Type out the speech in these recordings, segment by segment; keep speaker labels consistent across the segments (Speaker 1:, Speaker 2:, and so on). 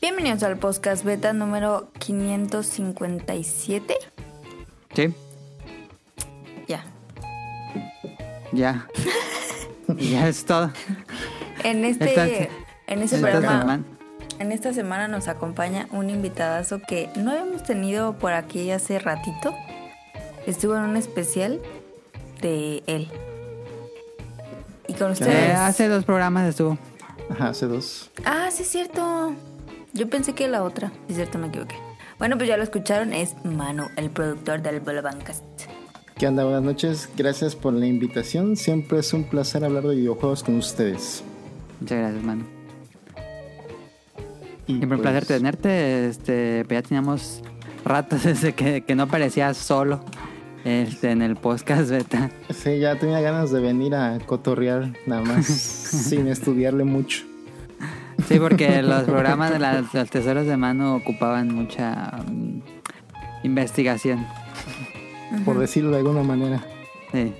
Speaker 1: Bienvenidos al podcast beta número 557.
Speaker 2: Sí,
Speaker 1: Ya.
Speaker 2: ya. ya es todo.
Speaker 1: En este,
Speaker 2: Entonces-
Speaker 1: en este
Speaker 2: Entonces,
Speaker 1: programa,
Speaker 2: man,
Speaker 1: en esta semana nos acompaña un invitadazo que no habíamos tenido por aquí hace ratito. Estuvo en un especial de él. Y con
Speaker 2: eh,
Speaker 1: ustedes.
Speaker 2: hace dos programas estuvo.
Speaker 3: Ajá, hace dos.
Speaker 1: Ah, sí es cierto. Yo pensé que la otra. Sí es cierto, me equivoqué. Bueno, pues ya lo escucharon. Es Manu, el productor del Bolobancast.
Speaker 3: ¿Qué onda? Buenas noches. Gracias por la invitación. Siempre es un placer hablar de videojuegos con ustedes.
Speaker 2: Muchas gracias, mano.
Speaker 3: Y
Speaker 2: Siempre un
Speaker 3: pues,
Speaker 2: placer tenerte. Este, pues ya teníamos ratos desde que, que no aparecías solo este, en el podcast beta.
Speaker 3: Sí, ya tenía ganas de venir a cotorrear nada más sin estudiarle mucho.
Speaker 2: Sí, porque los programas de las, los tesoros de mano ocupaban mucha mm, investigación.
Speaker 3: Por decirlo de alguna manera.
Speaker 2: Sí.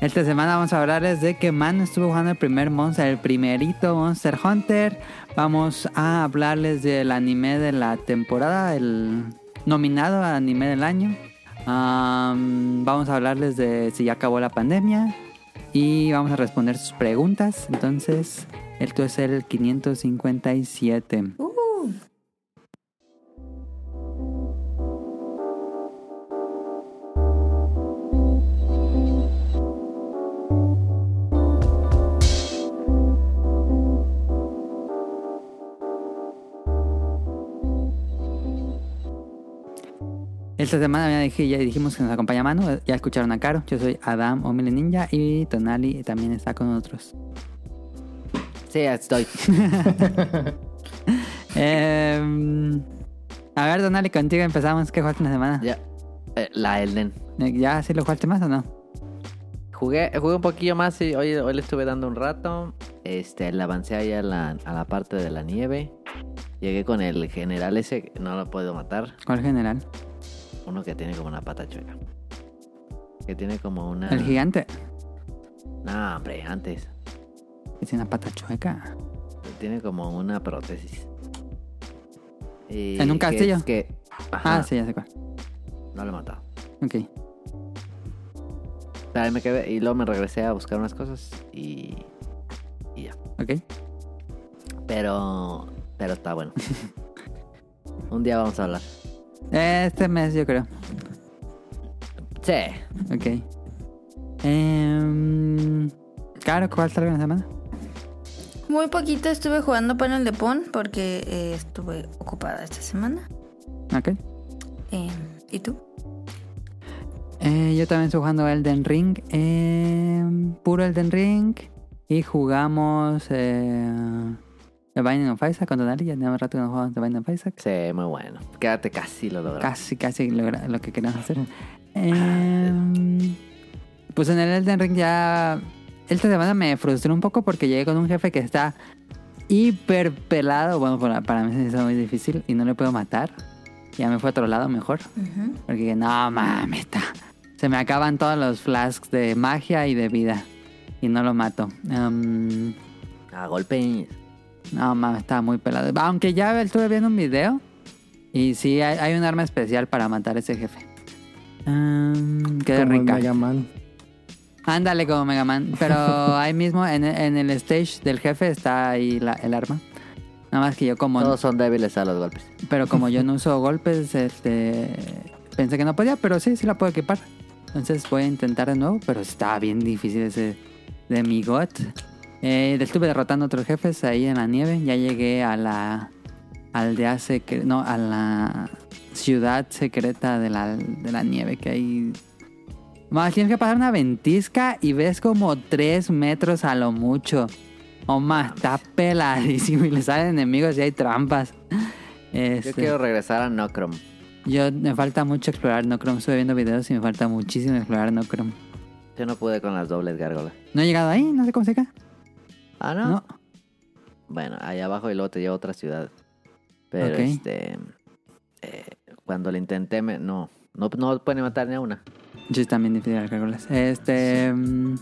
Speaker 2: Esta semana vamos a hablarles de que Manu estuvo jugando el primer Monster, el primerito Monster Hunter. Vamos a hablarles del anime de la temporada, el nominado al anime del año. Am, vamos a hablarles de si ya acabó la pandemia y vamos a responder sus preguntas. Entonces, esto es el 557.
Speaker 1: Uh.
Speaker 2: Esta semana ya, dije- ya dijimos que nos acompaña Manu, ya escucharon a Caro, yo soy Adam Omile Ninja y Tonali también está con nosotros. Sí, estoy. Em, a ver, Tonali, contigo empezamos, ¿qué jugaste en la semana?
Speaker 4: Ya. Eh, la Elden.
Speaker 2: Eh, ¿Ya sí lo jugaste más o no?
Speaker 4: Jugué, jugué un poquillo más y hoy, hoy le estuve dando un rato. Este, le avancé ahí a la, a la parte de la nieve. Llegué con el general ese, no lo puedo matar.
Speaker 2: ¿Cuál general?
Speaker 4: Uno que tiene como una pata chueca. Que tiene como una.
Speaker 2: ¿El gigante?
Speaker 4: No, hombre, antes.
Speaker 2: Es una pata chueca.
Speaker 4: Tiene como una prótesis. Y
Speaker 2: ¿En un
Speaker 4: que es
Speaker 2: castillo?
Speaker 4: Que...
Speaker 2: Ah,
Speaker 4: Ajá,
Speaker 2: sí, ya sé cuál.
Speaker 4: No lo he matado.
Speaker 2: Ok.
Speaker 4: Pero ahí me quedé y luego me regresé a buscar unas cosas y. Y ya.
Speaker 2: Ok.
Speaker 4: Pero. Pero está bueno. Un día vamos a hablar.
Speaker 2: Este mes, yo creo.
Speaker 4: Sí.
Speaker 2: Ok. Em, Caro, ¿cuál salió en la semana?
Speaker 1: Muy poquito estuve jugando panel de Pon porque eh, estuve ocupada esta semana.
Speaker 2: Ok.
Speaker 1: Eh, ¿Y tú?
Speaker 2: Eh, yo también estoy jugando Elden Ring. eh, puro Elden Ring. Y jugamos eh, The Binding of Isaac con Donali. Ya teníamos rato que no jugamos The Binding of Isaac.
Speaker 4: Sí, muy bueno. Quédate casi lo logramos.
Speaker 2: Casi, casi lo, lo que queríamos hacer. Eh, pues en el Elden Ring ya... Esta semana me frustré un poco porque llegué con un jefe que está hiper pelado. Bueno, para, para mí eso es muy difícil y no le puedo matar. Ya me fue a otro lado mejor.
Speaker 1: Ujú.
Speaker 2: Porque dije, no mames, está. Se me acaban todos los flasks de magia y de vida. Y no lo mato. Em,
Speaker 4: A golpe.
Speaker 2: no mames, estaba muy pelado. Aunque ya estuve viendo un video. Y sí, hay, hay un arma especial para matar a ese jefe. Em, qué
Speaker 3: Ah, como el
Speaker 2: rica.
Speaker 3: Mega Man.
Speaker 2: Ándale como Mega Man. Pero ahí mismo, en, en el stage del jefe, está ahí la- el arma. Nada más que yo como...
Speaker 4: Todos son débiles a los golpes.
Speaker 2: Pero como yo no uso golpes, este pensé que no podía, pero sí, sí la puedo equipar. Entonces voy a intentar de nuevo, pero está bien difícil ese de mi god. Eh, estuve derrotando a otros jefes ahí en la nieve. Ya llegué a la aldea secreta, no, a la ciudad secreta de la, de la nieve que hay. Más tienes que pasar una ventisca y ves como 3 metros a lo mucho. O más, está peladísimo y le salen enemigos y hay trampas.
Speaker 4: Yo
Speaker 2: Este,
Speaker 4: quiero regresar a Nocrom.
Speaker 2: yo me falta mucho explorar Nocrom. Estuve viendo videos y me falta muchísimo explorar Nocrom.
Speaker 4: Yo no pude con las dobles gárgolas.
Speaker 2: No he llegado ahí, no sé cómo se cae.
Speaker 4: Ah, no.
Speaker 2: No.
Speaker 4: Bueno, ahí abajo y luego te llevo a otra ciudad. Pero
Speaker 2: Ok.
Speaker 4: este. eh, cuando lo intenté, me- no. No, no pueden matar ni a una.
Speaker 2: Yo también difícil las gárgolas. Este. mm,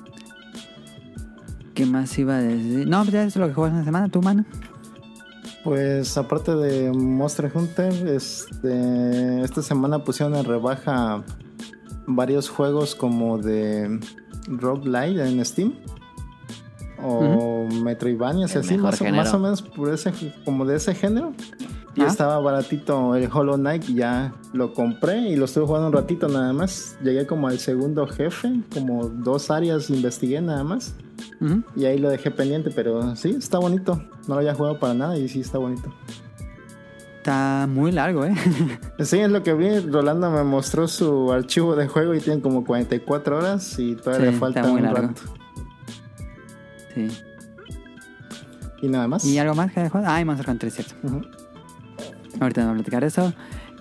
Speaker 2: ¿Qué más iba a decir? No, pues ya es lo que juegas en la semana, tu mano.
Speaker 3: Pues aparte de Monster Hunter, este, esta semana pusieron en rebaja varios juegos como de roguelite en Steam o Metroidvania,
Speaker 4: El
Speaker 3: así
Speaker 4: mejor
Speaker 3: más o,
Speaker 4: género.
Speaker 3: más o menos por ese, como de ese género. Y
Speaker 2: Ah.
Speaker 3: estaba baratito el Hollow Knight, y ya lo compré y lo estuve jugando un ratito nada más. Llegué como al segundo jefe, como dos áreas investigué nada más.
Speaker 2: Ujú.
Speaker 3: Y ahí lo dejé pendiente, pero sí, está bonito. No lo había jugado para nada y sí está bonito.
Speaker 2: Está muy largo, ¿eh?
Speaker 3: Sí, es lo que vi. Rolando me mostró su archivo de juego y tiene como 44 horas y todavía
Speaker 2: Sí,
Speaker 3: le
Speaker 2: está
Speaker 3: falta
Speaker 2: muy
Speaker 3: un
Speaker 2: largo.
Speaker 3: rato.
Speaker 2: sí.
Speaker 3: Y nada más.
Speaker 2: ¿Y algo más que haya jugado? Ah, y Monster Hunter, es cierto.
Speaker 3: Ujú.
Speaker 2: Ahorita vamos a platicar eso.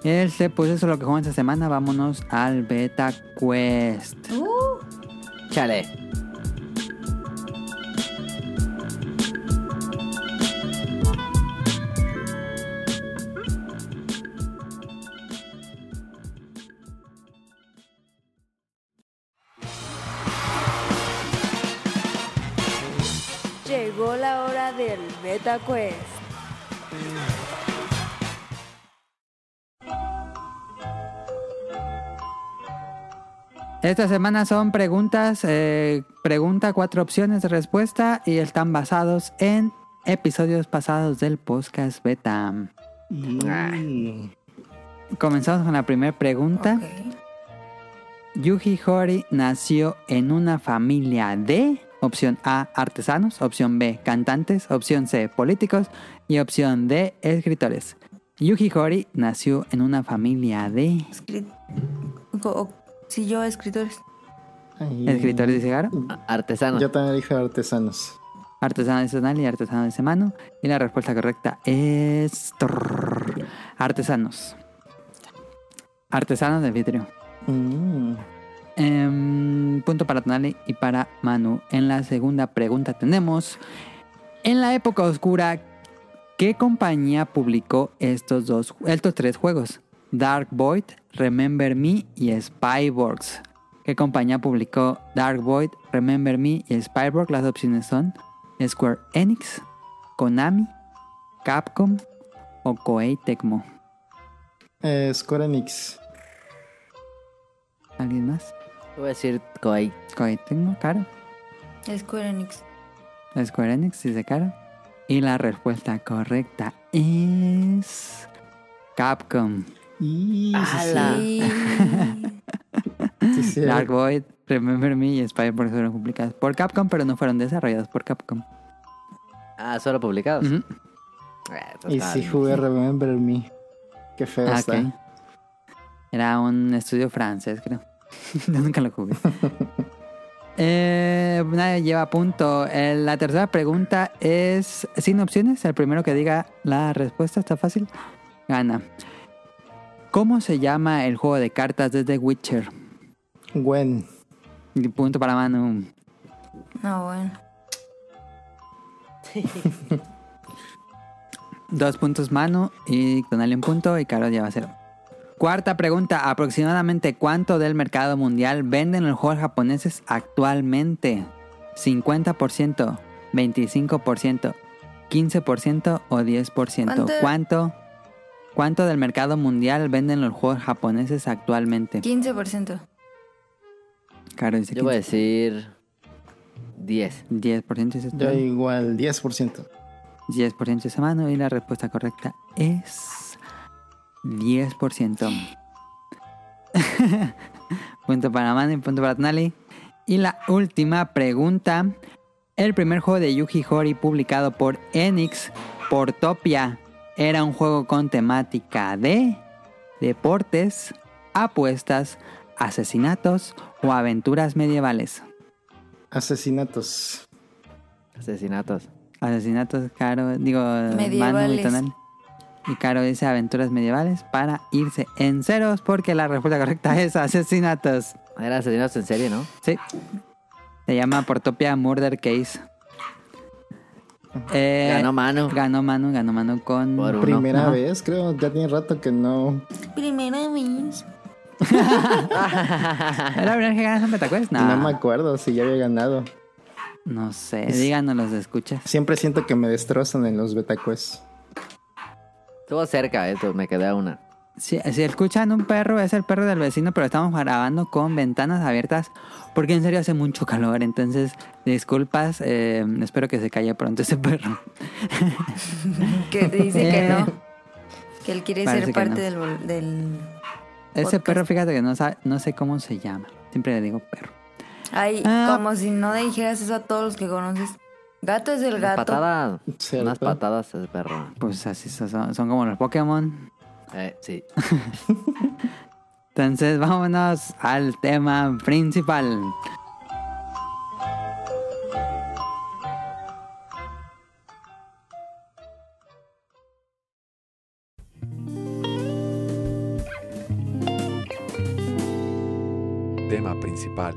Speaker 2: Este, pues eso es lo que jugamos esta semana. Vámonos al Beta Quest.
Speaker 5: Uh,
Speaker 4: Chale.
Speaker 5: Llegó la hora del Beta Quest.
Speaker 2: Esta semana son preguntas, eh, pregunta cuatro opciones de respuesta y están basados en episodios pasados del podcast Beta. Ah.
Speaker 3: Y-
Speaker 2: Comenzamos con la primera pregunta.
Speaker 1: Ok.
Speaker 2: Yuji Hori nació en una familia de opción A, artesanos, opción B, cantantes, opción C, políticos y opción D, escritores. Yuji Hori nació en una familia de
Speaker 1: Escrit- o- o- Sí, yo, escritores.
Speaker 3: Ay.
Speaker 2: escritores, dice "Ah, Garo.
Speaker 4: A- Artesano.
Speaker 3: Yo también dije artesanos.
Speaker 2: Artesano artesanal y artesano de semano. Y la respuesta correcta es. trrr, Artesanos. Artesanos de vidrio.
Speaker 3: Mm.
Speaker 2: Em, punto para Tonali y para Manu. En la segunda pregunta tenemos. En la época oscura, ¿qué compañía publicó estos, dos, estos tres juegos? Dark Void, Remember Me y Spyworks. ¿Qué compañía publicó Dark Void, Remember Me y Spyworks? Las opciones son Square Enix, Konami, Capcom o Koei Tecmo.
Speaker 3: Eh, Square Enix.
Speaker 2: ¿Alguien más?
Speaker 4: Voy a decir Koei.
Speaker 2: Koei Tecmo, claro.
Speaker 1: Square Enix.
Speaker 2: Square Enix, dice Caro. Y la respuesta correcta es. Capcom.
Speaker 3: Y
Speaker 4: ¡Hala!
Speaker 1: Sí.
Speaker 3: sí, sí,
Speaker 2: Dark Void, Remember Me y Spyboard fueron publicadas por Capcom, pero no fueron desarrolladas por Capcom.
Speaker 4: Ah, solo publicados.
Speaker 2: Ujú.
Speaker 4: Ah, esto
Speaker 3: Y
Speaker 4: está
Speaker 3: sí
Speaker 4: bien.
Speaker 3: jugué Remember Me. Qué feo
Speaker 2: Ah,
Speaker 3: está.
Speaker 2: ok. Era un estudio francés, creo. Yo nunca lo jugué. Eh, nadie lleva punto. Eh, la tercera pregunta es sin opciones. El primero que diga la respuesta está fácil. Gana. ¿Cómo se llama el juego de cartas desde Witcher?
Speaker 3: Gwen.
Speaker 2: Y Punto para Manu.
Speaker 1: No, bueno.
Speaker 2: Dos puntos Manu y Donali un punto y Caro lleva cero. Cuarta pregunta. ¿Aproximadamente cuánto del mercado mundial venden los juegos japoneses actualmente? ¿50%, 25%, 15% o 10%?
Speaker 1: ¿Cuánto?
Speaker 2: ¿Cuánto? ¿Cuánto del mercado mundial venden los juegos japoneses actualmente?
Speaker 1: 15%.
Speaker 2: Caro dice
Speaker 4: Yo voy a
Speaker 2: que
Speaker 4: decir 10.
Speaker 2: 10% dice tú.
Speaker 3: Yo igual, 10%.
Speaker 2: 10% de mano y la respuesta correcta es 10%. punto para Manu y punto para Tnali. Y la última pregunta. El primer juego de Yuji Horii publicado por Enix, Portopia, era un juego con temática de deportes, apuestas, asesinatos o aventuras medievales.
Speaker 3: Asesinatos.
Speaker 4: Asesinatos.
Speaker 2: Asesinatos, Caro, digo, Manu y
Speaker 1: Medievales.
Speaker 2: Tonal. Y Caro dice aventuras medievales para irse en ceros porque la respuesta correcta es asesinatos.
Speaker 4: Era asesinatos en serie, ¿no?
Speaker 2: Sí. Se llama Portopia Murder Case. Eh,
Speaker 4: Ganó Manu.
Speaker 2: Ganó Manu, ganó Manu con...
Speaker 4: Por uno.
Speaker 3: Primera
Speaker 2: Ajá.
Speaker 3: vez, creo. Ya tiene rato que no.
Speaker 1: Primera vez.
Speaker 2: ¿Es la primera vez que ganas un Betacuest? No,
Speaker 3: No me acuerdo si ya había ganado.
Speaker 2: no sé, díganos los escuchas.
Speaker 3: Siempre siento que me destrozan en los betacues.
Speaker 4: Estuvo cerca, esto, me quedé a una.
Speaker 2: Si, si escuchan un perro, es el perro del vecino, pero estamos grabando con ventanas abiertas porque en serio hace mucho calor. Entonces, disculpas, eh, espero que se calle pronto ese perro.
Speaker 1: Que te dice que no.
Speaker 2: Eh.
Speaker 1: Que él quiere
Speaker 2: Parece
Speaker 1: ser
Speaker 2: que
Speaker 1: parte
Speaker 2: no.
Speaker 1: del, vol- del.
Speaker 2: Ese
Speaker 1: Podcast.
Speaker 2: perro, fíjate que no, sa- no sé cómo se llama. Siempre le digo perro.
Speaker 1: Ay,
Speaker 2: Ah.
Speaker 1: como si no dijeras eso a todos los que conoces. Gato es el
Speaker 4: Unas
Speaker 1: gato.
Speaker 4: patadas.
Speaker 3: Cierto.
Speaker 4: Unas patadas es perro.
Speaker 2: Pues así son, son como los Pokémon.
Speaker 4: Eh, sí.
Speaker 2: Entonces, vámonos al tema principal.
Speaker 6: Tema principal.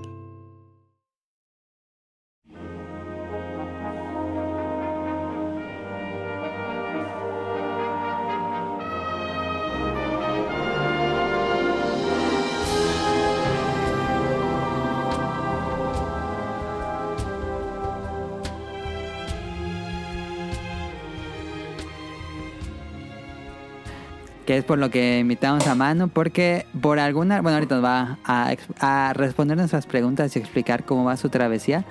Speaker 2: Que es por lo que invitamos a Manu, porque por alguna. Bueno, ahorita nos va a, ex- a responder nuestras preguntas y explicar cómo va su travesía.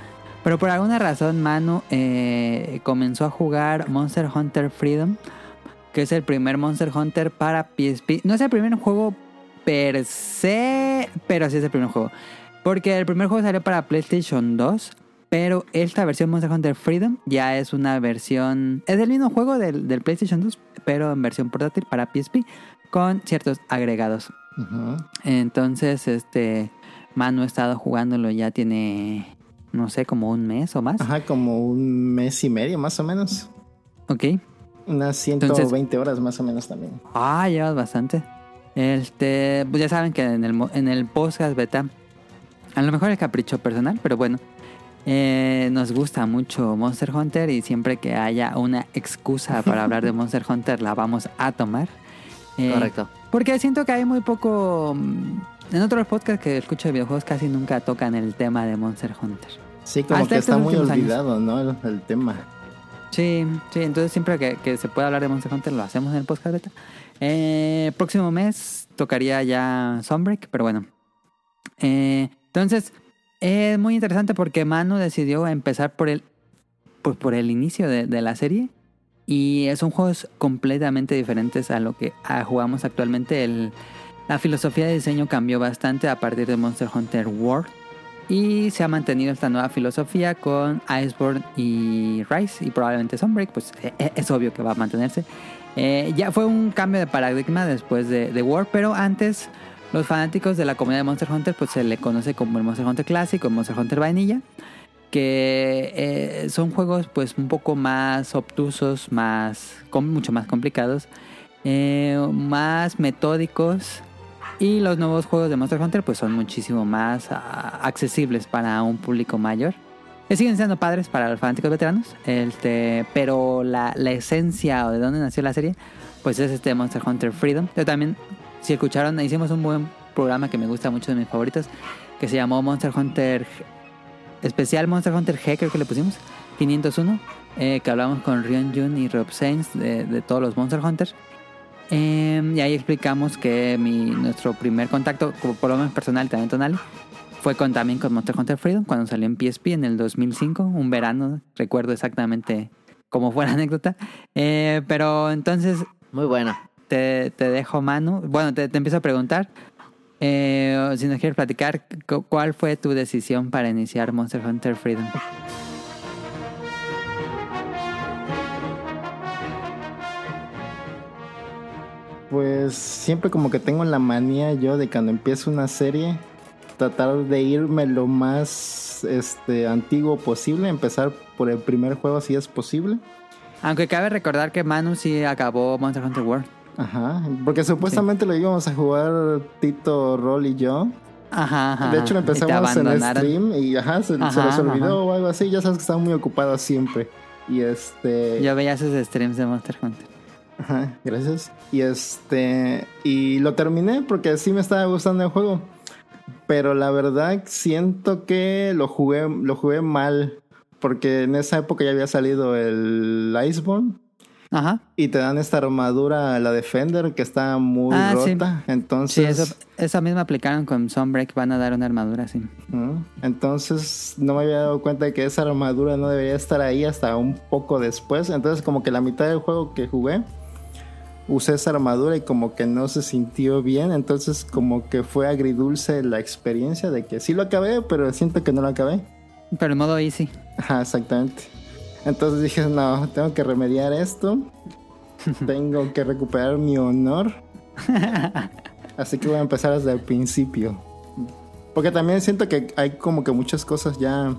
Speaker 2: Pero por alguna razón, Manu eh, comenzó a jugar Monster Hunter Freedom, que es el primer Monster Hunter para PSP. No es el primer juego per se, pero sí es el primer juego. Porque el primer juego salió para PlayStation 2, pero esta versión Monster Hunter Freedom ya es una versión... Es el mismo juego del, del PlayStation 2, pero en versión portátil para PSP, con ciertos agregados.
Speaker 3: Ujú.
Speaker 2: Entonces, este... Manu ha estado jugándolo ya tiene... No sé, como un mes o más.
Speaker 3: Ajá, como un mes y medio más o menos.
Speaker 2: Ok.
Speaker 3: Unas 120
Speaker 2: Entonces-
Speaker 3: horas más o menos también.
Speaker 2: Ah, llevas bastante. Este, pues ya saben que en el, mo- en el podcast beta, a lo mejor es capricho personal, pero bueno, eh, nos gusta mucho Monster Hunter y siempre que haya una excusa para hablar de Monster Hunter la vamos a tomar. Eh,
Speaker 4: Correcto.
Speaker 2: Porque siento que hay muy poco... mm, En otros podcasts que escucho de videojuegos casi nunca tocan el tema de Monster Hunter.
Speaker 3: Sí, como
Speaker 2: Hasta
Speaker 3: que
Speaker 2: estos
Speaker 3: está muy
Speaker 2: últimos años.
Speaker 3: olvidado, ¿no? El, el tema.
Speaker 2: Sí, sí, entonces siempre que, que se pueda hablar de Monster Hunter lo hacemos en el podcast beta. Eh, próximo mes tocaría ya Sunbreak, pero bueno. Eh, entonces, es muy interesante porque Manu decidió empezar por el, pues por el inicio de, de la serie. Y son juegos completamente diferentes a lo que a- jugamos actualmente. El- la filosofía de diseño cambió bastante a partir de Monster Hunter World. Y se ha mantenido esta nueva filosofía con Iceborne y Rise y probablemente Sunbreak, pues e- e- es obvio que va a mantenerse. Eh, ya fue un cambio de paradigma después de, de War, pero antes los fanáticos de la comunidad de Monster Hunter pues se le conoce como el Monster Hunter Clásico, el Monster Hunter Vanilla, que eh, son juegos pues un poco más obtusos, más com- mucho más complicados, eh, más metódicos y los nuevos juegos de Monster Hunter pues son muchísimo más ah, accesibles para un público mayor. Eh, siguen siendo padres para los fanáticos veteranos, este, pero la, la esencia o de dónde nació la serie pues es este Monster Hunter Freedom. Yo también, si escucharon, hicimos un buen programa que me gusta mucho de mis favoritos que se llamó Monster Hunter especial Monster Hunter G, creo que le pusimos, 501, eh, que hablamos con Rion Jun y Rob Sainz de, de todos los Monster Hunters. Eh, y ahí explicamos que mi, nuestro primer contacto, como por lo menos personal, también tonal, fue con, también con Monster Hunter Freedom cuando salió en PSP en el 2005, un verano, recuerdo exactamente cómo fue la anécdota. Eh, pero entonces
Speaker 4: Muy buena.
Speaker 2: te, te dejo Manu. Bueno, te, te empiezo a preguntar. eh, si nos quieres platicar, cu- ¿cuál fue tu decisión para iniciar Monster Hunter Freedom?
Speaker 3: Pues siempre como que tengo la manía yo de cuando empiezo una serie tratar de irme lo más este antiguo posible, empezar por el primer juego si es posible.
Speaker 2: Aunque cabe recordar que Manu sí acabó Monster Hunter World.
Speaker 3: Ajá, porque supuestamente lo íbamos a jugar Tito, Rol y yo.
Speaker 2: Ajá, ajá.
Speaker 3: De hecho lo
Speaker 2: ajá. Y te
Speaker 3: empezamos en
Speaker 2: abandonaron.
Speaker 3: stream y ajá, se, se
Speaker 2: Ajá,
Speaker 3: nos olvidó o algo así, ya sabes que estaba muy ocupado siempre. Y este...
Speaker 2: Yo veía sus streams de Monster Hunter.
Speaker 3: Ajá, gracias. Y este. Y lo terminé porque sí me estaba gustando el juego. Pero la verdad siento que lo jugué, lo jugué mal. Porque en esa época ya había salido el Iceborne.
Speaker 2: Ajá.
Speaker 3: Y te dan esta armadura, la Defender, que está muy
Speaker 2: Ah, sí.
Speaker 3: rota.
Speaker 2: Sí,
Speaker 3: Entonces,
Speaker 2: eso- esa misma aplicaron con Sunbreak, van a dar una armadura así.
Speaker 3: ¿no? entonces no me había dado cuenta de que esa armadura no debería estar ahí hasta un poco después. Entonces, como que la mitad del juego que jugué, usé esa armadura y como que no se sintió bien. Entonces, como que fue agridulce la experiencia de que sí lo acabé, pero siento que no lo acabé.
Speaker 2: Pero en modo easy.
Speaker 3: Ajá, exactamente. Entonces dije, no, tengo que remediar esto. Tengo que recuperar mi honor. Así que voy a empezar desde el principio. Porque también siento que hay como que muchas cosas ya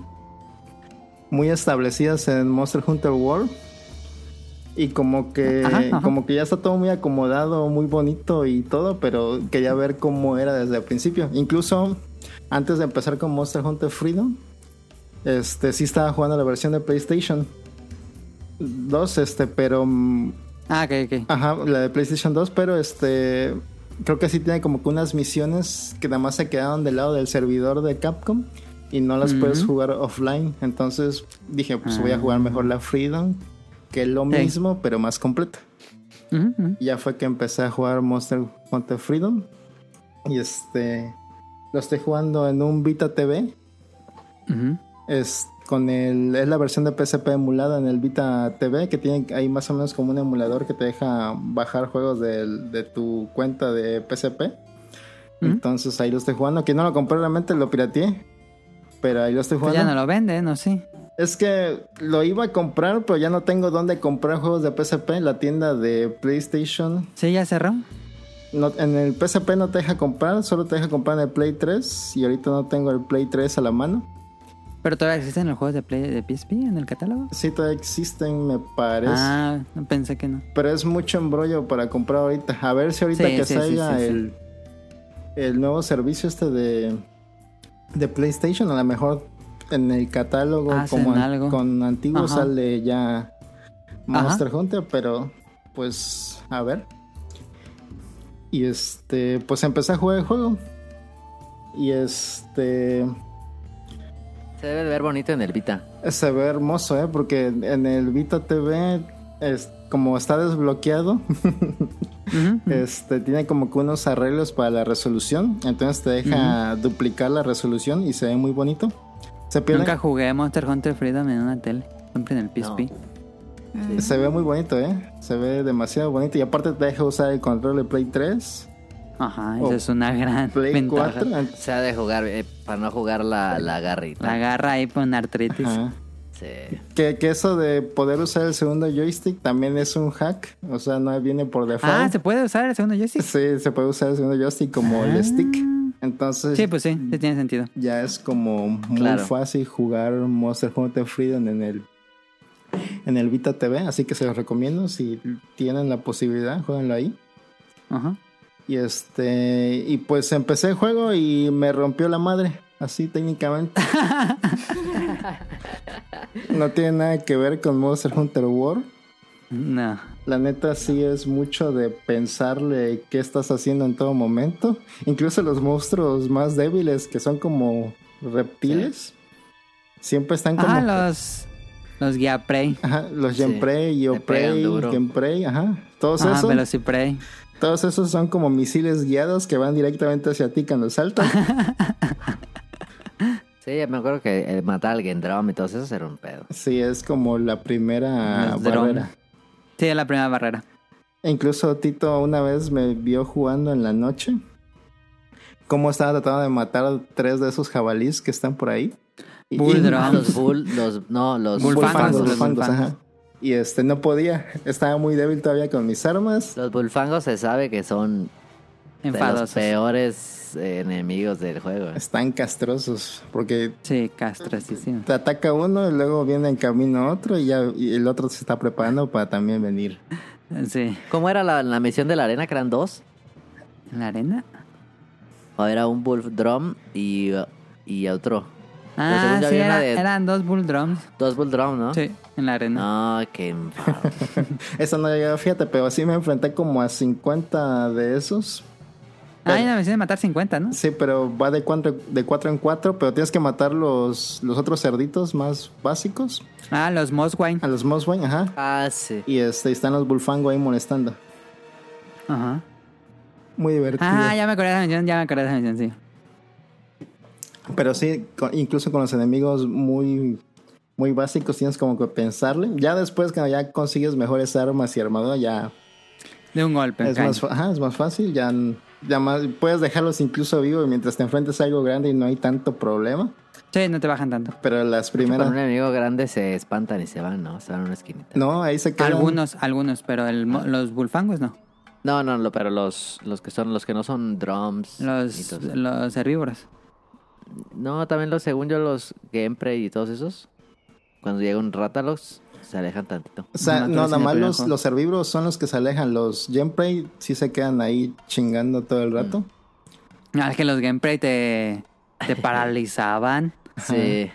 Speaker 3: muy establecidas en Monster Hunter World. Y como que,
Speaker 2: Ajá, ajá.
Speaker 3: como que ya está todo muy acomodado, muy bonito y todo, pero quería ver cómo era desde el principio. Incluso antes de empezar con Monster Hunter Freedom, este sí estaba jugando la versión de PlayStation 2, este, pero mm,
Speaker 2: Ah, ok, ok.
Speaker 3: ajá, la de PlayStation 2, pero este creo que sí tiene como que unas misiones que nada más se quedaron del lado del servidor de Capcom y no las puedes jugar offline, entonces dije, pues voy a jugar mejor la Freedom, que es lo
Speaker 2: Sí.
Speaker 3: mismo, pero más completa.
Speaker 2: Ujú, ujú.
Speaker 3: Y ya fue que empecé a jugar Monster Hunter Freedom y este lo estoy jugando en un Vita TV.
Speaker 2: Ujú.
Speaker 3: Es con el es la versión de PSP emulada en el Vita TV que tiene ahí más o menos como un emulador que te deja bajar juegos del- de, tu cuenta de PSP. Entonces ahí lo estoy jugando, que no lo compré realmente, lo pirateé. Pero ahí lo estoy
Speaker 2: Pues
Speaker 3: jugando.
Speaker 2: ya no lo venden, ¿no? Sí.
Speaker 3: Es que lo iba a comprar, pero ya no tengo dónde comprar juegos de PSP. La tienda de PlayStation
Speaker 2: Sí, ya cerró.
Speaker 3: no- en el PSP no te deja comprar, solo te deja comprar en el Play 3 y ahorita no tengo el Play 3 a la mano.
Speaker 2: Pero todavía existen los juegos de, Play, de PSP en el catálogo.
Speaker 3: Sí, todavía existen, me parece.
Speaker 2: Ah, pensé que no.
Speaker 3: Pero es mucho embrollo para comprar ahorita. A ver si ahorita
Speaker 2: Sí,
Speaker 3: que
Speaker 2: sí, sí,
Speaker 3: salga
Speaker 2: sí, sí.
Speaker 3: el, el nuevo servicio este de, de PlayStation, a lo mejor en el catálogo
Speaker 2: Hacen
Speaker 3: como an-
Speaker 2: algo.
Speaker 3: con antiguo
Speaker 2: Ajá.
Speaker 3: sale ya Monster Hunter, pero pues a ver. Y este, pues empecé a jugar el juego. Y este,
Speaker 4: Se debe de ver bonito en el Vita.
Speaker 3: se ve hermoso, ¿eh? Porque en el Vita TV, es, como está desbloqueado,
Speaker 2: Ujú, ujú.
Speaker 3: Este, tiene como que unos arreglos para la resolución. Entonces te deja duplicar la resolución y se ve muy bonito. Se pierde.
Speaker 2: Nunca jugué Monster Hunter Freedom en una tele. Siempre en el PSP.
Speaker 3: Se ve muy bonito, ¿eh? Se ve demasiado bonito. Y aparte te deja usar el control de Play 3,
Speaker 2: Ajá,
Speaker 3: O
Speaker 2: esa es una gran
Speaker 3: Play
Speaker 2: ventaja.
Speaker 3: 4. en-
Speaker 4: Se ha de jugar eh, para no jugar la, la garrita.
Speaker 2: La agarra ahí con artritis.
Speaker 3: Ajá.
Speaker 4: Sí.
Speaker 3: Que, que eso de poder usar el segundo joystick también es un hack. O sea, no viene por default.
Speaker 2: Ah, ¿se puede usar el segundo Ah. joystick?
Speaker 3: Sí, se puede usar el segundo joystick como el stick. Entonces
Speaker 2: Sí, pues sí, sí tiene sentido.
Speaker 3: ya es como muy
Speaker 4: Claro.
Speaker 3: fácil jugar Monster Hunter Freedom en el en el Vita TV, así que se los recomiendo si tienen la posibilidad, jueguenlo ahí.
Speaker 2: Ajá.
Speaker 3: Y este y pues empecé el juego y me rompió la madre, así técnicamente. no tiene nada que ver con Monster Hunter World.
Speaker 2: No.
Speaker 3: La neta sí es mucho de pensarle qué estás haciendo en todo momento. Incluso los monstruos más débiles que son como reptiles. Siempre están como...
Speaker 2: Ah, los. Los Guía Prey.
Speaker 3: Ajá, los Genprey, Yoprey,
Speaker 4: pegan duro.
Speaker 3: Genprey, ajá. Todos
Speaker 2: Ah,
Speaker 3: esos,
Speaker 2: Velociprey.
Speaker 3: todos esos son como misiles guiados que van directamente hacia ti cuando saltas.
Speaker 4: Sí, me acuerdo que el matar al Gendrom y todo eso era un pedo.
Speaker 3: sí, es como la primera
Speaker 2: Los drone.
Speaker 3: barrera.
Speaker 2: Sí, es la primera barrera.
Speaker 3: E Incluso Tito una vez me vio jugando en la noche. Cómo estaba tratando de matar a tres de esos jabalís que están por ahí. Y-
Speaker 2: Bull
Speaker 3: y-
Speaker 2: drone.
Speaker 4: Ah, los bull, los, no, los
Speaker 2: Bullfangos,
Speaker 3: bullfangos,
Speaker 2: los
Speaker 3: bullfangos,
Speaker 2: bullfangos.
Speaker 3: ajá. Y este no podía. Estaba muy débil todavía con mis armas.
Speaker 4: Los bullfangos se sabe que son de los
Speaker 2: Enfadosos.
Speaker 4: peores eh, enemigos del juego. eh.
Speaker 3: Están castrosos. Porque
Speaker 2: Sí, castrosísimo.
Speaker 3: te ataca uno y luego viene en camino otro y ya y el otro se está preparando para también venir.
Speaker 2: Sí.
Speaker 4: ¿Cómo era la, la misión de la arena? ¿Que eran dos?
Speaker 2: ¿En la arena?
Speaker 4: ¿O era un bull drum y, y otro? Pero
Speaker 2: Ah,
Speaker 4: según yo
Speaker 2: sí,
Speaker 4: había una
Speaker 2: era-
Speaker 4: de-
Speaker 2: eran dos bull drums.
Speaker 4: Dos bull drum, ¿no? Ah,
Speaker 2: Sí, en la arena.
Speaker 4: No, qué enfado.
Speaker 3: Eso no llegaba, fíjate, pero sí me enfrenté como a 50 de esos.
Speaker 2: Ah, ya me hicieron matar 50, ¿no?
Speaker 3: Sí, pero va de cuatro, de cuatro en cuatro, pero tienes que matar los, los otros cerditos más básicos.
Speaker 2: Ah, los Moswine.
Speaker 3: A los Moswine, ajá.
Speaker 4: Ah, sí.
Speaker 3: Y este, están los Bulfango ahí molestando.
Speaker 2: Ajá.
Speaker 3: Muy divertido.
Speaker 2: Ah, ya me acordé de esa mención, ya me acordé de esa mención, sí.
Speaker 3: Pero sí, con- incluso con los enemigos muy, muy básicos tienes como que pensarle. Ya después que ya consigues mejores armas y armadura, ya
Speaker 2: De un golpe.
Speaker 3: es
Speaker 2: cae.
Speaker 3: más, fa- ajá, es más fácil. Ya, ya más, puedes dejarlos incluso vivos mientras te enfrentes a algo grande y no hay tanto problema.
Speaker 2: Sí, no te bajan tanto.
Speaker 3: Pero las
Speaker 4: Con un
Speaker 3: primeras...
Speaker 4: enemigo grande se espantan y se van, ¿no? Se van a una esquinita.
Speaker 3: No, ahí se quedan.
Speaker 2: Algunos, algunos, pero el mo- los bulfangos no.
Speaker 4: No, no, lo- pero los, los que son los que no son drums. y
Speaker 2: Los,
Speaker 4: todo eso.
Speaker 2: los herbívoros.
Speaker 4: No, también los según yo los Gameplay y todos esos. Cuando llega un Ratalox, se alejan tantito.
Speaker 3: O
Speaker 2: No,
Speaker 3: sea, no,
Speaker 2: entonces
Speaker 3: nada
Speaker 2: en el
Speaker 3: más
Speaker 2: primer
Speaker 3: los,
Speaker 2: juego.
Speaker 3: los herbívoros son los que se alejan. Los Genprey sí se quedan ahí chingando todo el rato.
Speaker 2: Ah, es que los gameplay te, te paralizaban.
Speaker 4: Sí.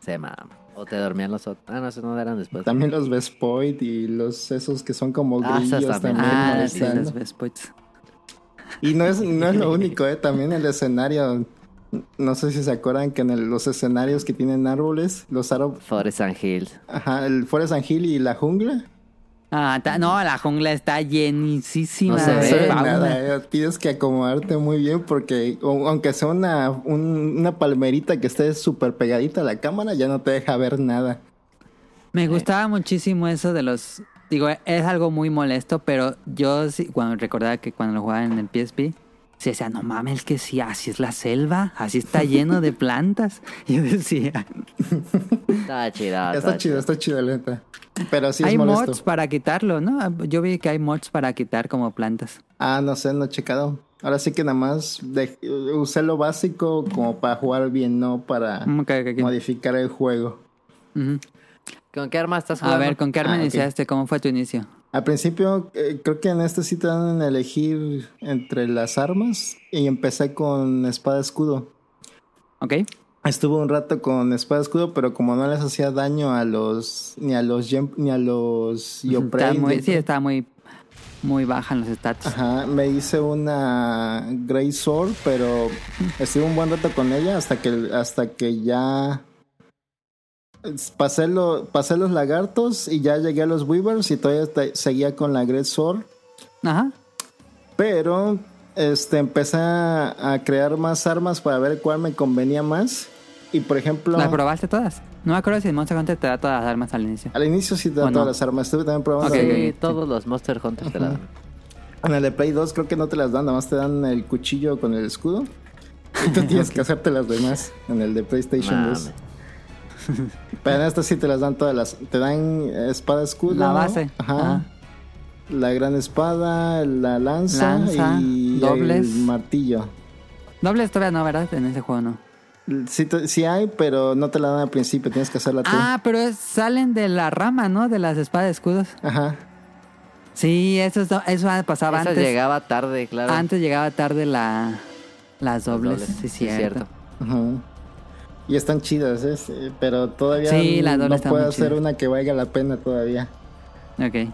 Speaker 4: se mama. O te dormían los otros. Ah, no, esos no eran después.
Speaker 3: También los Vespoid y los esos que son como
Speaker 4: Ah, esas
Speaker 3: grillos
Speaker 4: también.
Speaker 3: también.
Speaker 2: Ah, sí,
Speaker 3: molestando.
Speaker 2: los Best Boys.
Speaker 3: Y no es, no es lo único, ¿eh? También el escenario. No sé si se acuerdan que en el- los escenarios que tienen árboles, los árboles.
Speaker 4: Forest and Hills.
Speaker 3: Ajá, el Forest and Hill y la jungla.
Speaker 2: Ah, ta- no, la jungla está llenísima
Speaker 4: No se
Speaker 2: de
Speaker 4: ve
Speaker 3: sabe
Speaker 2: fauna.
Speaker 3: nada, eh, tienes que acomodarte muy bien porque o- aunque sea una, un- una palmerita que esté súper pegadita a la cámara, ya no te deja ver nada.
Speaker 2: Me gustaba muchísimo eso de los... Digo, es algo muy molesto, pero yo sí- cuando recordaba que cuando lo jugaba en el PSP, se decía, no mames, que sí, así es la selva, así está lleno de plantas. Y yo decía,
Speaker 4: Está chida.
Speaker 3: está chido, está chido, la neta. Pero sí es
Speaker 2: Ah, hay
Speaker 3: molesto.
Speaker 2: mods para quitarlo, ¿no? Yo vi que hay mods para quitar como plantas.
Speaker 3: Ah, no sé, no he checado. Ahora sí que nada más de- usé lo básico como para jugar bien, no para
Speaker 2: Mm, ok, ok, ok.
Speaker 3: modificar el juego.
Speaker 2: Ujú.
Speaker 4: ¿Con qué arma estás
Speaker 2: A
Speaker 4: jugando?
Speaker 2: ver, ¿con qué arma
Speaker 3: Ah, ok.
Speaker 2: iniciaste? ¿Cómo fue tu inicio?
Speaker 3: Al principio eh, creo que en este sí te dan a elegir entre las armas y empecé con espada escudo.
Speaker 2: ¿Ok?
Speaker 3: Estuve un rato con espada escudo, pero como no les hacía daño a los ni a los yem- ni a los
Speaker 2: Está
Speaker 3: yoprei,
Speaker 2: Pues muy, sí, está muy, muy baja en los stats.
Speaker 3: Ajá, me hice una Grey Sword, pero estuve un buen rato con ella hasta que hasta que ya es- pasé, lo, pasé los lagartos y ya llegué a los Weavers y todavía te- seguía con la Grey Sword,
Speaker 2: Ajá.
Speaker 3: pero este empecé a, a crear más armas para ver cuál me convenía más y por ejemplo
Speaker 2: ¿Las probaste todas? No me acuerdo si el Monster Hunter te da todas las armas al inicio.
Speaker 3: al inicio sí te
Speaker 2: ¿O
Speaker 3: da
Speaker 2: no?
Speaker 3: todas las armas, estuve también probando
Speaker 2: Ok,
Speaker 4: Sí,
Speaker 2: ok, sí.
Speaker 4: todos los Monster Hunter te la dan.
Speaker 3: En el de Play 2 creo que no te las dan, nada más te dan el cuchillo con el escudo. Y tú tienes que hacerte las demás en el de PlayStation 2.
Speaker 4: Mame.
Speaker 3: Pero en esta sí te las dan todas las. Te dan espada, escudo.
Speaker 2: La base.
Speaker 3: Ajá.
Speaker 2: Ah.
Speaker 3: La gran espada, la lanza,
Speaker 2: Lanza,
Speaker 3: y
Speaker 2: dobles.
Speaker 3: el martillo.
Speaker 2: Dobles todavía no, ¿verdad? En ese juego no.
Speaker 3: Sí, te- sí hay, pero no te la dan al principio, tienes que hacerla tú.
Speaker 2: Ah, pero es- salen de la rama, ¿no? De las espadas de escudos.
Speaker 3: Ajá.
Speaker 2: Sí, eso, es- eso pasaba
Speaker 4: Esa
Speaker 2: antes.
Speaker 4: llegaba tarde, claro.
Speaker 2: Antes llegaba tarde la, las dobles. Sí,
Speaker 4: Sí,
Speaker 2: cierto.
Speaker 3: Ajá. Y están chidas, ¿eh? Sí, pero todavía
Speaker 2: Sí, la doble
Speaker 3: no
Speaker 2: está
Speaker 3: puedo
Speaker 2: muy
Speaker 3: hacer
Speaker 2: chida.
Speaker 3: una que valga la pena todavía.
Speaker 2: Ok.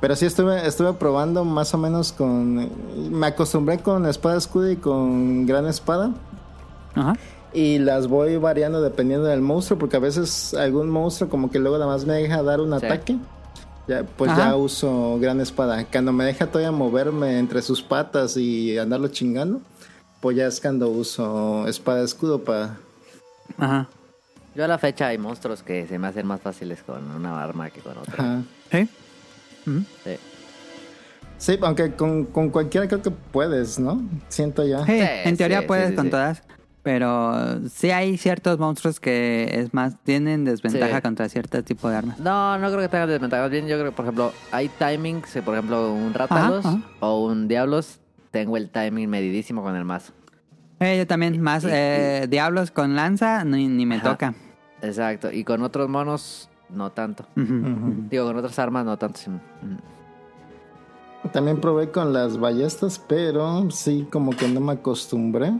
Speaker 3: Pero sí estuve, estuve probando más o menos con... Me acostumbré con espada escudo y con gran espada.
Speaker 2: Ajá.
Speaker 3: Y las voy variando dependiendo del monstruo, porque a veces algún monstruo como que luego nada más me deja dar un
Speaker 4: Sí.
Speaker 3: ataque. Ya, pues
Speaker 2: Ajá.
Speaker 3: ya uso gran espada. Cuando me deja todavía moverme entre sus patas y andarlo chingando, pues ya es cuando uso espada escudo para...
Speaker 2: Ajá.
Speaker 4: Yo a la fecha hay monstruos que se me hacen más fáciles con una arma que con otra.
Speaker 3: Ajá.
Speaker 2: ¿Eh? Ujú.
Speaker 4: Sí.
Speaker 3: Sí, aunque con, con cualquiera creo que puedes, ¿no? Siento ya.
Speaker 2: Sí,
Speaker 4: Sí,
Speaker 2: en teoría
Speaker 4: sí,
Speaker 2: puedes
Speaker 4: sí,
Speaker 2: con
Speaker 4: sí.
Speaker 2: todas. Pero sí hay ciertos monstruos que es más tienen desventaja
Speaker 4: Sí.
Speaker 2: contra cierto tipo de armas.
Speaker 4: No, no creo que tengan desventajas. Bien, yo creo que, por ejemplo, hay timings. eh, Por ejemplo, un Rátalos
Speaker 2: ajá.
Speaker 4: o un Diablos. Tengo el timing medidísimo con el mazo.
Speaker 2: Eh, yo también, más
Speaker 4: y-
Speaker 2: eh, diablos con lanza ni, ni me
Speaker 4: Ajá.
Speaker 2: toca.
Speaker 4: Exacto. Y con otros monos, no tanto.
Speaker 2: Ujú.
Speaker 3: Ujú.
Speaker 4: Digo, con otras armas, no tanto. sí. Mm.
Speaker 3: También probé con las ballestas, pero sí, como que no me acostumbré.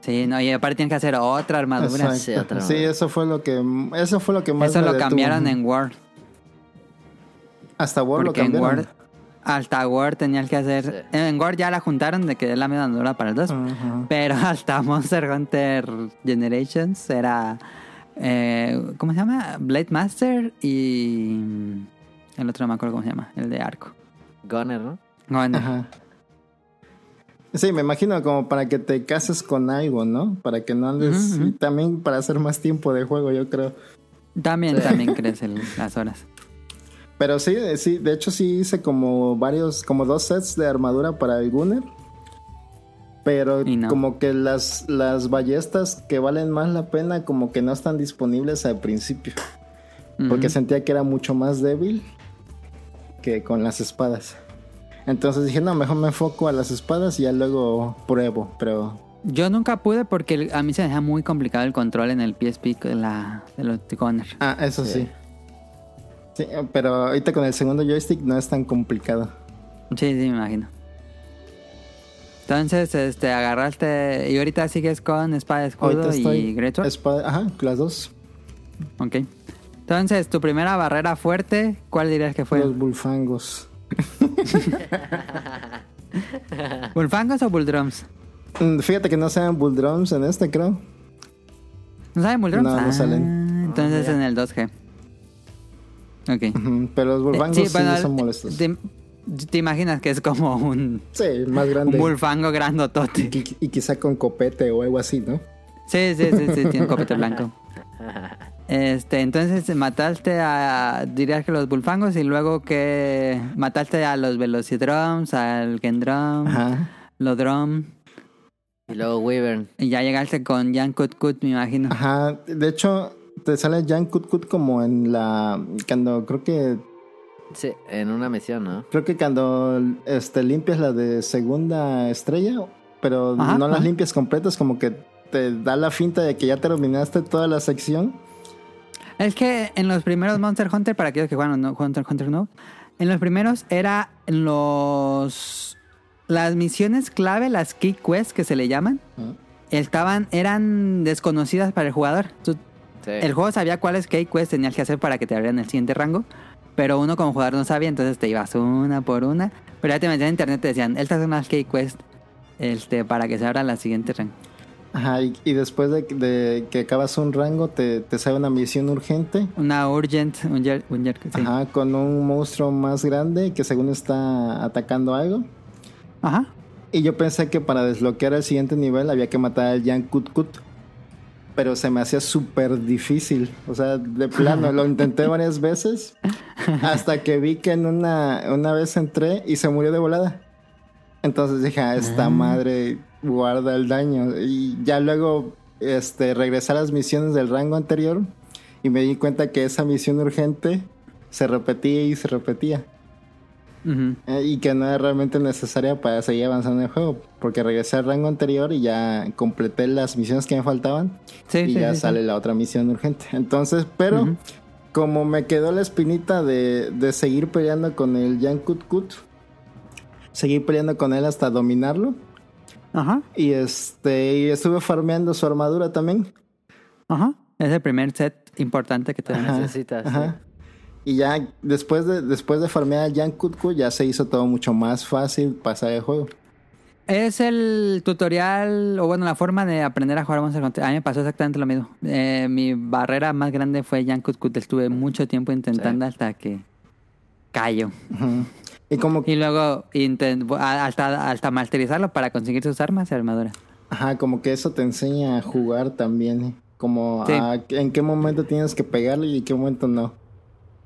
Speaker 2: Sí, no, y aparte tienes que hacer otra armadura.
Speaker 3: Exacto.
Speaker 4: sí, otra
Speaker 3: Sí, eso fue lo que eso fue lo que más
Speaker 2: Eso
Speaker 3: me
Speaker 2: lo
Speaker 3: detuvo.
Speaker 2: cambiaron en Word.
Speaker 3: hasta Word lo
Speaker 2: Porque en
Speaker 3: cambiaron.
Speaker 2: Word hasta Word tenías que hacer. eh, En Word ya la juntaron de que es la misma andadura para el
Speaker 3: Ah.
Speaker 2: 2.
Speaker 3: Ajá.
Speaker 2: Pero hasta Monster Hunter Generations era. eh, ¿Cómo se llama? Blade Master y. El otro no me acuerdo cómo se llama, el de arco.
Speaker 4: Gunner, ¿no?
Speaker 2: Bueno,
Speaker 3: Ajá. Sí, me imagino como para que te cases con algo, ¿no? Para que no andes...
Speaker 2: Ujú, ujú.
Speaker 3: y También para hacer más tiempo de juego, yo creo.
Speaker 2: también, también crecen las horas.
Speaker 3: Pero sí, eh, sí, de hecho sí hice como varios, como dos sets de armadura para el Gunner. Pero
Speaker 2: Y no.
Speaker 3: como que las, las ballestas que valen más la pena como que no están disponibles al principio. Porque
Speaker 2: Ujú.
Speaker 3: sentía que era mucho más débil que con las espadas. Entonces dije, no, mejor me enfoco a las espadas y ya luego pruebo. Pero
Speaker 2: Yo nunca pude porque el- a mí se me deja muy complicado el control en el PSP con la, de los Gunner.
Speaker 3: Ah, eso sí. Sí, eh, pero ahorita con el segundo joystick no es tan complicado.
Speaker 2: Sí, sí, me imagino. Entonces, este, agarraste y ahorita sigues con Espada
Speaker 3: Ahorita
Speaker 2: Escudo y
Speaker 3: estoy.
Speaker 2: Great Sword.
Speaker 3: espada- Ajá, las dos.
Speaker 2: Ok. Entonces, tu primera barrera fuerte, ¿cuál dirías que fue?
Speaker 3: Los bulfangos.
Speaker 2: ¿Bulfangos o Bulldrums?
Speaker 3: Mm, Fíjate que no sean bulldrums en este, creo.
Speaker 2: ¿No saben Bulldrums? Ah,
Speaker 3: No, no salen.
Speaker 2: Entonces, en el 2G. Ok.
Speaker 3: Ujú, Pero los bulfangos sí,
Speaker 2: bueno,
Speaker 3: son molestos.
Speaker 2: Te, te imaginas que es como un,
Speaker 3: Sí, más
Speaker 2: un
Speaker 3: grande.
Speaker 2: bulfango grandotote.
Speaker 3: Y, qui- y quizá con copete o algo así, ¿no?
Speaker 2: Sí, sí, sí, sí, tiene un copete blanco. Este, entonces mataste a, dirías que los bulfangos y luego que mataste a los velocidrums, al gendrum,
Speaker 3: Ajá.
Speaker 2: los drum.
Speaker 4: Y luego Wyvern.
Speaker 2: Y ya llegaste con Jan Kut Kut, me imagino.
Speaker 3: Ajá. De hecho, te sale Jan Kut Kut como en la. Cuando creo que.
Speaker 4: Sí, en una misión, ¿no?
Speaker 3: Creo que cuando este, limpias la de segunda estrella, pero
Speaker 2: Ajá,
Speaker 3: no las
Speaker 2: ajá.
Speaker 3: limpias completas, como que te da la finta de que ya terminaste toda la sección.
Speaker 2: Es que en los primeros Monster Hunter, para aquellos que juegan no, Monster Hunter no, en los primeros era los las misiones clave, las key quests que se le llaman,
Speaker 3: Ah.
Speaker 2: estaban eran desconocidas para el jugador. Tú-
Speaker 4: Sí.
Speaker 2: El juego sabía cuáles key quests tenías que hacer para que te abrieran el siguiente rango, pero uno como jugador no sabía, entonces te ibas una por una. Pero ya te metían en internet y te decían, estas son las key quests este, para que se abra la siguiente rango.
Speaker 3: Ajá, y, y después de, de que acabas un rango, te, te sale una misión urgente.
Speaker 2: Una urgent, un, yer- un yer- sí.
Speaker 3: Ajá, con un monstruo más grande que según está atacando algo.
Speaker 2: Ajá.
Speaker 3: Y yo pensé que para desbloquear el siguiente nivel había que matar al Jan Kut Kut. Pero se me hacía súper difícil. O sea, de plano, lo intenté varias veces. Hasta que vi que en una, una vez entré y se murió de volada. Entonces dije, "Ah, esta madre guarda el daño. Y ya luego este, regresé a las misiones del rango anterior y me di cuenta que esa misión urgente se repetía y se repetía.
Speaker 2: Ujú.
Speaker 3: Eh, Y que no es realmente necesaria para seguir avanzando en el juego. Porque regresé al rango anterior y ya completé las misiones que me faltaban.
Speaker 2: Sí, sí,
Speaker 3: y ya
Speaker 2: sí, sí.
Speaker 3: sale la otra misión urgente. Entonces, pero
Speaker 2: Ujú.
Speaker 3: como me quedó la espinita de, de seguir peleando con el Jan Kut Kut, seguí peleando con él hasta dominarlo.
Speaker 2: Ajá,
Speaker 3: Y este y estuve farmeando su armadura también.
Speaker 2: ajá. Es el primer set importante que te dan.
Speaker 4: Necesitas.
Speaker 3: Ajá. Y ya después de, después de farmear al Jan Kut Kut, ya se hizo todo mucho más fácil pasar el juego.
Speaker 2: Es el tutorial, o bueno, la forma de aprender a jugar Monster Hunter. A mí me pasó exactamente lo mismo. Eh, mi barrera más grande fue Jan Kut Kut. Estuve mucho tiempo intentando hasta que cayó.
Speaker 3: Ujú. Y como
Speaker 2: Y luego inten- a- hasta, hasta masterizarlo para conseguir sus armas y armaduras.
Speaker 3: Ajá, como que eso te enseña a jugar también. ¿eh? Como
Speaker 2: Sí.
Speaker 3: a- en qué momento tienes que pegarle y en qué momento no.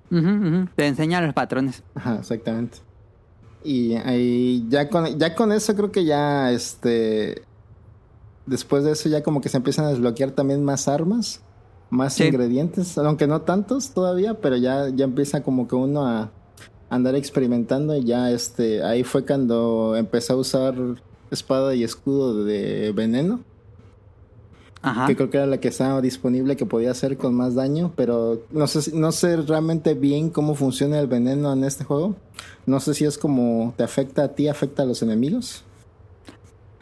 Speaker 2: Ujú, ujú. Te enseña los patrones.
Speaker 3: Ajá, exactamente. Y ahí ya con, ya con eso creo que ya este. Después de eso ya como que se empiezan a desbloquear también más armas, más
Speaker 2: Sí.
Speaker 3: ingredientes, aunque no tantos todavía, pero ya, ya empieza como que uno a andar experimentando y ya este, ahí fue cuando empecé a usar espada y escudo de veneno.
Speaker 2: Ajá.
Speaker 3: que creo que era la que estaba disponible que podía hacer con más daño, pero no sé, si- no sé realmente bien cómo funciona el veneno en este juego. No sé si es como te afecta a ti, afecta a los enemigos.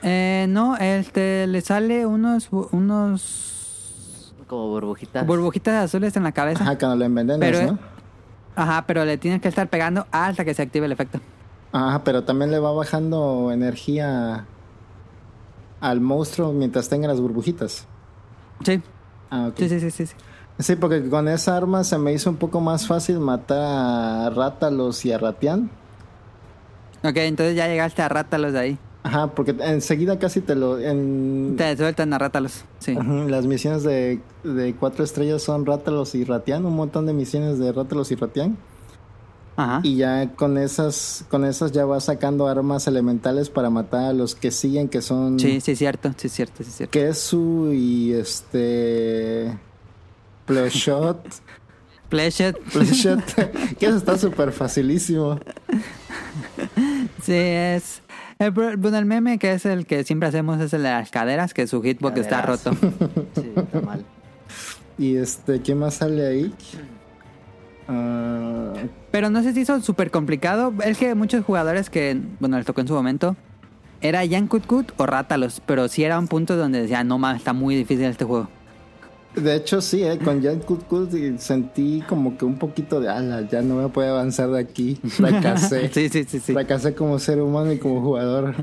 Speaker 2: Eh, no, este, le sale unos, bu- unos
Speaker 4: Como burbujitas.
Speaker 2: burbujitas azules en la cabeza.
Speaker 3: Ajá, cuando lo envenenas,
Speaker 2: Pero,
Speaker 3: ¿no?
Speaker 2: Ajá, pero le tienes que estar pegando hasta que se active el efecto.
Speaker 3: Ah, pero también le va bajando energía al monstruo mientras tenga las burbujitas.
Speaker 2: Sí,
Speaker 3: Ah, ok.
Speaker 2: sí, sí, sí, sí. sí.
Speaker 3: Sí, porque con esa arma se me hizo un poco más fácil matar a Rátalos y a Ratián.
Speaker 2: Ok, entonces ya llegaste a Rátalos de ahí.
Speaker 3: Ajá, porque enseguida casi te lo... En,
Speaker 2: Te sueltan a Rátalos, sí.
Speaker 3: Ujú, Las misiones de, de cuatro estrellas son Rátalos y Ratián, un montón de misiones de Rátalos y Ratián.
Speaker 2: Ajá.
Speaker 3: Y ya con esas, con esas ya vas sacando armas elementales para matar a los que siguen, que son
Speaker 2: Sí, sí, cierto, sí, cierto, sí, cierto.
Speaker 3: Kesu y este Pleshot.
Speaker 2: Pleasure.
Speaker 3: Pleshot. que eso está súper facilísimo.
Speaker 2: Sí, es. El, pro- bueno, el meme que es el que siempre hacemos es el de las caderas, que su hitbox está
Speaker 4: Caderas.
Speaker 2: roto.
Speaker 4: Sí, está mal.
Speaker 3: Y este, ¿quién más sale ahí? Ah,
Speaker 2: Pero no sé si hizo súper complicado. Es que muchos jugadores que, bueno, les tocó en su momento, era Jan Kutkut o Rátalos. Pero sí era un punto donde decía, no mames, está muy difícil este juego.
Speaker 3: de hecho, sí, eh, con Jan Kutkut sentí como que un poquito de ala, ya no me puedo avanzar de aquí. Fracasé.
Speaker 2: Sí, sí, sí, sí.
Speaker 3: Fracasé como ser humano y como jugador.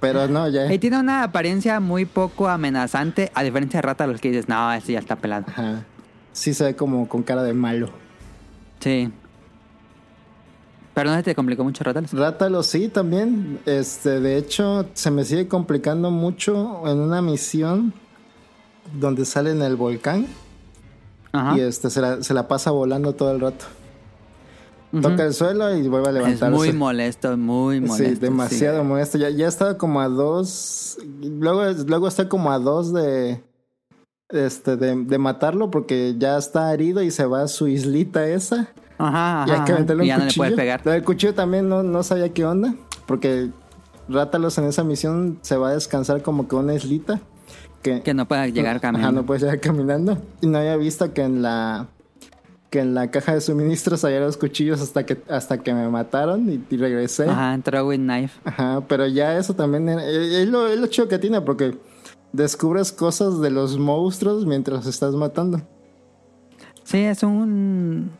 Speaker 3: Pero no, ya.
Speaker 2: Y tiene una apariencia muy poco amenazante, a diferencia de Rátalos que dices, no, este ya está pelado.
Speaker 3: Ajá. Sí se ve como con cara de malo.
Speaker 2: Sí. Pero no se te complicó mucho Rátalos.
Speaker 3: Rátalo sí también. Este, de hecho, se me sigue complicando mucho en una misión donde sale en el volcán
Speaker 2: Ajá.
Speaker 3: y este se la, se la pasa volando todo el rato.
Speaker 2: Ujú.
Speaker 3: Toca el suelo y vuelve a
Speaker 2: Es
Speaker 3: levantarse.
Speaker 2: muy molesto, muy molesto.
Speaker 3: sí, demasiado
Speaker 2: sí.
Speaker 3: molesto. Ya, ya estaba como a dos. Luego, luego está como a dos de. Este, de, de matarlo porque ya está herido y se va a su islita esa.
Speaker 2: Ajá,
Speaker 3: y
Speaker 2: ajá.
Speaker 3: hay que
Speaker 2: ajá.
Speaker 3: meterle
Speaker 2: Y
Speaker 3: un
Speaker 2: ya no le
Speaker 3: cuchillo.
Speaker 2: puedes pegar.
Speaker 3: Lo del cuchillo también no, no sabía qué onda, porque Rátalos en esa misión se va a descansar como que una islita. Que,
Speaker 2: Que no pueda llegar
Speaker 3: Ajá,
Speaker 2: caminando.
Speaker 3: no puede llegar caminando. Y no había visto que en la que en la caja de suministros había los cuchillos hasta que hasta que me mataron y, y regresé.
Speaker 2: Ajá, throwing knife.
Speaker 3: Ajá, pero ya eso también era- eh, es, lo, es lo chido que tiene porque descubres cosas de los monstruos mientras los estás matando.
Speaker 2: Sí, es un.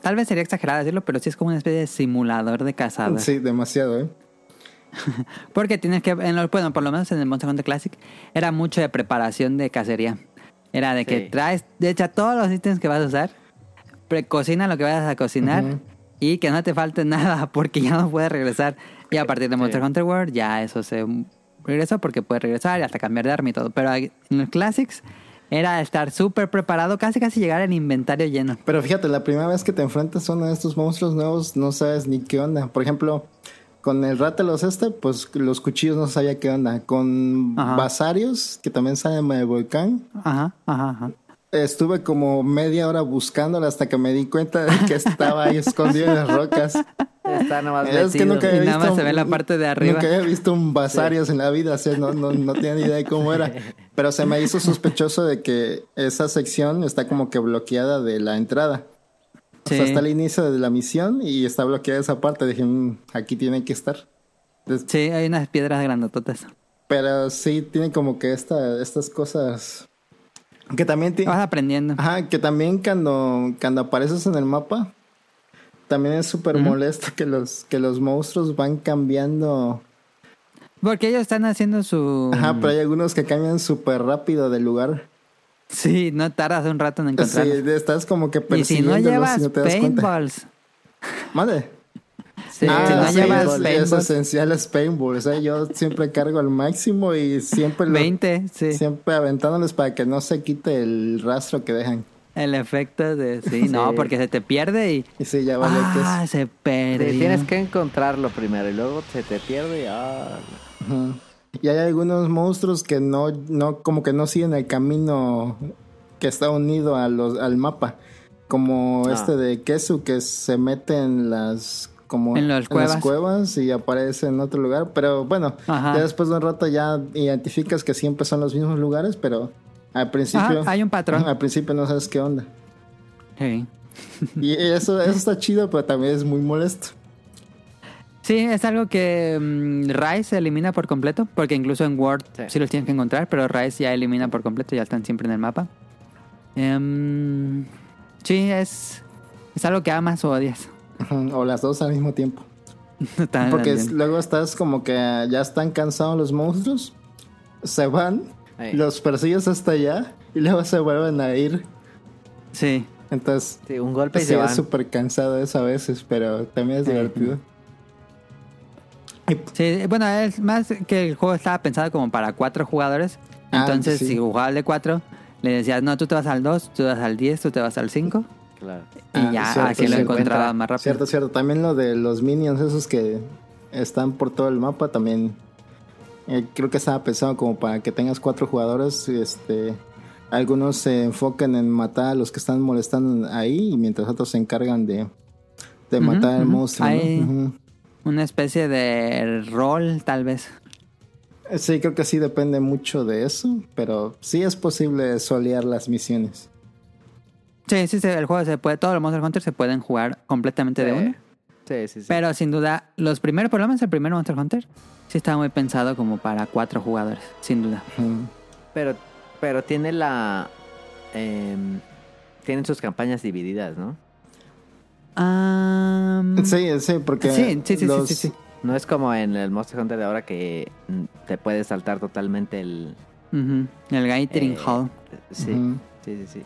Speaker 2: Tal vez sería exagerado decirlo, pero sí es como una especie de simulador de cazador.
Speaker 3: Sí, demasiado, ¿eh?
Speaker 2: Porque tienes que. En los, bueno, por lo menos en el Monster Hunter Classic, era mucho de preparación de cacería. Era de que
Speaker 4: Sí.
Speaker 2: traes. De hecho, todos los ítems que vas a usar, precocina lo que vayas a cocinar y que no te falte nada porque ya no puedes regresar. Y a partir de Monster Hunter World, ya eso se regresó porque puedes regresar y hasta cambiar de arma y todo. Pero en los Classics, era estar súper preparado, casi casi llegar al inventario lleno.
Speaker 3: Pero fíjate, la primera vez que te enfrentas a uno de estos monstruos nuevos, no sabes ni qué onda. Por ejemplo, con el Rátalos este, pues los cuchillos no sabía qué onda. Con
Speaker 2: Ajá.
Speaker 3: Basarios, que también salen del volcán,
Speaker 2: Ajá, ajá, ajá.
Speaker 3: estuve como media hora buscándola hasta que me di cuenta de que estaba ahí escondido en las rocas.
Speaker 4: Está nomás
Speaker 3: Es que
Speaker 4: metido.
Speaker 3: nunca
Speaker 2: Y
Speaker 3: había
Speaker 2: nada
Speaker 3: visto
Speaker 2: más se ve
Speaker 3: un-
Speaker 2: la parte de arriba.
Speaker 3: Nunca había visto un Basarios en la vida, o sea, no, no, no tenía ni idea de cómo era. Pero se me hizo sospechoso de que esa sección está como que bloqueada de la entrada. O sea,
Speaker 2: Sí.
Speaker 3: está el inicio de la misión y está bloqueada esa parte. Dije, "Mm, aquí tiene que estar. Des-
Speaker 2: Sí, hay unas piedras grandototas.
Speaker 3: Pero sí, tiene como que esta, estas cosas. Que también ti-
Speaker 2: Vas aprendiendo.
Speaker 3: Ajá, que también cuando, cuando apareces en el mapa, también es súper molesto que los, que los monstruos van cambiando.
Speaker 2: Porque ellos están haciendo su...
Speaker 3: Ajá, pero hay algunos que cambian súper rápido de lugar.
Speaker 2: Sí, no tardas un rato en
Speaker 3: Sí,
Speaker 2: encontrarlos.
Speaker 3: estás como que
Speaker 2: y si no
Speaker 3: persiguiéndolos y no,
Speaker 2: llevas
Speaker 3: te das cuenta.
Speaker 2: paintballs...
Speaker 3: Madre.
Speaker 2: Sí,
Speaker 3: ah,
Speaker 2: si no
Speaker 3: sí,
Speaker 2: llevas
Speaker 3: es, es
Speaker 2: paintballs...
Speaker 3: esencial es paintball. O sea, yo siempre cargo al máximo y siempre pues lo-
Speaker 2: 20, sí.
Speaker 3: siempre aventándoles para que no se quite el rastro que dejan.
Speaker 2: El efecto de... Sí, no,
Speaker 4: Sí.
Speaker 2: porque se te pierde y...
Speaker 3: Y sí, ya vale que
Speaker 2: Ah,
Speaker 3: es.
Speaker 2: se
Speaker 4: Sí,
Speaker 2: perdió.
Speaker 4: tienes que encontrarlo primero y luego se te pierde y ah,
Speaker 3: Ajá. Y hay algunos monstruos que no, no, como que no siguen el camino que está unido a los, al mapa. Como
Speaker 4: Ah.
Speaker 3: este de Kesu que se mete en las como
Speaker 2: En las
Speaker 3: las
Speaker 2: cuevas.
Speaker 3: cuevas y aparece en otro lugar. Pero bueno,
Speaker 2: Ajá.
Speaker 3: ya después de un rato ya identificas que siempre son los mismos lugares, pero al principio
Speaker 2: Ajá, Ah, hay un patrón.
Speaker 3: Al principio no sabes qué onda.
Speaker 2: Sí.
Speaker 3: Y eso, eso está chido, pero también es muy molesto.
Speaker 2: Sí, es algo que mm, Rise elimina por completo, porque incluso en Word sí.
Speaker 4: Sí.
Speaker 2: los tienes que encontrar, pero Rise ya elimina por completo, ya están siempre en el mapa. Em, sí, es, es algo que amas o odias.
Speaker 3: Ajá, O las dos al mismo tiempo.
Speaker 2: Está
Speaker 3: Porque es-
Speaker 2: bien.
Speaker 3: luego estás como que ya están cansados los monstruos, se van,
Speaker 4: Ey.
Speaker 3: los persigues hasta allá y luego se vuelven a ir.
Speaker 2: Sí.
Speaker 3: Entonces,
Speaker 4: Sí, un golpe y
Speaker 3: sí,
Speaker 4: se van.
Speaker 3: es súper cansado eso a veces, pero también es divertido.
Speaker 2: Sí, bueno, es más que el juego estaba pensado como para cuatro jugadores.
Speaker 3: Ah,
Speaker 2: Entonces,
Speaker 3: sí.
Speaker 2: si jugabas de cuatro, le decías, no, tú te vas al 2, tú te vas al 10, tú te vas al 5.
Speaker 4: Claro.
Speaker 2: Y
Speaker 3: Ah,
Speaker 2: ya
Speaker 3: cierto,
Speaker 2: así lo
Speaker 3: cierto.
Speaker 2: encontraba más rápido.
Speaker 3: Cierto, cierto. También lo de los minions, esos que están por todo el mapa, también eh, creo que estaba pensado como para que tengas cuatro jugadores. Este, algunos se enfocan en matar a los que están molestando ahí, y mientras otros se encargan de, de
Speaker 2: Ujú,
Speaker 3: matar al
Speaker 2: ujú.
Speaker 3: monstruo. ¿no?
Speaker 2: Ahí-
Speaker 3: Ujú.
Speaker 2: Una especie de rol, tal vez.
Speaker 3: Eh, Sí, creo que sí depende mucho de eso, pero sí es posible solear las misiones.
Speaker 2: Sí, sí, se- el juego se puede, todos los Monster Hunter se pueden jugar completamente de uno.
Speaker 4: Sí, sí, sí.
Speaker 2: Pero sin duda, los primeros, por lo menos el primer Monster Hunter, sí estaba muy pensado como para cuatro jugadores, sin duda.
Speaker 3: Ujú.
Speaker 2: Mm.
Speaker 4: Pero, pero tiene la. em, tienen sus campañas divididas, ¿no?
Speaker 2: Am,
Speaker 3: Sí, sí, porque
Speaker 2: Sí, sí, sí, sí,
Speaker 3: los-
Speaker 2: sí, sí.
Speaker 4: No es como en el Monster Hunter de ahora que mm, te puedes saltar totalmente el.
Speaker 2: ujú, el Gathering
Speaker 4: eh,
Speaker 2: Hall.
Speaker 4: Sí,
Speaker 3: Ujú.
Speaker 4: sí, sí, sí.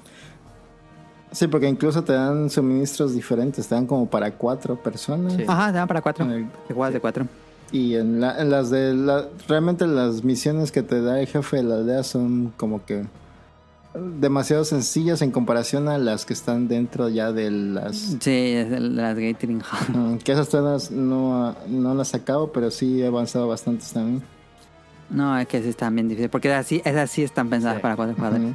Speaker 3: Sí, porque incluso te dan suministros diferentes, te dan como para cuatro personas.
Speaker 4: Sí.
Speaker 2: Ajá, daba para cuatro.
Speaker 3: En el-
Speaker 2: Te juegas de cuatro.
Speaker 3: y en, la- en las de la- realmente las misiones que te da el jefe de la aldea son como que demasiado sencillas en comparación a las que están dentro ya de las
Speaker 2: Sí, es el- las Gathering Hall.
Speaker 3: Mm, que esas todas no, no las acabo, pero sí he avanzado bastante también.
Speaker 2: No, es que sí están bien difíciles. Porque así, esas sí están pensadas
Speaker 4: Sí.
Speaker 2: para cuatro jugadores.
Speaker 3: Ujú.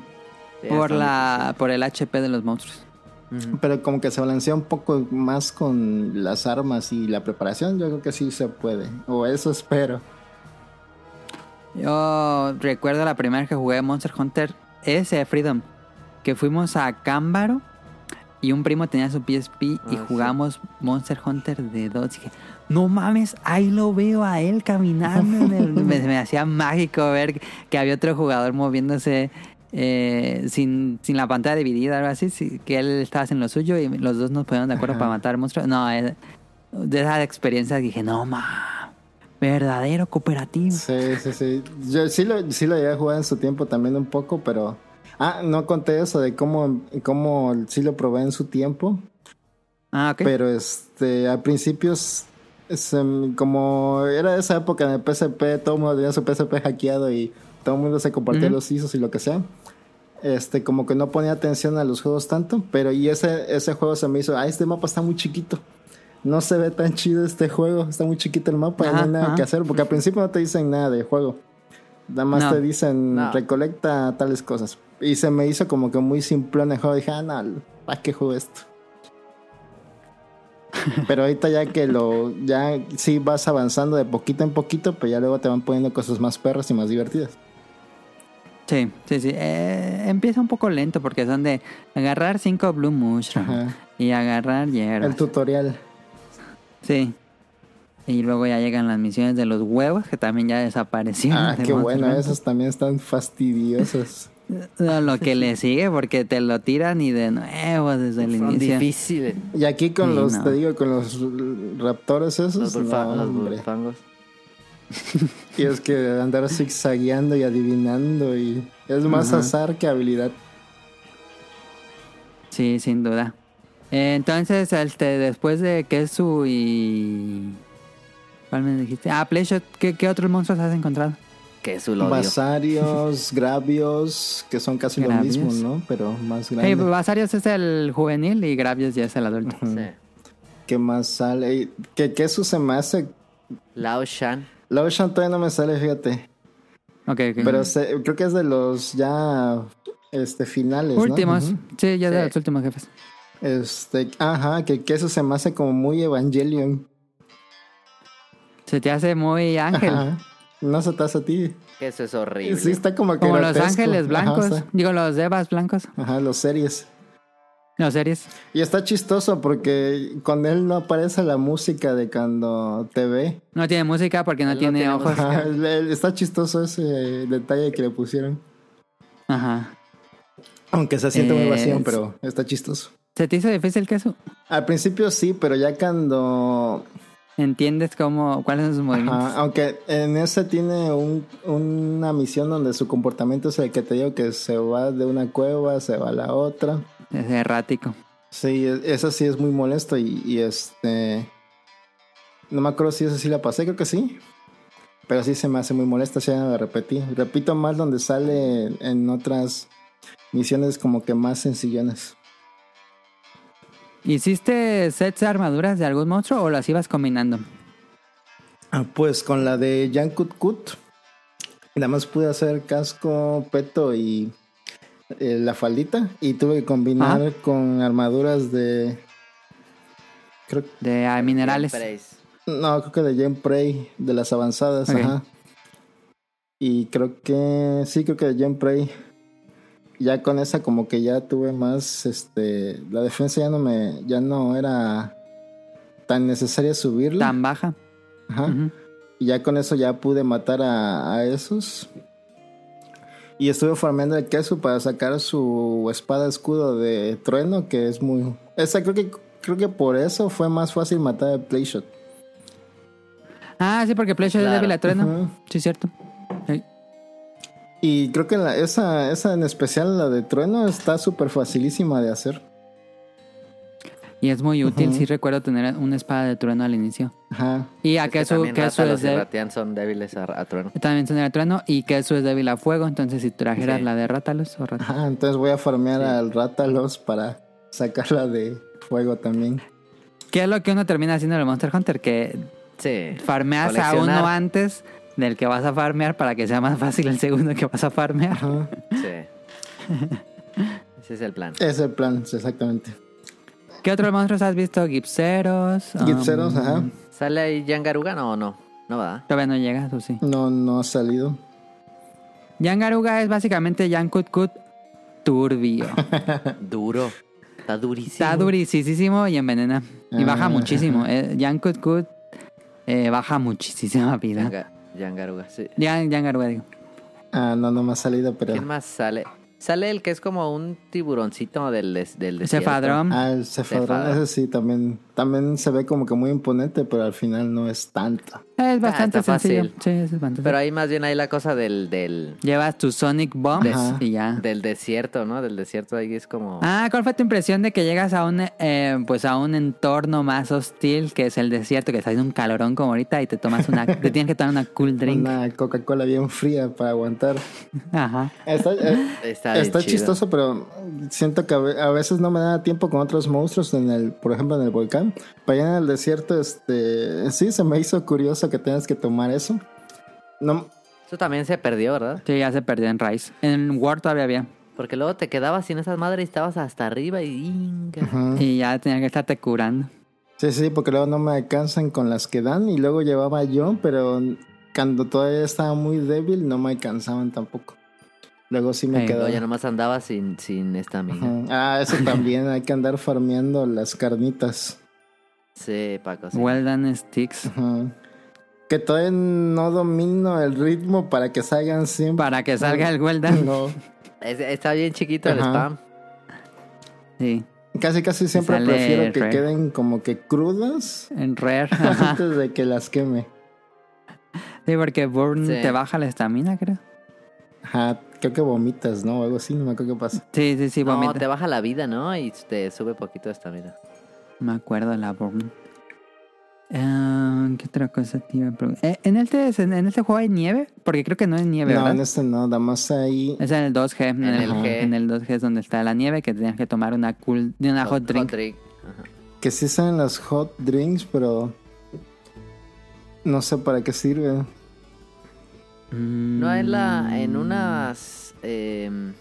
Speaker 4: Sí,
Speaker 2: Por,
Speaker 4: está muy
Speaker 2: la, por el HP de los monstruos.
Speaker 4: difícil. Ujú.
Speaker 3: Pero como que se balancea un poco más con las armas y la preparación, yo creo que sí se puede, o eso espero.
Speaker 2: Yo recuerdo la primera vez que jugué Monster Hunter, ese Freedom, que fuimos a Cámbaro y un primo tenía su PSP y
Speaker 4: Ah,
Speaker 2: jugamos Monster Hunter de dos. Dije, no mames, ahí lo veo a él caminando. en el-". me, me hacía mágico ver que había otro jugador moviéndose eh, sin, sin la pantalla dividida, algo así, sí, que él estaba haciendo lo suyo y los dos nos poníamos de acuerdo
Speaker 3: Ajá.
Speaker 2: para matar monstruos. No, es- de esa experiencia dije, no mames, verdadero cooperativo.
Speaker 3: Sí, sí, sí. Yo sí lo, sí lo llegué a jugar en su tiempo también un poco, pero... Ah, no conté eso de cómo, cómo sí lo probé en su tiempo,
Speaker 2: Ah, ok.
Speaker 3: pero este, al principio, s- se m- como era esa época en el PSP, todo el mundo tenía su PSP hackeado y todo el mundo se compartía
Speaker 2: Ujú.
Speaker 3: los ISOs y lo que sea. Este, como que no ponía atención a los juegos tanto, pero y ese, ese juego se me hizo, ah, este mapa está muy chiquito. No se ve tan chido este juego, está muy chiquito el mapa, no
Speaker 2: Ajá,
Speaker 3: hay nada
Speaker 2: ajá.
Speaker 3: que hacer, porque al principio no te dicen nada del juego. Nada más
Speaker 2: No.
Speaker 3: te dicen,
Speaker 4: No.
Speaker 3: recolecta tales cosas. Y se me hizo como que muy simplón el juego. Dije, ah, no, ¿para qué juego esto? Pero ahorita ya que lo, ya sí vas avanzando de poquito en poquito, pero ya luego te van poniendo cosas más perras y más divertidas.
Speaker 2: Sí, sí, sí. Eh, empieza un poco lento porque son de agarrar cinco Blue Mushroom
Speaker 3: Ajá.
Speaker 2: y agarrar hierbas.
Speaker 3: El tutorial.
Speaker 2: Sí. Y luego ya llegan las misiones de los huevos que también ya desaparecieron.
Speaker 3: Ah,
Speaker 2: de
Speaker 3: qué
Speaker 2: Monster
Speaker 3: bueno,
Speaker 2: Hunter.
Speaker 3: esas también están fastidiosas.
Speaker 2: No, lo que le sigue porque te lo tiran y de nuevo desde el
Speaker 4: Son
Speaker 2: inicio.
Speaker 4: difíciles.
Speaker 3: Y aquí con
Speaker 2: Sí,
Speaker 3: los,
Speaker 2: no.
Speaker 3: te digo, con los raptores
Speaker 4: Los,
Speaker 3: esos,
Speaker 4: bulfa-
Speaker 3: no,
Speaker 4: los
Speaker 3: hombre.
Speaker 4: bulfangos.
Speaker 3: Tienes que andar zigzagueando y adivinando y es más
Speaker 2: Ajá.
Speaker 3: azar que habilidad.
Speaker 2: Sí, sin duda. Eh, entonces, este, después de Kesu y... ¿Cuál me dijiste? Ah, Playshot. ¿Qué, qué otros monstruos has encontrado?
Speaker 4: Que es un odio.
Speaker 3: Basarios, gravios, que son casi
Speaker 2: Gravios.
Speaker 3: lo mismo, ¿no? Pero más
Speaker 2: Hey,
Speaker 3: grande.
Speaker 2: Eh, Basarios es el juvenil y Gravios ya es el adulto.
Speaker 4: Sí.
Speaker 3: ¿Qué más sale? Y Que que eso se me hace.
Speaker 4: Lao Shan.
Speaker 3: La Ocean todavía no me sale, fíjate.
Speaker 2: Ok, ok.
Speaker 3: Pero se- creo que es de los ya este finales, ¿no?
Speaker 2: últimos.
Speaker 3: Ujú.
Speaker 2: Sí, ya de
Speaker 4: Sí.
Speaker 2: los últimos jefes.
Speaker 3: Este, ajá, que, que eso se me hace como muy Evangelion.
Speaker 2: Se te hace muy ángel.
Speaker 3: Ajá. No se te hace a ti.
Speaker 4: Que eso es horrible.
Speaker 3: Sí, está como que
Speaker 2: Como los
Speaker 3: grotesco.
Speaker 2: ángeles blancos.
Speaker 3: Ajá, está-
Speaker 2: Digo, los devas blancos.
Speaker 3: ajá, los series.
Speaker 2: No, series.
Speaker 3: Y está chistoso porque con él no aparece la música de cuando te ve.
Speaker 2: No tiene música porque no,
Speaker 4: No
Speaker 2: tiene,
Speaker 4: tiene
Speaker 2: ojos.
Speaker 3: Ajá, le- está chistoso ese detalle que le pusieron.
Speaker 2: Ajá.
Speaker 3: Aunque se siente muy vacío,
Speaker 2: Es-
Speaker 3: pero está chistoso.
Speaker 2: ¿Se te hizo difícil que eso?
Speaker 3: Al principio sí, pero ya cuando
Speaker 2: entiendes cómo, cuáles son sus movimientos.
Speaker 3: Ajá, aunque en este tiene un- una misión donde su comportamiento es el que te digo que se va de una cueva, se va a la otra.
Speaker 2: Es errático.
Speaker 3: Sí, e- esa sí es muy molesto y, y, este... No me acuerdo si esa sí la pasé, creo que sí. Pero sí se me hace muy molesta, ya la repetí. Repito más donde sale en otras misiones como que más sencillones.
Speaker 2: ¿Hiciste sets de armaduras de algún monstruo o las ibas combinando?
Speaker 3: Ah, pues con la de Jan Kut Kut, nada más pude hacer casco, peto y eh, la faldita. Y tuve que combinar con armaduras de. Creo,
Speaker 2: De ah, minerales.
Speaker 4: Embrace.
Speaker 3: no, creo que de Gen Prey, de las avanzadas,
Speaker 2: Ok.
Speaker 3: ajá. Y creo que. Sí, creo que de Gen Prey. Ya con esa, como que ya tuve más. este La defensa ya no me. Ya no era tan necesaria subirla.
Speaker 2: Tan baja.
Speaker 3: Ajá.
Speaker 2: Ujú.
Speaker 3: Y ya con eso ya pude matar a, a esos. Y estuve farmeando el queso para sacar su espada escudo de trueno, que es muy... Esa creo que creo que por eso fue más fácil matar a Playshot.
Speaker 2: Ah, sí, porque Pleasure
Speaker 4: Claro.
Speaker 2: es débil a trueno.
Speaker 3: Ujú.
Speaker 2: Sí, cierto. Sí.
Speaker 3: Y creo que la- esa, esa en especial, la de trueno, está súper facilísima de hacer.
Speaker 2: Y es muy útil,
Speaker 3: Ujú.
Speaker 2: sí recuerdo tener una espada de trueno al inicio.
Speaker 3: Ajá.
Speaker 2: Y a
Speaker 4: Es que
Speaker 2: Kesu,
Speaker 4: también
Speaker 2: Kesu
Speaker 4: Rata,
Speaker 2: es
Speaker 4: los de
Speaker 2: de-
Speaker 4: Ratian son débiles a, a trueno.
Speaker 2: También son de trueno y Kesu es débil a fuego, entonces si trajeras
Speaker 4: Sí.
Speaker 2: la de Rátalos o Rat-
Speaker 3: Ajá, entonces voy a farmear al Ratalos para sacarla de fuego también.
Speaker 2: ¿Qué es lo que uno termina haciendo en el Monster Hunter? Que
Speaker 4: Sí.
Speaker 2: farmeas a
Speaker 4: Coleccionar.
Speaker 2: uno antes del que vas a farmear para que sea más fácil el segundo que vas a farmear.
Speaker 3: Ajá.
Speaker 4: Sí. Ese es el plan.
Speaker 3: Ese es el plan, exactamente.
Speaker 2: ¿Qué otros monstruos has visto? Gipseros. um,
Speaker 3: Gipseros, ajá.
Speaker 4: ¿Sale ahí Yangarugan o no? No va.
Speaker 2: Todavía no llegas, o sí.
Speaker 3: No, no ha salido.
Speaker 2: Yangaruga es básicamente Yankut Kut turbio.
Speaker 4: Duro. Está durísimo.
Speaker 2: Está durisísimo y envenena. Y baja
Speaker 3: Ah,
Speaker 2: muchísimo. Eh, Yankut Kut eh, baja muchísima vida.
Speaker 4: Yanga- Yangaruga, sí.
Speaker 2: Yan- Yangaruga, digo.
Speaker 3: Ah, no, no me ha salido, pero...
Speaker 4: ¿Quién más sale? Sale el que es como un tiburoncito del, des- del desierto.
Speaker 2: Cefadrón.
Speaker 3: Ah, el cefadrón,
Speaker 4: Cefadrón.
Speaker 3: ese sí, también, también se ve como que muy imponente, pero al final no es tanto.
Speaker 2: Es bastante
Speaker 4: está
Speaker 2: sencillo.
Speaker 4: fácil.
Speaker 2: Sí, es bastante
Speaker 4: Pero ahí más bien hay la cosa del, del,
Speaker 2: Llevas tu Sonic Bombs
Speaker 3: Ajá.
Speaker 2: y ya.
Speaker 4: del desierto, ¿no? Del desierto ahí es como...
Speaker 2: Ah, ¿cuál fue tu impresión de que llegas a un eh, pues a un entorno más hostil que es el desierto, que está haciendo un calorón como ahorita y te tomas una, te tienes que tomar una cool drink?
Speaker 3: Una Coca-Cola bien fría para aguantar.
Speaker 2: Ajá.
Speaker 3: Está, eh,
Speaker 4: está bien
Speaker 3: está
Speaker 4: chido.
Speaker 3: chistoso, pero siento que a ve- a veces no me da tiempo con otros monstruos, en el, por ejemplo en el volcán. Para allá en el desierto, este, sí, se me hizo curioso que tengas que tomar eso. No,
Speaker 4: Eso también se perdió, ¿verdad?
Speaker 2: Sí, ya se perdió en Rice. En War todavía había.
Speaker 4: Porque luego te quedabas sin esas madres y estabas hasta arriba y... inga.
Speaker 3: ujú.
Speaker 2: Y ya tenía que estarte curando.
Speaker 3: Sí, sí, porque luego no me alcanzan con las que dan y luego llevaba yo, pero cuando todavía estaba muy débil no me alcanzaban tampoco. Luego sí me
Speaker 2: Sí,
Speaker 3: quedaba.
Speaker 4: No, ya nomás andabas sin, sin esta amiga.
Speaker 3: Ujú. Ah, eso también, hay que andar farmeando las carnitas.
Speaker 4: Sí, Paco. sí.
Speaker 2: Well done, Sticks.
Speaker 3: Ujú. Que todavía no domino el ritmo para que salgan siempre.
Speaker 2: Para que salga el well done.
Speaker 3: No.
Speaker 4: Es- está bien chiquito el
Speaker 3: Ajá.
Speaker 4: spam.
Speaker 2: Sí.
Speaker 3: Casi, casi siempre
Speaker 2: Sale
Speaker 3: prefiero que
Speaker 2: re-
Speaker 3: queden como que crudas
Speaker 2: En Rare. Ajá.
Speaker 3: antes de que las queme.
Speaker 2: Sí, porque Burn
Speaker 4: Sí.
Speaker 2: te baja la estamina, creo.
Speaker 3: Ajá, creo que vomitas, ¿no? O algo así, no me acuerdo qué pasa.
Speaker 2: Sí, sí, sí,
Speaker 4: No,
Speaker 2: vomita.
Speaker 4: te baja la vida, ¿no? Y te sube poquito esta mira.
Speaker 2: Me acuerdo de la Burn. Ah, ¿Qué otra cosa te iba a preguntar? Eh, ¿en, este, ¿En este juego hay nieve? Porque creo que no hay nieve,
Speaker 3: No,
Speaker 2: ¿verdad?
Speaker 3: en este no, nada más ahí.
Speaker 2: Es en el 2G. En,
Speaker 4: En
Speaker 2: el,
Speaker 4: el G.
Speaker 2: en el 2G es donde está la nieve que tenías que tomar una cool, de una Ah, hot, drink.
Speaker 4: Ajá.
Speaker 3: Que sí salen las hot drinks, pero. No sé para qué sirven.
Speaker 2: Mm,
Speaker 4: No en la, en unas em,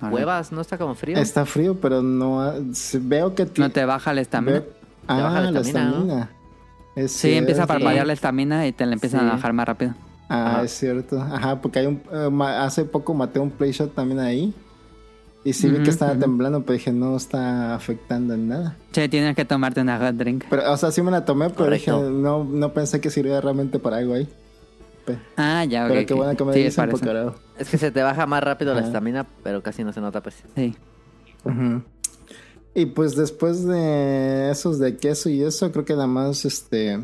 Speaker 2: ahora,
Speaker 4: cuevas, no está como frío.
Speaker 3: Está frío, pero no. ha- se- Veo que. ti-
Speaker 2: No te baja la estamina.
Speaker 3: Ve-
Speaker 4: Te baja
Speaker 3: Ah,
Speaker 4: la
Speaker 3: la
Speaker 4: estamina, ¿no?
Speaker 3: estamina. Es
Speaker 2: Sí, empieza a
Speaker 3: cierto.
Speaker 2: parpadear la estamina y te la empiezan
Speaker 4: Sí.
Speaker 2: a bajar más rápido.
Speaker 3: Ah,
Speaker 4: Ajá.
Speaker 3: es cierto. Ajá, porque hay un, eh, ma- hace poco maté un playshot también ahí. Y sí vi
Speaker 2: Ujú,
Speaker 3: que estaba
Speaker 2: ujú.
Speaker 3: temblando, pero dije, no está afectando en nada.
Speaker 2: Sí, tienes que tomarte una hot drink.
Speaker 3: Pero, o sea, sí me la tomé, pero
Speaker 4: Correcto.
Speaker 3: dije, no, no pensé que sirviera realmente para algo ahí. Pe-
Speaker 2: Ah, ya, ok.
Speaker 3: pero qué
Speaker 2: ok.
Speaker 3: bueno que me
Speaker 2: sí, es
Speaker 3: dicen,
Speaker 2: para eso.
Speaker 3: porque ahora-
Speaker 4: Es que se te baja más rápido la
Speaker 3: Ajá.
Speaker 4: estamina, pero casi no se nota, pues.
Speaker 2: Sí.
Speaker 3: Ujú. Y pues después de esos de queso y eso, creo que nada más este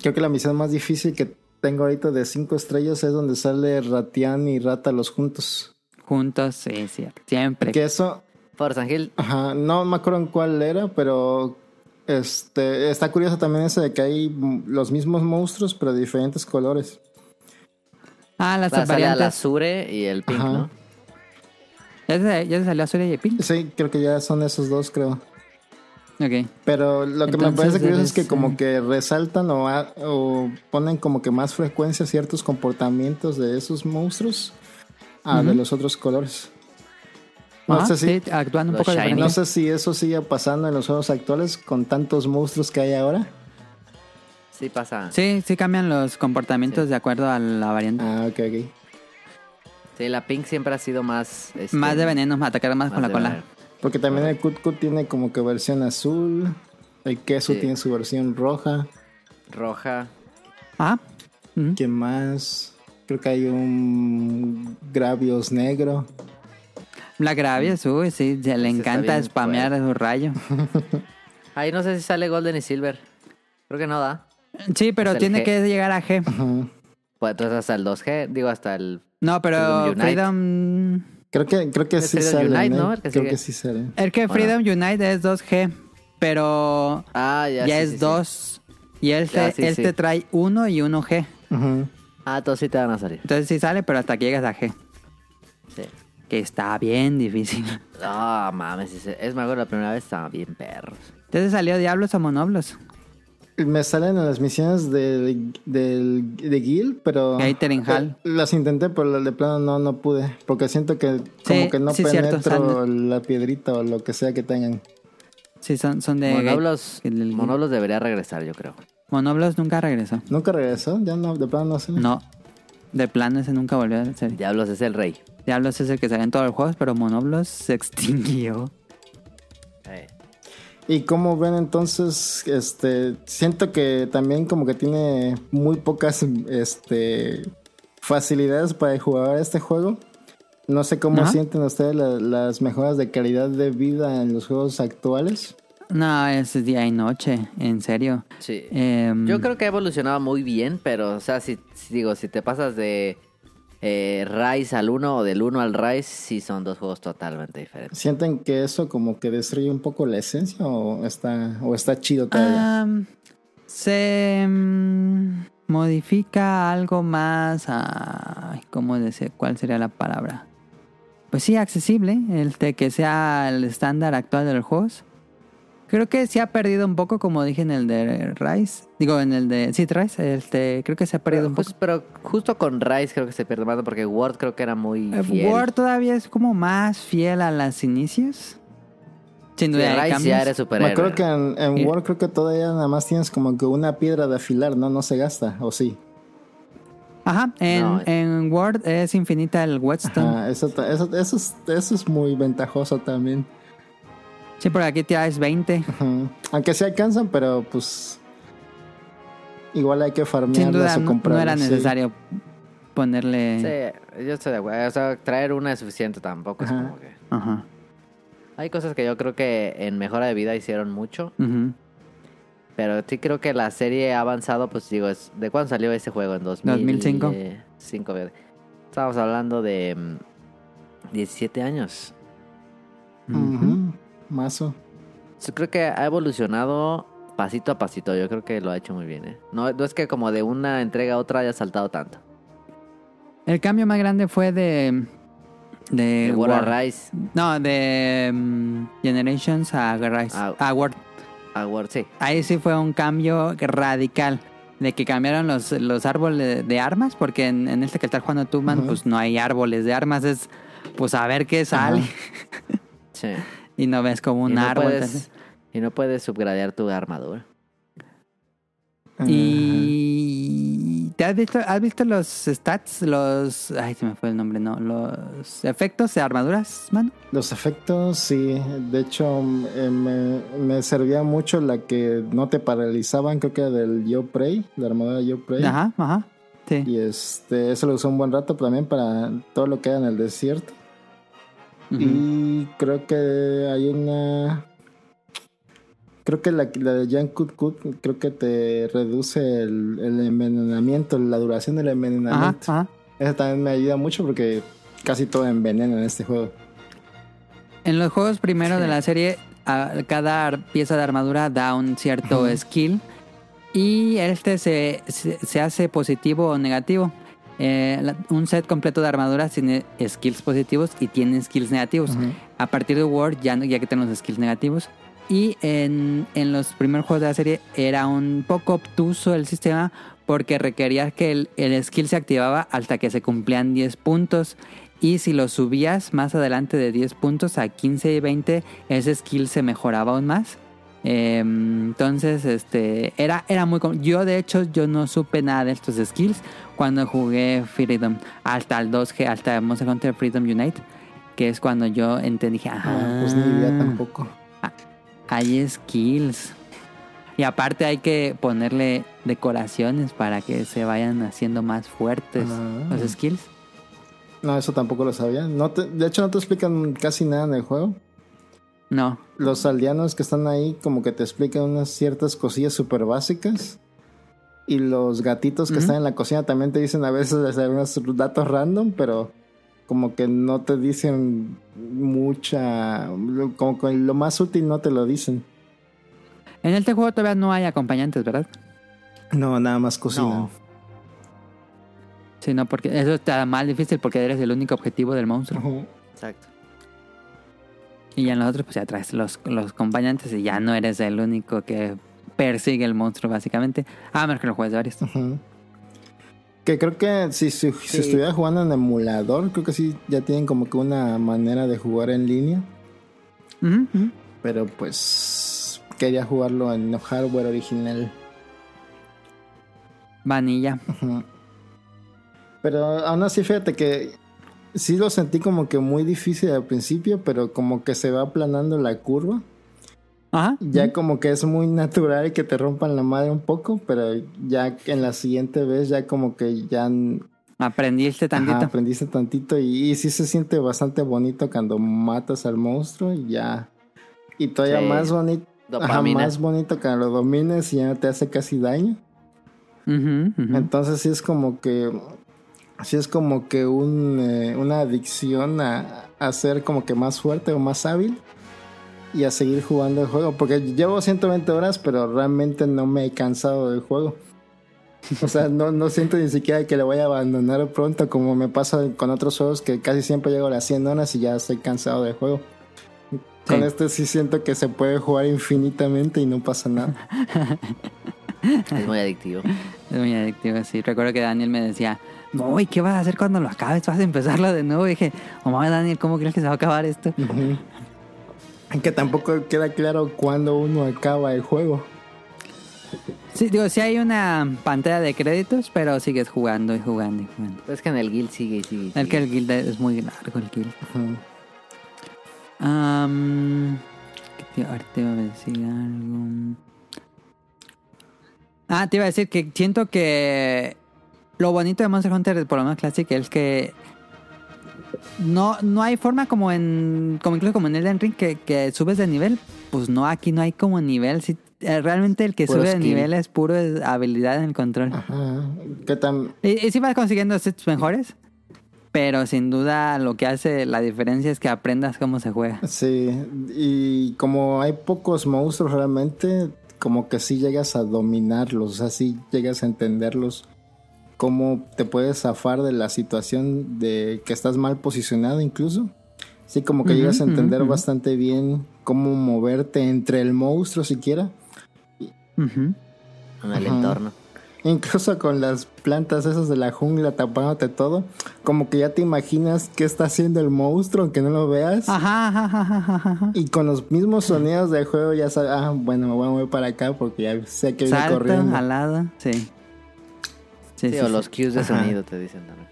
Speaker 3: Creo que la misión más difícil que tengo ahorita de cinco estrellas es donde sale Ratian y Rata los juntos.
Speaker 2: Juntos, sí, sí, siempre.
Speaker 3: Que eso,
Speaker 4: Forza Hill.
Speaker 3: Ajá, no me acuerdo en cuál era, pero este está curioso también eso de que hay m- los mismos monstruos, pero de diferentes colores.
Speaker 2: Ah, las
Speaker 4: La sale al
Speaker 2: variantes.
Speaker 4: Azure y el Pink,
Speaker 3: Ajá.
Speaker 4: ¿no?
Speaker 2: Ya se, ya se salió Azure y Epin.
Speaker 3: Sí, creo que ya son esos dos, creo.
Speaker 2: Ok.
Speaker 3: Pero lo que me
Speaker 2: Entonces,
Speaker 3: parece curioso
Speaker 2: debes,
Speaker 3: es que
Speaker 2: eh,
Speaker 3: como que resaltan o, a- o ponen como que más frecuencia ciertos comportamientos de esos monstruos a de los otros colores. No
Speaker 2: Ajá,
Speaker 3: sé si-
Speaker 2: sí, actuando un
Speaker 4: Los
Speaker 2: poco
Speaker 4: shiny.
Speaker 2: diferente.
Speaker 3: No sé si eso sigue pasando en los juegos actuales con tantos monstruos que hay ahora.
Speaker 4: Sí pasa. Sí.
Speaker 2: Sí, sí cambian los comportamientos de acuerdo a la variante.
Speaker 3: Ah, ok, ok.
Speaker 4: la Pink siempre ha sido más... este,
Speaker 2: más de veneno, atacar más, con la
Speaker 4: de
Speaker 2: cola.
Speaker 4: veneno.
Speaker 3: Porque también el Kut Kut tiene como que versión azul. El queso
Speaker 4: Sí.
Speaker 3: tiene su versión roja.
Speaker 4: Roja.
Speaker 2: Ah, ujú.
Speaker 3: ¿Qué más? Creo que hay un Gravios negro.
Speaker 2: la Gravias, uy, sí, se le
Speaker 4: Ese Mm. está
Speaker 2: encanta
Speaker 4: bien
Speaker 2: spamear su rayo.
Speaker 4: Ahí no sé si sale Golden y Silver. Creo que no da.
Speaker 2: Sí, pero
Speaker 4: Es el
Speaker 2: tiene
Speaker 4: G.
Speaker 2: que llegar a G.
Speaker 3: Ajá.
Speaker 4: Pues entonces hasta el 2G, digo hasta el...
Speaker 2: No, pero
Speaker 4: Freedom Unite.
Speaker 2: Freedom.
Speaker 3: Creo que, creo que
Speaker 4: Es
Speaker 3: sí
Speaker 4: el
Speaker 3: salen.
Speaker 4: Unite,
Speaker 3: ¿eh?
Speaker 4: ¿no? El que
Speaker 3: Creo
Speaker 4: sigue.
Speaker 3: que sí salen.
Speaker 2: El que
Speaker 4: Bueno.
Speaker 2: Freedom Unite es 2G, pero
Speaker 4: Ah,
Speaker 2: ya,
Speaker 4: ya sí, sí,
Speaker 2: es
Speaker 4: sí.
Speaker 2: 2. Y él,
Speaker 4: Ya,
Speaker 2: te,
Speaker 4: sí,
Speaker 2: él
Speaker 4: sí.
Speaker 2: te trae 1 y 1G.
Speaker 3: Ajá.
Speaker 4: Ah, todos sí te van a salir.
Speaker 2: Entonces sí sale, pero hasta que llegas a G.
Speaker 4: Sí.
Speaker 2: Que está bien difícil.
Speaker 4: No, mames. ese- Es más, la primera vez estaba bien perros.
Speaker 2: Entonces salió Diablos o Monoblos.
Speaker 3: Me salen en las misiones del, del, de Guild, pero.
Speaker 2: Gathering Hall.
Speaker 3: Eh, Las intenté, pero de plano no, no pude. Porque siento que como
Speaker 2: Sí,
Speaker 3: que no
Speaker 2: sí, cierto,
Speaker 3: penetro la piedrita o lo que sea que tengan.
Speaker 2: Sí, son, son de.
Speaker 4: Monoblos,
Speaker 2: el- el-
Speaker 4: Monoblos debería regresar, yo creo.
Speaker 2: Monoblos nunca regresó.
Speaker 3: ¿Nunca regresó? Ya no, de plano no sale.
Speaker 2: No. De plano ese nunca volvió a ser.
Speaker 4: Diablos es el rey.
Speaker 2: Diablos es el que salió en todos los juegos, pero Monoblos se extinguió.
Speaker 3: Y como ven entonces, este, siento que también como que tiene muy pocas este, facilidades para el jugador de este juego. No sé cómo
Speaker 2: Ajá.
Speaker 3: sienten ustedes la- las mejoras de calidad de vida en los juegos actuales.
Speaker 2: No, es día y noche, en serio.
Speaker 4: Sí.
Speaker 2: Em,
Speaker 4: Yo creo que ha evolucionado muy bien, pero, o sea, si, si digo, si te pasas de eh, Rise al 1 o del 1 al Rise, sí son dos juegos totalmente diferentes.
Speaker 3: ¿Sienten que eso como que destruye un poco la esencia o está, o está chido todavía?
Speaker 2: am, se mm, modifica algo más a... ¿Cómo decir? ¿Cuál sería la palabra? Pues sí, accesible, el de que sea el estándar actual de los juegos. Creo que se ha perdido un poco, como dije en el de Rise. Digo, en el de... Sí, Rise. Este, creo que se ha perdido
Speaker 4: Pero,
Speaker 2: un poco.
Speaker 4: jus- pero justo con Rise creo que se pierde más, porque Word creo que era muy
Speaker 2: Eh,
Speaker 4: pues, fiel.
Speaker 2: Word todavía es como más fiel a los inicios. Sin
Speaker 4: Sí,
Speaker 2: duda, hay
Speaker 4: Rise ya
Speaker 2: cambios.
Speaker 4: eres
Speaker 3: Me
Speaker 4: superhéroe.
Speaker 3: acuerdo que en, en
Speaker 2: Eh.
Speaker 3: War creo que todavía nada más tienes como que una piedra de afilar, ¿no? No se gasta, ¿o sí?
Speaker 2: Ajá, en,
Speaker 4: No.
Speaker 2: en Word es infinita el Whetstone.
Speaker 3: Ah, eso, ta- eso, eso es, eso es muy ventajoso también.
Speaker 2: Sí, por aquí tienes 20.
Speaker 3: Ajá. Aunque se alcanzan, pero pues. Igual hay
Speaker 2: Sin
Speaker 3: que
Speaker 2: duda,
Speaker 3: farmearlas o
Speaker 2: no, no
Speaker 3: comprarlas.
Speaker 2: era
Speaker 3: sí.
Speaker 2: necesario ponerle...
Speaker 4: Sí, yo estoy de acuerdo. O sea, traer una es suficiente tampoco. Es
Speaker 3: Ajá.
Speaker 4: como que...
Speaker 2: Ajá.
Speaker 4: Hay cosas que yo creo que en mejora de vida hicieron mucho,
Speaker 2: Ujú.
Speaker 4: pero sí creo que la serie ha avanzado, pues digo, es, ¿de cuándo salió ese juego? En 2000,
Speaker 2: 2005.
Speaker 4: eh, cinco, ¿verdad? Estábamos hablando de mm, 17 años.
Speaker 3: Ujú. Mazo.
Speaker 4: Yo creo que ha evolucionado pasito a pasito, yo creo que lo ha hecho muy bien. ¿eh? No, no es que como de una entrega a otra haya saltado tanto.
Speaker 2: El cambio más grande fue de... De
Speaker 3: Eh,
Speaker 4: De War
Speaker 2: Word.
Speaker 4: a Rise,
Speaker 2: No, de mm, Generations a Rise.
Speaker 4: Ah.
Speaker 2: A Word.
Speaker 4: a War, sí.
Speaker 2: Ahí sí fue un cambio radical. De que cambiaron los, los árboles de armas, porque en, en este que estás jugando tú, man,
Speaker 3: Ujú.
Speaker 2: pues no hay árboles de armas, es pues a ver qué sale.
Speaker 4: sí.
Speaker 2: Y no ves como un
Speaker 4: y, no
Speaker 2: árbol.
Speaker 4: puedes, y no puedes subgradear tu armadura.
Speaker 3: Eh,
Speaker 2: Y ¿te has visto, has visto los stats, los ay se me fue el nombre, no, los efectos de armaduras, mano.
Speaker 3: Los efectos, sí. De hecho, eh, me, me servía mucho la que no te paralizaban, creo que era del Yo Prey, la armadura Yo Prey.
Speaker 2: Ajá, ajá. Sí.
Speaker 3: Y este, eso lo usé un buen rato también para todo lo que era en el desierto.
Speaker 2: Ujú.
Speaker 3: Y creo que hay una. Creo que la, la de Jan Kut Kut, creo que te reduce el, el envenenamiento, la duración del
Speaker 2: Ajá,
Speaker 3: envenenamiento.
Speaker 2: ajá.
Speaker 3: Esa también me ayuda mucho porque casi todo envenena en este juego.
Speaker 2: En los juegos primero de la serie, a- cada ar- pieza de armadura da un cierto skill y este se, se, se hace positivo o negativo. Eh, la- un set completo de armaduras tiene skills positivos y tiene skills negativos. A partir de World ya, no- ya que tenemos skills negativos. Y en, en los primeros juegos de la serie era un poco obtuso el sistema porque requería que el, el skill se activaba hasta que se cumplían 10 puntos. Y si lo subías más adelante de 10 puntos a 15 y 20, ese skill se mejoraba aún más. Eh, entonces, este era, era muy. com- Yo, de hecho, yo no supe nada de estos skills cuando jugué Freedom, hasta el 2G, hasta Monster Hunter Freedom Unite, que es cuando yo entendí, dije,
Speaker 3: Ah,
Speaker 2: ah,
Speaker 3: pues ni idea tampoco.
Speaker 2: hay skills. Y aparte hay que ponerle decoraciones para que se vayan haciendo más fuertes
Speaker 3: Ah.
Speaker 2: los skills.
Speaker 3: No, eso tampoco lo sabía. No te- de hecho, no te explican casi nada en el juego.
Speaker 2: No,
Speaker 3: Los aldeanos que están ahí como que te explican unas ciertas cosillas súper básicas. Y los gatitos que
Speaker 2: Ujú.
Speaker 3: están en la cocina también te dicen a veces algunos datos random, pero como que no te dicen mucha... Como que lo más útil no te lo dicen.
Speaker 2: en este juego todavía no hay acompañantes, ¿verdad?
Speaker 3: No, nada más cocina.
Speaker 4: No.
Speaker 2: Sino porque eso está más difícil porque eres el único objetivo del monstruo.
Speaker 3: Ujú.
Speaker 4: Exacto.
Speaker 2: Y ya en los otros, pues ya traes los, los acompañantes y ya no eres el único que persigue el monstruo, básicamente. A menos que lo juegues varios.
Speaker 3: Ujú. Que creo que si, si, si
Speaker 4: Sí.
Speaker 3: estuviera jugando en emulador, creo que sí, ya tienen como que una manera de jugar en línea.
Speaker 2: Ujú, ujú.
Speaker 3: Pero pues quería jugarlo en hardware original.
Speaker 2: Vanilla.
Speaker 3: Ujú. Pero aún así, fíjate que sí lo sentí como que muy difícil al principio, pero como que se va aplanando la curva.
Speaker 2: Ajá.
Speaker 3: Ya como que es muy natural que te rompan la madre un poco, pero ya en la siguiente vez ya como que ya n-
Speaker 2: Aprendiste tantito.
Speaker 3: Ajá, pues, aprendiste tantito y, y sí se siente bastante bonito cuando matas al monstruo y ya. Y todavía
Speaker 4: Sí.
Speaker 3: más bonito. Ajá,
Speaker 4: Dopamina.
Speaker 3: más bonito cuando lo domines y ya no te hace casi daño.
Speaker 2: Ujú, ujú.
Speaker 3: Entonces sí es como que... Sí es como que un, eh, una adicción a, a ser como que más fuerte o más hábil. Y a seguir jugando el juego. Porque llevo 120 horas, pero realmente no me he cansado del juego. O sea, no, no siento ni siquiera que le voy a abandonar pronto, como me pasa con otros juegos que casi siempre llego a las 100 horas y ya estoy cansado del juego. Con
Speaker 2: Sí.
Speaker 3: este sí siento que se puede jugar infinitamente y no pasa nada.
Speaker 4: Es muy adictivo.
Speaker 2: Es muy adictivo, sí. Recuerdo que Daniel me decía, uy, ¿qué vas a hacer cuando lo acabes? ¿Vas a empezarlo de nuevo? Y dije, oh, mames, Daniel, ¿cómo crees que se va a acabar esto?
Speaker 3: Ujú. que tampoco queda claro cuándo uno acaba el juego.
Speaker 2: Sí, digo, sí hay una pantalla de créditos, pero sigues jugando y jugando y jugando.
Speaker 4: Pero es que en el guild sigue y sigue. y
Speaker 2: El que
Speaker 4: sigue.
Speaker 2: el guild es muy largo, el guild.
Speaker 3: Ujú.
Speaker 2: Am, ¿qué te- ahora te iba a decir algo. Ah, te iba a decir que siento que lo bonito de Monster Hunter, por lo menos Classic, es que no, no hay forma como en, como incluso como en Elden Ring, que, que subes de nivel. Pues no, aquí no hay como nivel. sí, eh, realmente el que
Speaker 4: Puro
Speaker 2: sube de
Speaker 4: skill. Ah.
Speaker 2: nivel es puro es habilidad en el control.
Speaker 3: Ajá. Que tam-
Speaker 2: Y, y sí vas consiguiendo sets mejores, pero sin duda lo que hace la diferencia es que aprendas cómo se juega.
Speaker 3: Sí, y como hay pocos monstruos realmente, como que sí llegas a dominarlos, o sea, sí llegas a entenderlos, cómo te puedes zafar de la situación de que estás mal posicionado incluso. Sí, como que
Speaker 2: Ujú,
Speaker 3: llegas a entender
Speaker 2: ujú, ujú.
Speaker 3: bastante bien cómo moverte entre el monstruo siquiera,
Speaker 2: Ujú.
Speaker 4: En el
Speaker 3: Ajá.
Speaker 4: entorno.
Speaker 3: incluso con las plantas esas de la jungla tapándote todo, como que ya te imaginas qué está haciendo el monstruo aunque no lo veas.
Speaker 2: Ajá, ajá, ajá, ajá, ajá.
Speaker 3: Y con los mismos sonidos del juego ya sabes, ah, bueno, me voy a mover para acá porque ya sé que viene corriendo.
Speaker 2: Salta, alada, sí. Sí,
Speaker 4: Sí,
Speaker 2: sí,
Speaker 4: o
Speaker 2: sí.
Speaker 4: los cues de
Speaker 3: Ajá.
Speaker 4: sonido te dicen también.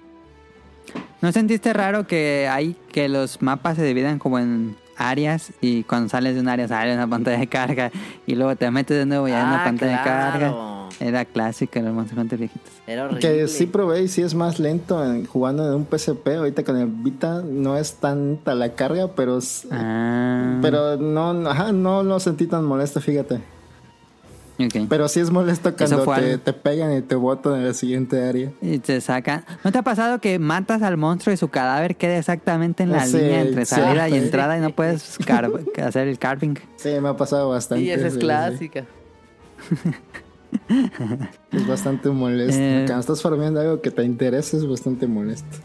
Speaker 2: ¿No sentiste raro que hay que los mapas se dividan como en áreas y cuando sales de un área sale una pantalla de carga y luego te metes de nuevo y hay una
Speaker 4: Ah,
Speaker 2: pantalla de carga?
Speaker 4: claro. No.
Speaker 2: Era clásico el Monster Hunter viejitos.
Speaker 4: Era horrible.
Speaker 3: Que sí pues, probé y sí es más lento en- jugando en un PSP. Ahorita con el Vita no es tanta la carga, pero es-
Speaker 2: Ah.
Speaker 3: pero no, no- ajá, no lo sentí tan molesto, fíjate.
Speaker 2: Ok.
Speaker 3: Pero sí es molesto cuando
Speaker 2: fue
Speaker 3: te,
Speaker 2: al-
Speaker 3: te pegan y te botan en la siguiente área.
Speaker 2: Y te sacan. ¿No te ha pasado que matas al monstruo y su cadáver queda exactamente en la
Speaker 3: Sí,
Speaker 2: línea entre
Speaker 3: exacto.
Speaker 2: salida y entrada y no puedes car- hacer el carving?
Speaker 3: Sí, me ha pasado bastante.
Speaker 4: Sí, esa es
Speaker 3: sí, sí.
Speaker 4: clásica.
Speaker 3: Es bastante molesto.
Speaker 2: Eh.
Speaker 3: Cuando estás farmeando algo que te interesa es bastante molesto.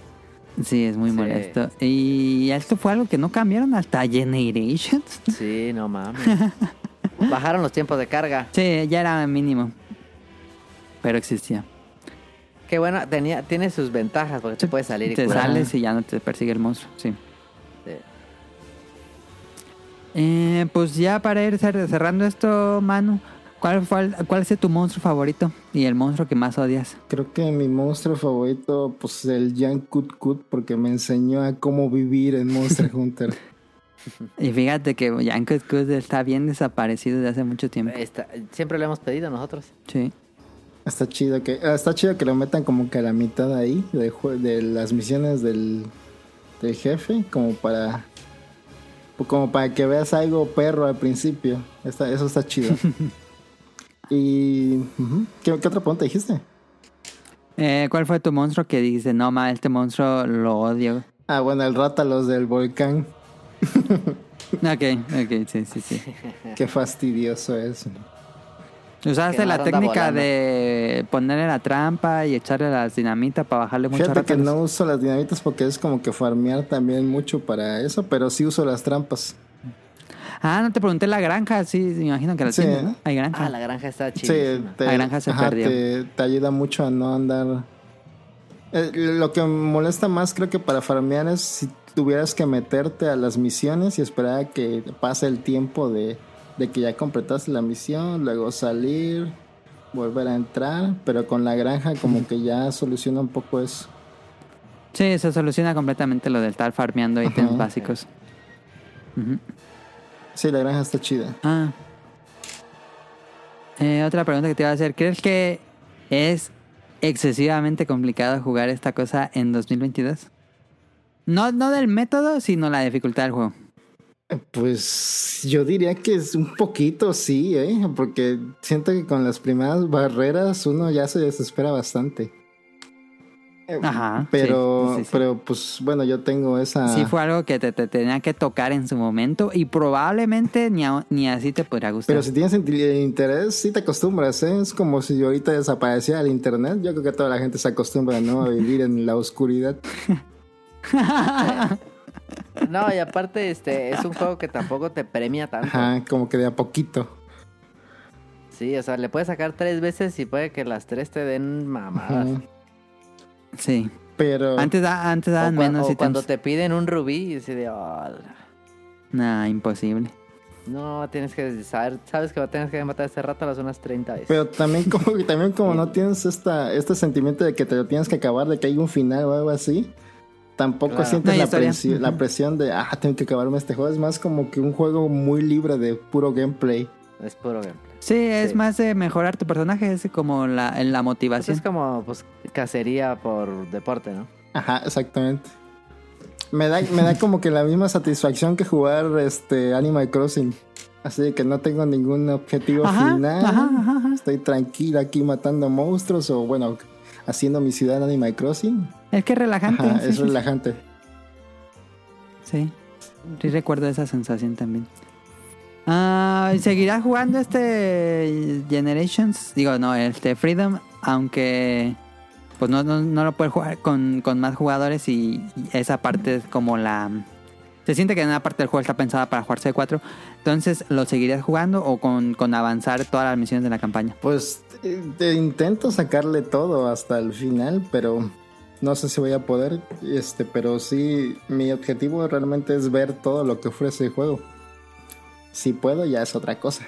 Speaker 2: Sí, es muy
Speaker 4: Sí.
Speaker 2: molesto. Y esto fue algo que no cambiaron hasta Generations.
Speaker 4: Sí, no mames. Bajaron los tiempos de carga.
Speaker 2: Sí, ya era mínimo. Pero existía.
Speaker 4: Qué bueno, tenía, tiene sus ventajas porque te puedes salir y
Speaker 2: Te
Speaker 4: curar.
Speaker 2: sales y ya no te persigue el monstruo, sí.
Speaker 4: Sí.
Speaker 2: Eh, pues ya para ir cer- cerrando esto, Manu, ¿cuál, fue el- ¿cuál es tu monstruo favorito y el monstruo que más odias?
Speaker 3: Creo que mi monstruo favorito, pues el Jan Kut Kut, porque me enseñó a cómo vivir en Monster Hunter.
Speaker 2: Y fíjate que Yanko Scud está bien desaparecido desde hace mucho tiempo.
Speaker 4: Está- siempre lo hemos pedido nosotros.
Speaker 2: Sí.
Speaker 3: Está chido que ah, está chido que lo metan como que a la mitad ahí de, jue- de las misiones del, del jefe, como para pues, como para que veas algo perro al principio. Está- eso está chido. y ujú. ¿Qué, qué otra pregunta dijiste?
Speaker 2: Eh, ¿Cuál fue tu monstruo que dices, no, ma, este monstruo lo odio?
Speaker 3: Ah, bueno, el Rátalos del volcán.
Speaker 2: Ok, ok, sí, sí, sí.
Speaker 3: Qué fastidioso es.
Speaker 2: Usaste
Speaker 4: Que
Speaker 2: la
Speaker 4: ahora anda
Speaker 2: técnica
Speaker 4: volando.
Speaker 2: de ponerle la trampa y echarle la dinamita para bajarle mucho
Speaker 3: Fíjate que
Speaker 2: rápido.
Speaker 3: no uso las dinamitas porque es como que farmear también mucho para eso, pero sí uso las trampas.
Speaker 2: Ah, no te pregunté la granja, sí, me imagino que la
Speaker 3: Sí.
Speaker 2: tienes, ¿no? Hay granja.
Speaker 4: Ah, la granja está
Speaker 3: Sí,
Speaker 4: chida.
Speaker 3: te,
Speaker 2: La granja se perdió.
Speaker 3: Te, te ayuda mucho a no andar. Eh, lo que me molesta más, creo que para farmear es si tuvieras que meterte a las misiones y esperar a que pase el tiempo de, de que ya completaste la misión, luego salir, volver a entrar, pero con la granja como que ya soluciona un poco eso.
Speaker 2: Sí, se soluciona completamente lo del estar farmeando ítems básicos. Ujú.
Speaker 3: Sí, la granja está chida.
Speaker 2: Ah. Eh, otra pregunta que te iba a hacer. ¿Crees que es excesivamente complicado jugar esta cosa en 2022? No, no del método, sino la dificultad del juego.
Speaker 3: Pues yo diría que es un poquito, sí, ¿eh? porque siento que con las primeras barreras uno ya se desespera bastante. Eh,
Speaker 2: Ajá, sí,
Speaker 3: Pero,
Speaker 2: sí, sí.
Speaker 3: pero pues bueno, yo tengo esa...
Speaker 4: Ah.
Speaker 2: Sí fue algo que te, te tenía que tocar en su momento y probablemente ni, a- ni así te podría gustar.
Speaker 3: Pero si tienes inti- interés, sí te acostumbras, ¿eh? Es como si ahorita desapareciera el internet. Yo creo que toda la gente se acostumbra, ¿no? A vivir en la oscuridad.
Speaker 4: No, y aparte, este, es un juego que tampoco te premia tanto.
Speaker 3: Ajá, como que de a poquito.
Speaker 4: Sí, o sea, le puedes sacar tres veces y puede que las tres te den mamadas.
Speaker 3: Ajá.
Speaker 2: Sí.
Speaker 3: Pero...
Speaker 2: Antes, da- antes
Speaker 4: Ah. O,
Speaker 2: daban
Speaker 4: cua-
Speaker 2: menos
Speaker 4: o cuando
Speaker 2: ítems.
Speaker 4: te piden un rubí y así de, "Oh,
Speaker 2: Nah, imposible.
Speaker 4: no, tienes que saber, sabes que va a tener que matar este rato a las unas 30 veces.
Speaker 3: Pero también como, también como no tienes esta, este sentimiento de que te lo tienes que acabar, de que hay un final o algo así, tampoco
Speaker 4: Claro.
Speaker 3: sientes
Speaker 2: No hay
Speaker 3: la,
Speaker 2: historia.
Speaker 3: presi- la presión de, ah, tengo que acabarme este juego. Es más como que un juego muy libre de puro gameplay.
Speaker 4: Es puro gameplay.
Speaker 2: Sí, es
Speaker 4: Sí.
Speaker 2: más de mejorar tu personaje, es como la, la
Speaker 4: Pues es
Speaker 2: motivación.
Speaker 4: como, pues, cacería por deporte, ¿no?
Speaker 3: Ajá, exactamente. Me da, me da como que la misma satisfacción que jugar este Animal Crossing. Así de que no tengo ningún objetivo
Speaker 2: Ajá,
Speaker 3: final.
Speaker 2: ajá, ajá, ajá.
Speaker 3: Estoy tranquila aquí matando monstruos o bueno, haciendo mi ciudad Animal Crossing.
Speaker 2: Es que es relajante.
Speaker 3: Ajá,
Speaker 2: sí,
Speaker 3: es
Speaker 2: sí,
Speaker 3: relajante.
Speaker 2: Sí, sí recuerdo esa sensación también. Ah, ¿y ¿Seguirás jugando este Generations? Digo, no, este Freedom, aunque pues no, no, no lo puedes jugar con, con más jugadores y esa parte es como la... Se siente que una parte del juego está pensada para jugarse de cuatro. Entonces, ¿lo seguirías jugando o con, con avanzar todas las misiones de la campaña?
Speaker 3: Pues eh, te intento sacarle todo hasta el final, pero no sé si voy a poder. Este, pero sí, mi objetivo realmente es ver todo lo que ofrece el juego. Si puedo, ya es otra cosa.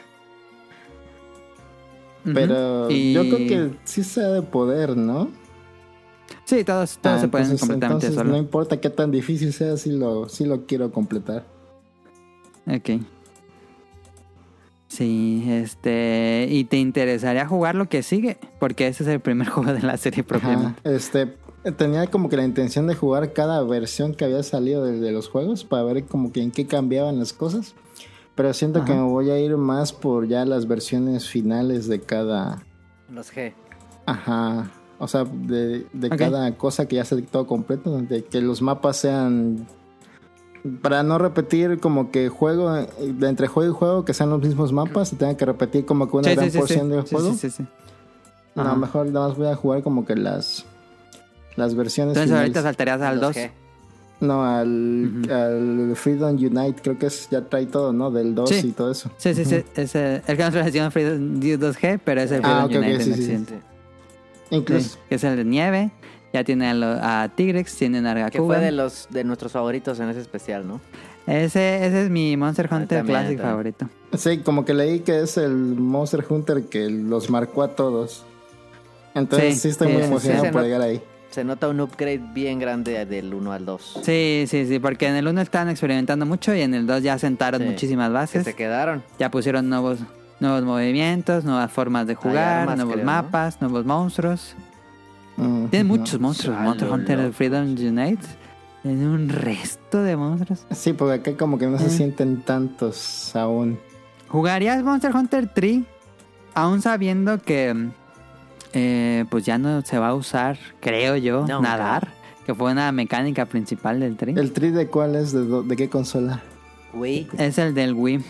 Speaker 3: Pero
Speaker 2: Ujú. Y-
Speaker 3: yo creo que sí se ha de poder, ¿no?
Speaker 2: Sí, todos, todos
Speaker 3: Ah,
Speaker 2: se pueden
Speaker 3: entonces-
Speaker 2: completamente
Speaker 3: entonces
Speaker 2: solos.
Speaker 3: No importa qué tan difícil sea, sí lo, sí lo quiero completar.
Speaker 2: Ok. Sí, este. Y te interesaría jugar lo que sigue, porque ese es el primer juego de la serie
Speaker 3: Ajá,
Speaker 2: propiamente.
Speaker 3: este, tenía como que la intención de jugar cada versión que había salido de, de los juegos para ver como que en qué cambiaban las cosas. Pero siento que me voy a ir más por ya las versiones finales de cada...
Speaker 4: Los G.
Speaker 3: Ajá. O sea, de, de
Speaker 2: Ok.
Speaker 3: cada cosa que ya se todo completo, donde que los mapas sean... Para no repetir como que juego, eh, de entre juego y juego, que sean los mismos mapas, se tenga que repetir como que una
Speaker 2: Sí,
Speaker 3: gran
Speaker 2: sí, sí, sí.
Speaker 3: porción del
Speaker 2: Sí,
Speaker 3: juego.
Speaker 2: sí, sí, sí.
Speaker 3: No,
Speaker 2: Ajá.
Speaker 3: mejor nada más voy a jugar como que las las versiones
Speaker 2: Entonces
Speaker 3: finales.
Speaker 2: ahorita saltarías al 2.
Speaker 4: Los G.
Speaker 3: No, al, al Freedom Unite creo que es, ya trae todo, ¿no? Del 2
Speaker 2: Sí.
Speaker 3: y todo eso.
Speaker 2: Sí, sí, sí. Es el, el que nosotros decimos Freedom 2G, pero es el Freedom
Speaker 3: Ah, ok, ok,
Speaker 2: United
Speaker 3: sí,
Speaker 2: en
Speaker 3: sí, sí.
Speaker 2: Occidente.
Speaker 3: Incluso
Speaker 2: Sí, que es el de nieve. Ya tiene a, lo- a Tigrex, tienen a
Speaker 4: Que fue
Speaker 2: Argacuba.
Speaker 4: de los de nuestros favoritos en ese especial, ¿no?
Speaker 2: Ese, ese es mi Monster Hunter
Speaker 4: Ah, también,
Speaker 2: Classic
Speaker 4: también.
Speaker 2: favorito.
Speaker 3: Sí, como que leí que es el Monster Hunter que los marcó a todos. Entonces
Speaker 2: Sí,
Speaker 3: sí, estoy muy
Speaker 2: sí, sí,
Speaker 3: emocionado
Speaker 4: sí.
Speaker 3: por
Speaker 4: Ese no-
Speaker 3: llegar ahí.
Speaker 4: Se nota un upgrade bien grande del 1 al 2.
Speaker 2: Sí, sí, sí, porque en el 1 estaban experimentando mucho y en el 2 ya sentaron
Speaker 4: Sí.
Speaker 2: muchísimas
Speaker 4: Que
Speaker 2: bases.
Speaker 4: se quedaron.
Speaker 2: Ya pusieron nuevos nuevos movimientos, nuevas formas de jugar,
Speaker 4: armas,
Speaker 2: nuevos
Speaker 4: creo, ¿no?
Speaker 2: mapas, nuevos monstruos.
Speaker 3: Mm,
Speaker 2: Tienen
Speaker 3: no.
Speaker 2: muchos monstruos.
Speaker 4: Ah,
Speaker 2: Monster
Speaker 4: lo
Speaker 2: Hunter
Speaker 4: loco.
Speaker 2: Freedom Unite. Tienen un resto de monstruos.
Speaker 3: Sí, porque acá como que no se
Speaker 2: Eh.
Speaker 3: sienten tantos aún.
Speaker 2: ¿Jugarías Monster Hunter 3 aún sabiendo que mm, eh, pues ya no se va a usar, creo yo,
Speaker 4: No,
Speaker 2: nadar? Que fue una mecánica principal del 3.
Speaker 3: ¿El tri de cuál es? ¿De, do- de qué consola?
Speaker 4: Güey.
Speaker 2: Es el del Wii.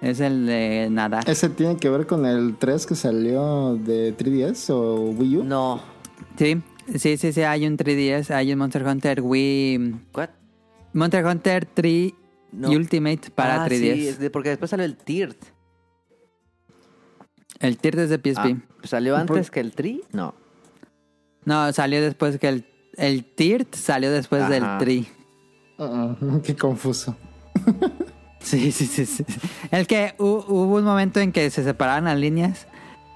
Speaker 2: Es el de nadar.
Speaker 3: ¿Ese tiene que ver con el 3 que salió de 3DS o Wii U?
Speaker 4: No.
Speaker 2: Sí, sí, sí, sí, hay un 3DS, hay un Monster Hunter Wii.
Speaker 4: ¿What?
Speaker 2: Monster Hunter 3
Speaker 4: No.
Speaker 2: Ultimate para
Speaker 4: Ah,
Speaker 2: 3DS.
Speaker 4: Sí, es de- porque después salió el TIRT.
Speaker 2: El tier desde PSP.
Speaker 4: Ah, ¿Salió antes que el TRI? No.
Speaker 2: No, salió después que el. El Tirt salió después del
Speaker 4: Ajá.
Speaker 2: Tri.
Speaker 3: Uh-uh, qué confuso.
Speaker 2: Sí, sí, sí, sí. El que hu- hubo un momento en que se separaban las líneas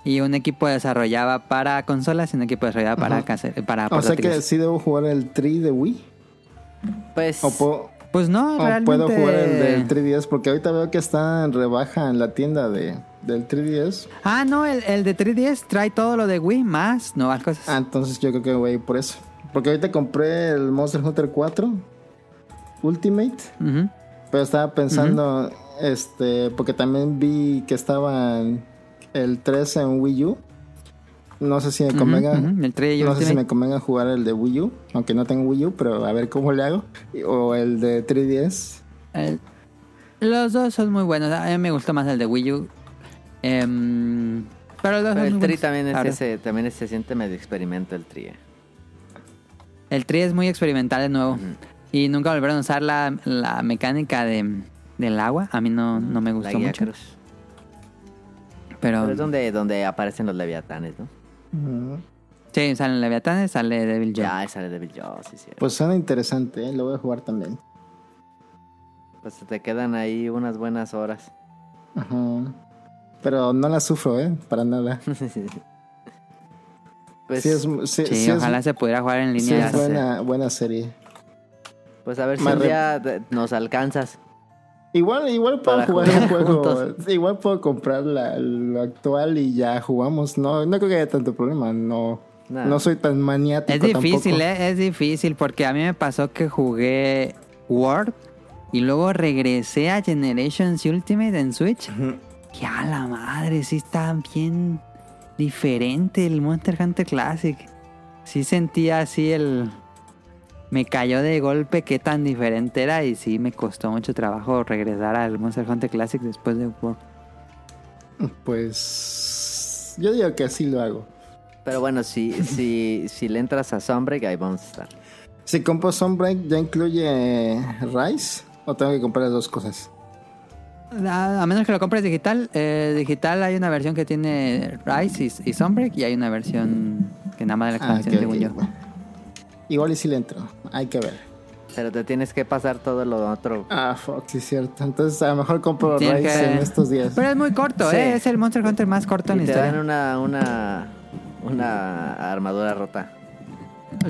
Speaker 2: y un equipo desarrollaba para consolas y un equipo desarrollaba para,
Speaker 3: Ajá.
Speaker 2: case- para
Speaker 3: O sea que
Speaker 2: portátiles.
Speaker 3: sí debo jugar el 3 de Wii.
Speaker 4: Pues.
Speaker 3: O, po-
Speaker 2: Pues no,
Speaker 3: o
Speaker 2: realmente...
Speaker 3: puedo jugar el del 3DS. Porque ahorita veo que está en rebaja en la tienda de, del 3DS.
Speaker 2: Ah, no, el, el de 3DS trae todo lo de Wii más nuevas cosas.
Speaker 3: Ah, entonces yo creo que voy a ir por eso. Porque ahorita compré el Monster Hunter 4 Ultimate.
Speaker 2: Ujú.
Speaker 3: Pero estaba pensando, este, porque también vi que estaban el 3 en Wii U. No sé si me convenga.
Speaker 2: Ujú, ujú, el 3
Speaker 3: No sé si
Speaker 2: Ultimate.
Speaker 3: me convenga jugar el de Wii U, aunque no tengo Wii U, pero a ver cómo le hago. Y- O el de 3DS.
Speaker 2: El- Los dos son muy buenos. A mí me gustó más el de Wii U. Em, pero los dos
Speaker 4: pero
Speaker 2: son
Speaker 4: el
Speaker 2: muy
Speaker 4: TRI
Speaker 2: buenos,
Speaker 4: también,
Speaker 2: la
Speaker 4: es
Speaker 2: verdad.
Speaker 4: ese, también se siente medio experimento el TRI. eh.
Speaker 2: El tri es muy experimental de nuevo. Y nunca volvieron a usar la, la mecánica de, del agua. A mí no, no me
Speaker 4: La
Speaker 2: gustó
Speaker 4: guía
Speaker 2: mucho.
Speaker 4: cruz.
Speaker 2: Pero,
Speaker 4: Pero es donde, donde aparecen los leviatanes, ¿no?
Speaker 3: Ujú.
Speaker 2: sí, sale Leviatanes, sale Devil Joe.
Speaker 4: Ya, sale Devil Joe, sí, sí. Pues,
Speaker 3: Pues suena interesante, ¿eh? lo voy a jugar también.
Speaker 4: se Pues, te quedan ahí unas buenas horas.
Speaker 3: Ajá. Pero no la sufro, ¿eh? Para nada.
Speaker 4: pues,
Speaker 3: sí, es,
Speaker 2: Sí,
Speaker 3: sí, sí es-
Speaker 2: ojalá se pudiera jugar en
Speaker 3: sí
Speaker 2: línea.
Speaker 3: es
Speaker 4: ya sé.
Speaker 3: buena, buena serie.
Speaker 4: pues a ver si
Speaker 3: Me
Speaker 4: un
Speaker 3: re-
Speaker 4: día te- nos alcanzas.
Speaker 3: Igual, igual puedo
Speaker 4: Para
Speaker 3: jugar
Speaker 4: jugar
Speaker 3: un juego.
Speaker 4: juntos.
Speaker 3: Igual puedo comprar la, lo actual y ya jugamos. No, no creo que haya tanto problema. No,
Speaker 4: Nah.
Speaker 3: no soy tan maniático.
Speaker 2: Es difícil,
Speaker 3: tampoco.
Speaker 2: ¿eh? Es difícil porque a mí me pasó que jugué Word y luego regresé a Generations Ultimate en Switch. Que a la madre, sí está bien diferente el Monster Hunter Classic. Sí sentía así el... Me cayó de golpe qué tan diferente era y sí me costó mucho trabajo regresar al Monster Hunter Classic después de Word.
Speaker 3: Pues. Yo digo que así lo hago.
Speaker 4: Pero bueno, si, si, si le entras a Sunbreak, ahí vamos a estar.
Speaker 3: Si compro Sunbreak, ¿ya incluye Rice? ¿O tengo que comprar las dos cosas?
Speaker 2: A, a menos que lo compres digital, eh, digital hay una versión que tiene Rise y, y Sunbreak y hay una versión que nada más de la
Speaker 3: Ah,
Speaker 2: expansión,
Speaker 3: ok,
Speaker 2: según
Speaker 3: ok.
Speaker 2: yo.
Speaker 3: Igual y si le entro. Hay que ver.
Speaker 4: Pero te tienes que pasar todo lo otro.
Speaker 3: Ah, fuck, sí, es cierto. Entonces, a lo mejor compro
Speaker 2: Tienes
Speaker 3: Rice
Speaker 2: que-
Speaker 3: en estos días.
Speaker 2: Pero es muy corto,
Speaker 4: Sí.
Speaker 2: ¿eh? Es el Monster Hunter más corto en
Speaker 4: Y
Speaker 2: la
Speaker 4: te
Speaker 2: historia.
Speaker 4: dan una, una, una armadura rota.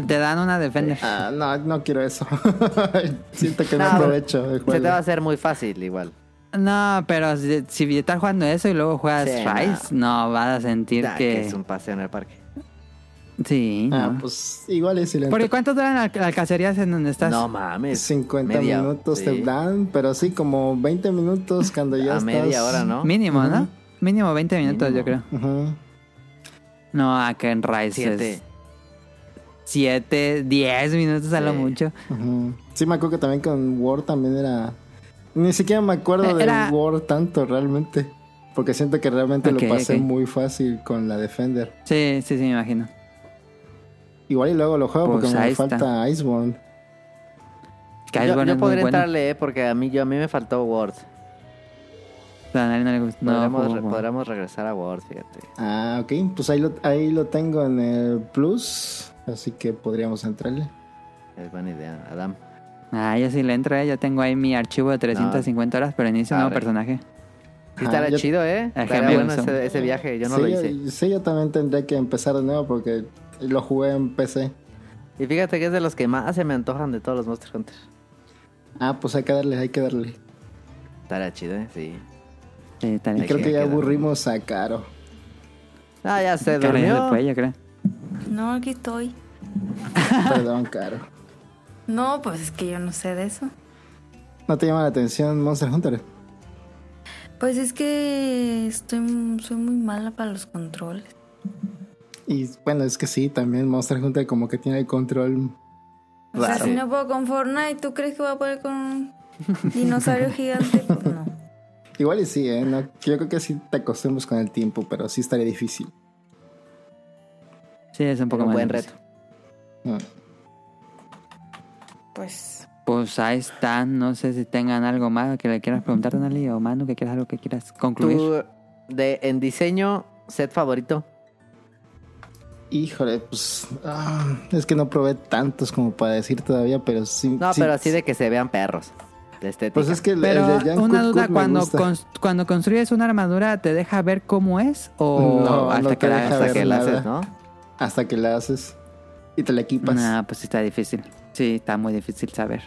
Speaker 2: Te dan una Defender.
Speaker 3: Ah, no, no quiero eso. Siento que no,
Speaker 4: No,
Speaker 3: aprovecho el
Speaker 4: Se te
Speaker 3: juego.
Speaker 4: va a hacer muy fácil igual.
Speaker 2: No, pero si, si estás jugando eso y luego juegas
Speaker 4: Sí,
Speaker 2: Rise, no. vas a sentir
Speaker 4: Ah,
Speaker 2: que...
Speaker 4: Es un paseo en el parque.
Speaker 2: Sí.
Speaker 3: Ah,
Speaker 2: no.
Speaker 3: pues igual es
Speaker 2: ¿Por
Speaker 3: silente.
Speaker 2: qué cuánto duran las las cacerías en donde estás?
Speaker 4: No mames.
Speaker 3: 50
Speaker 4: media-
Speaker 3: minutos
Speaker 4: sí.
Speaker 3: te dan, pero sí como 20 minutos cuando ya
Speaker 4: A
Speaker 3: estás.
Speaker 4: media hora, ¿no?
Speaker 2: Mínimo,
Speaker 3: Ajá.
Speaker 2: ¿no? Mínimo 20 minutos,
Speaker 4: Mínimo.
Speaker 2: yo creo.
Speaker 3: Ujú.
Speaker 2: No, acá en Rise
Speaker 4: Siete.
Speaker 2: es 7, 10 minutos a lo
Speaker 4: Sí.
Speaker 2: mucho.
Speaker 3: Ujú. Sí, me acuerdo que también con Word también era. Ni siquiera me acuerdo
Speaker 2: Eh, Era-
Speaker 3: de Word tanto realmente. Porque siento que realmente
Speaker 2: Ok,
Speaker 3: lo pasé
Speaker 2: ok.
Speaker 3: muy fácil con la Defender.
Speaker 2: Sí, sí, sí, me imagino.
Speaker 3: Igual y luego lo juego
Speaker 2: Pues
Speaker 3: porque me
Speaker 2: ahí está.
Speaker 3: falta Iceborne.
Speaker 2: Que es
Speaker 4: yo,
Speaker 2: bueno,
Speaker 4: yo
Speaker 2: es muy
Speaker 4: podría
Speaker 2: bueno.
Speaker 4: entrarle, eh, porque a mí, yo, a mí me faltó Word.
Speaker 2: Pero a nadie no le gusta. No,
Speaker 4: Podremos,
Speaker 2: jugó, jugó.
Speaker 4: podremos regresar a Word, fíjate.
Speaker 3: Ah, ok. Pues ahí lo, ahí lo tengo en el Plus. Así que podríamos entrarle.
Speaker 4: Es buena idea, Adam.
Speaker 2: Ah, yo sí le entro, eh. Yo tengo ahí mi archivo de 350 horas, pero inicio un nuevo
Speaker 4: Arre.
Speaker 2: personaje.
Speaker 4: Sí,
Speaker 3: Ah,
Speaker 4: estará
Speaker 3: yo-
Speaker 4: chido, ¿eh?
Speaker 2: Ah,
Speaker 4: Estaría
Speaker 2: Jaime
Speaker 4: bueno
Speaker 2: Wilson.
Speaker 4: ese, ese viaje, yo no
Speaker 3: sí,
Speaker 4: lo hice.
Speaker 3: sí, yo también tendría que empezar de nuevo porque lo jugué en PC.
Speaker 4: Y fíjate que es de los que más se me antojan de todos los Monster Hunter.
Speaker 3: Ah, pues hay que darle, hay que darle.
Speaker 4: Estaría chido, ¿eh? Sí.
Speaker 2: Sí, tal
Speaker 3: Y
Speaker 4: Hay
Speaker 2: vez.
Speaker 3: creo que,
Speaker 4: que- hay
Speaker 3: ya
Speaker 4: que darle.
Speaker 3: aburrimos a Caro.
Speaker 4: Ah, ya se
Speaker 2: Carlos
Speaker 4: durmió.
Speaker 2: después, yo creo.
Speaker 1: No, aquí estoy.
Speaker 3: Perdón, Caro.
Speaker 1: No, pues es que yo no sé de eso.
Speaker 3: ¿No te llama la atención Monster Hunter?
Speaker 1: Pues es que estoy, soy muy mala para los controles.
Speaker 3: Y bueno, es que sí, también Monster Hunter como que tiene el control.
Speaker 1: O sea,
Speaker 3: Claro.
Speaker 1: si no puedo con Fortnite, ¿tú crees que voy a poder con un dinosaurio gigante? Pues no.
Speaker 3: Igual y sí, ¿eh? No, yo creo que sí te acostumbras con el tiempo, pero sí estaría difícil.
Speaker 2: Sí, es un poco
Speaker 4: Un
Speaker 2: más
Speaker 4: buen
Speaker 2: difícil.
Speaker 4: reto.
Speaker 3: Ah,
Speaker 1: Pues
Speaker 2: Pues ahí están. No sé si tengan algo más que le quieras preguntar, Donali, o Manu, que quieras algo que quieras concluir.
Speaker 4: Tu, de, en diseño, set favorito.
Speaker 3: Híjole, pues ah, es que no probé tantos como para decir todavía, pero sí.
Speaker 4: No,
Speaker 3: sí,
Speaker 4: pero así de que se vean perros. De estética.
Speaker 3: Pues es que el, el
Speaker 2: Pero
Speaker 3: de Jan
Speaker 2: una
Speaker 3: Kut
Speaker 2: duda,
Speaker 3: Kut me
Speaker 2: cuando,
Speaker 3: gusta.
Speaker 2: cons- cuando construyes una armadura, ¿te deja ver cómo es? ¿O
Speaker 3: No,
Speaker 2: hasta
Speaker 3: no
Speaker 2: que
Speaker 3: te
Speaker 2: la
Speaker 3: deja
Speaker 4: hasta
Speaker 2: hasta
Speaker 3: ver
Speaker 4: que la haces, ¿no?
Speaker 3: nada. hasta que la haces y te la
Speaker 2: que-
Speaker 3: equipas.
Speaker 2: Nah, pues sí está difícil. Sí, está muy difícil saber.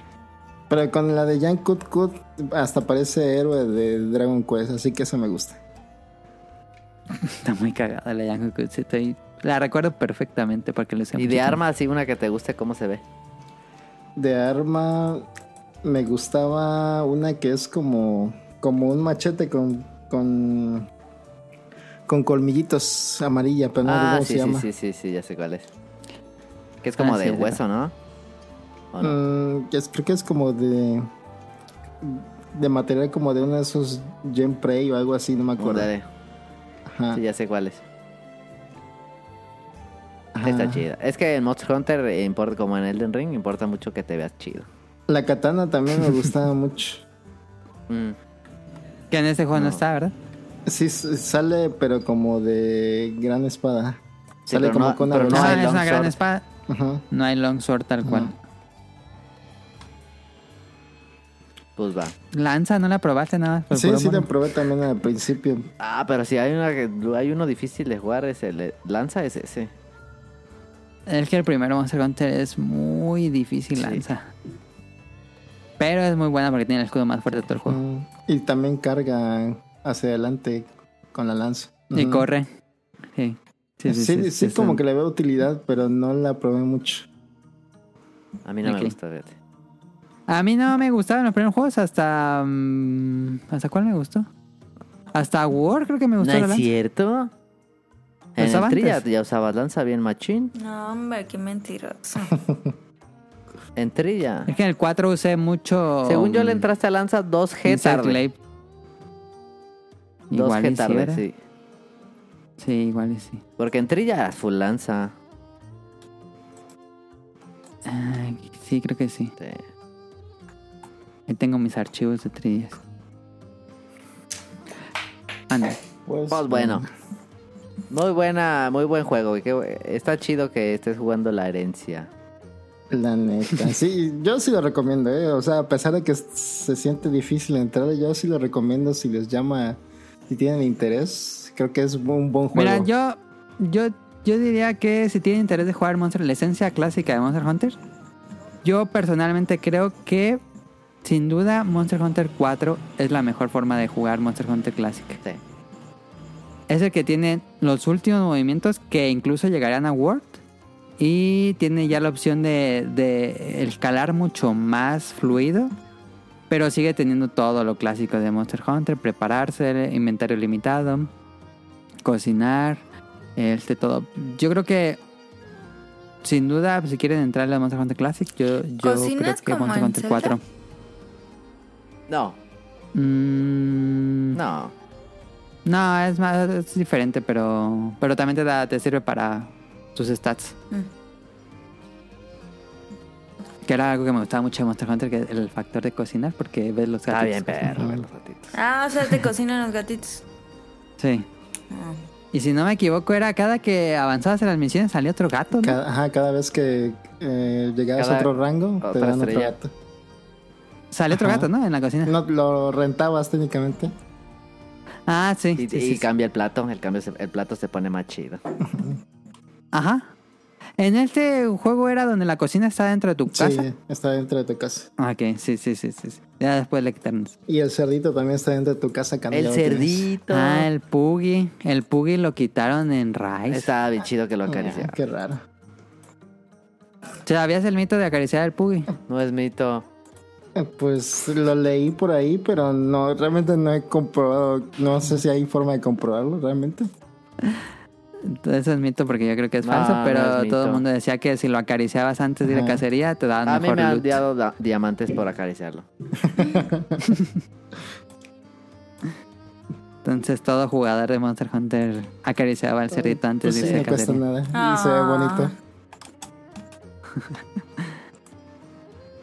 Speaker 3: Pero con la de Jan Kut Kut hasta parece héroe de Dragon Quest, así que eso me gusta.
Speaker 2: Está muy cagada la Yanko Estoy... La recuerdo perfectamente porque lo sé
Speaker 4: Y de arma, así una que te guste, cómo se ve.
Speaker 3: De arma me gustaba una que es como como un machete con con con colmillitos amarilla, pero no recuerdo
Speaker 4: ah,
Speaker 3: cómo
Speaker 4: sí,
Speaker 3: se
Speaker 4: sí,
Speaker 3: llama.
Speaker 4: sí, sí, sí, ya sé cuál es. Que es como
Speaker 2: Ah,
Speaker 4: de
Speaker 2: sí, es de-
Speaker 4: hueso, ¿no? ¿O no?
Speaker 3: Mm, es- creo que es como de de material como de uno de esos Gen Prey o algo así, no me acuerdo. Ah.
Speaker 4: Ándale.
Speaker 3: Ajá,
Speaker 4: Sí, ya sé cuál es.
Speaker 3: ajá.
Speaker 4: Está chida. Es que en Monster Hunter, eh, importa, como en Elden Ring, importa mucho que te veas chido.
Speaker 3: La katana también me gustaba mucho.
Speaker 4: Mm.
Speaker 2: Que en este juego no,
Speaker 4: No.
Speaker 2: está, ¿verdad?
Speaker 3: Sí, s- sale pero como de gran espada.
Speaker 4: Sí,
Speaker 3: sale
Speaker 4: pero
Speaker 3: como
Speaker 4: no-
Speaker 3: con una
Speaker 4: pero no
Speaker 2: No,
Speaker 3: velocidad.
Speaker 4: hay
Speaker 2: Ah, es una
Speaker 4: longsword.
Speaker 2: gran espada.
Speaker 3: Ajá.
Speaker 2: No hay longsword tal cual.
Speaker 4: Pues va.
Speaker 2: Lanza, no la probaste nada. por
Speaker 3: Sí,
Speaker 2: puro
Speaker 3: sí,
Speaker 2: mono.
Speaker 3: la probé también al principio,
Speaker 4: Ah, pero si hay, una, que- hay uno difícil de jugar, es el lanza, es ese.
Speaker 2: Es que el primer Monster Hunter es muy difícil
Speaker 4: Sí.
Speaker 2: lanza. Pero es muy buena porque tiene el escudo más fuerte de todo el juego.
Speaker 3: Mm, Y también carga hacia adelante con la lanza.
Speaker 4: Mm.
Speaker 2: Y
Speaker 3: Ujú.
Speaker 2: corre. Sí.
Speaker 3: Sí, sí,
Speaker 2: es
Speaker 3: como
Speaker 2: un-
Speaker 3: que le veo utilidad, pero no la probé mucho.
Speaker 4: A mí no
Speaker 2: Ok.
Speaker 4: me gusta, fíjate.
Speaker 2: A mí no me gustaban los primeros juegos hasta... mm, ¿Hasta cuál me gustó? Hasta War creo que me gustó la
Speaker 4: ¿No es
Speaker 2: lanza.
Speaker 4: cierto? En
Speaker 2: Usaba
Speaker 4: el tri ya,
Speaker 2: antes.
Speaker 4: ya usabas lanza bien machín.
Speaker 1: no, hombre, qué mentiroso.
Speaker 4: En trilla.
Speaker 2: Es que en el 4 usé mucho...
Speaker 4: Según yo le
Speaker 2: mm,
Speaker 4: entraste a lanza dos G
Speaker 2: Insert
Speaker 4: tarde.
Speaker 2: Glaive.
Speaker 4: Dos
Speaker 2: Igual y
Speaker 4: G
Speaker 2: sí,
Speaker 4: tarde,
Speaker 2: ¿verdad?
Speaker 4: sí.
Speaker 2: Sí, igual y sí.
Speaker 4: Porque en trilla era full lanza.
Speaker 2: Ah, sí, creo que sí.
Speaker 4: Sí.
Speaker 2: Ahí tengo mis archivos de trillas. Anda.
Speaker 3: Pues,
Speaker 4: Pues bueno. Muy buena, muy buen juego. y qué- está chido que estés jugando la herencia.
Speaker 3: La neta. Sí, yo sí lo recomiendo, ¿eh? O sea, a pesar de que s- se siente difícil entrar, yo sí lo recomiendo si les llama, si tienen interés. Creo que es un buen juego.
Speaker 2: Mira, yo, yo, yo diría que si tienen interés de jugar Monster, la esencia clásica de Monster Hunter, yo personalmente creo que Sin duda, Monster Hunter 4 es la mejor forma de jugar Monster Hunter Classic.
Speaker 4: Sí.
Speaker 2: Es el que tiene los últimos movimientos que incluso llegarán a World. Y tiene ya la opción de, de escalar mucho más fluido. Pero sigue teniendo todo lo clásico de Monster Hunter. Prepararse, inventario limitado. Cocinar. Este todo. Yo creo que... Sin duda, si quieren entrarle a Monster Hunter Classic, yo, yo creo
Speaker 1: ¿Cocinas
Speaker 2: que
Speaker 1: como
Speaker 2: Monster
Speaker 1: en
Speaker 2: Hunter
Speaker 1: Zelda?
Speaker 2: 4.
Speaker 4: No,
Speaker 2: Mm,
Speaker 4: no.
Speaker 2: No, es más, es diferente, pero, pero también te da, te sirve para tus stats.
Speaker 1: Mm.
Speaker 2: Que era algo que me gustaba mucho de Monster Hunter, que es el factor de cocinar, porque ves los
Speaker 4: Está
Speaker 2: gatitos.
Speaker 4: bien, perro,
Speaker 2: cocinando.
Speaker 4: ver los ratitos.
Speaker 1: Ah, o sea, te cocinan los gatitos.
Speaker 2: Sí.
Speaker 1: Ah.
Speaker 2: Y si no me equivoco, era cada que avanzabas en las misiones salía otro gato, ¿no?
Speaker 3: Cada, ajá, cada vez que eh, llegabas
Speaker 4: Cada-
Speaker 3: a otro rango, te
Speaker 4: otra
Speaker 3: dan otro
Speaker 4: estrella.
Speaker 3: gato.
Speaker 2: Salía otro
Speaker 3: Ajá.
Speaker 2: gato, ¿no? En la cocina.
Speaker 3: No, lo rentabas técnicamente.
Speaker 2: Ah, sí.
Speaker 4: Y,
Speaker 2: sí,
Speaker 4: y
Speaker 2: sí, sí.
Speaker 4: cambia el plato, el, cambio se- el plato se pone más chido.
Speaker 2: Ajá. En este juego era donde la cocina está dentro de tu
Speaker 3: Sí,
Speaker 2: casa.
Speaker 3: está dentro de tu casa.
Speaker 2: Ok, sí, sí, sí, sí. sí. Ya después le quitaron eso.
Speaker 3: Y el cerdito también está dentro de tu casa. cuando
Speaker 4: El
Speaker 3: ya lo tienes.
Speaker 4: cerdito.
Speaker 2: Ah, el Puggy. El Puggy lo quitaron en Rise.
Speaker 4: Estaba bien chido que lo
Speaker 3: Ah,
Speaker 4: acariciaba.
Speaker 3: qué raro.
Speaker 2: ¿Sabías el mito de acariciar al Puggy?
Speaker 4: No es mito.
Speaker 3: Eh, Pues lo leí por ahí, pero no, realmente no he comprobado. No sé si hay forma de comprobarlo realmente.
Speaker 2: Eso es mito porque yo creo que es
Speaker 4: No,
Speaker 2: falso,
Speaker 4: no
Speaker 2: pero
Speaker 4: es mito.
Speaker 2: todo el mundo decía que si lo acariciabas antes de ir a
Speaker 3: Ajá.
Speaker 2: cacería te daban
Speaker 4: A mí
Speaker 2: mejor
Speaker 4: me han
Speaker 2: loot.
Speaker 4: dado da- diamantes por acariciarlo.
Speaker 2: Entonces todo jugador de Monster Hunter acariciaba al cerdito antes
Speaker 3: Pues
Speaker 2: de
Speaker 3: sí,
Speaker 2: irse
Speaker 3: no
Speaker 2: a
Speaker 3: cuesta
Speaker 2: cacería.
Speaker 3: nada.
Speaker 1: Ah.
Speaker 3: Y se ve bonito.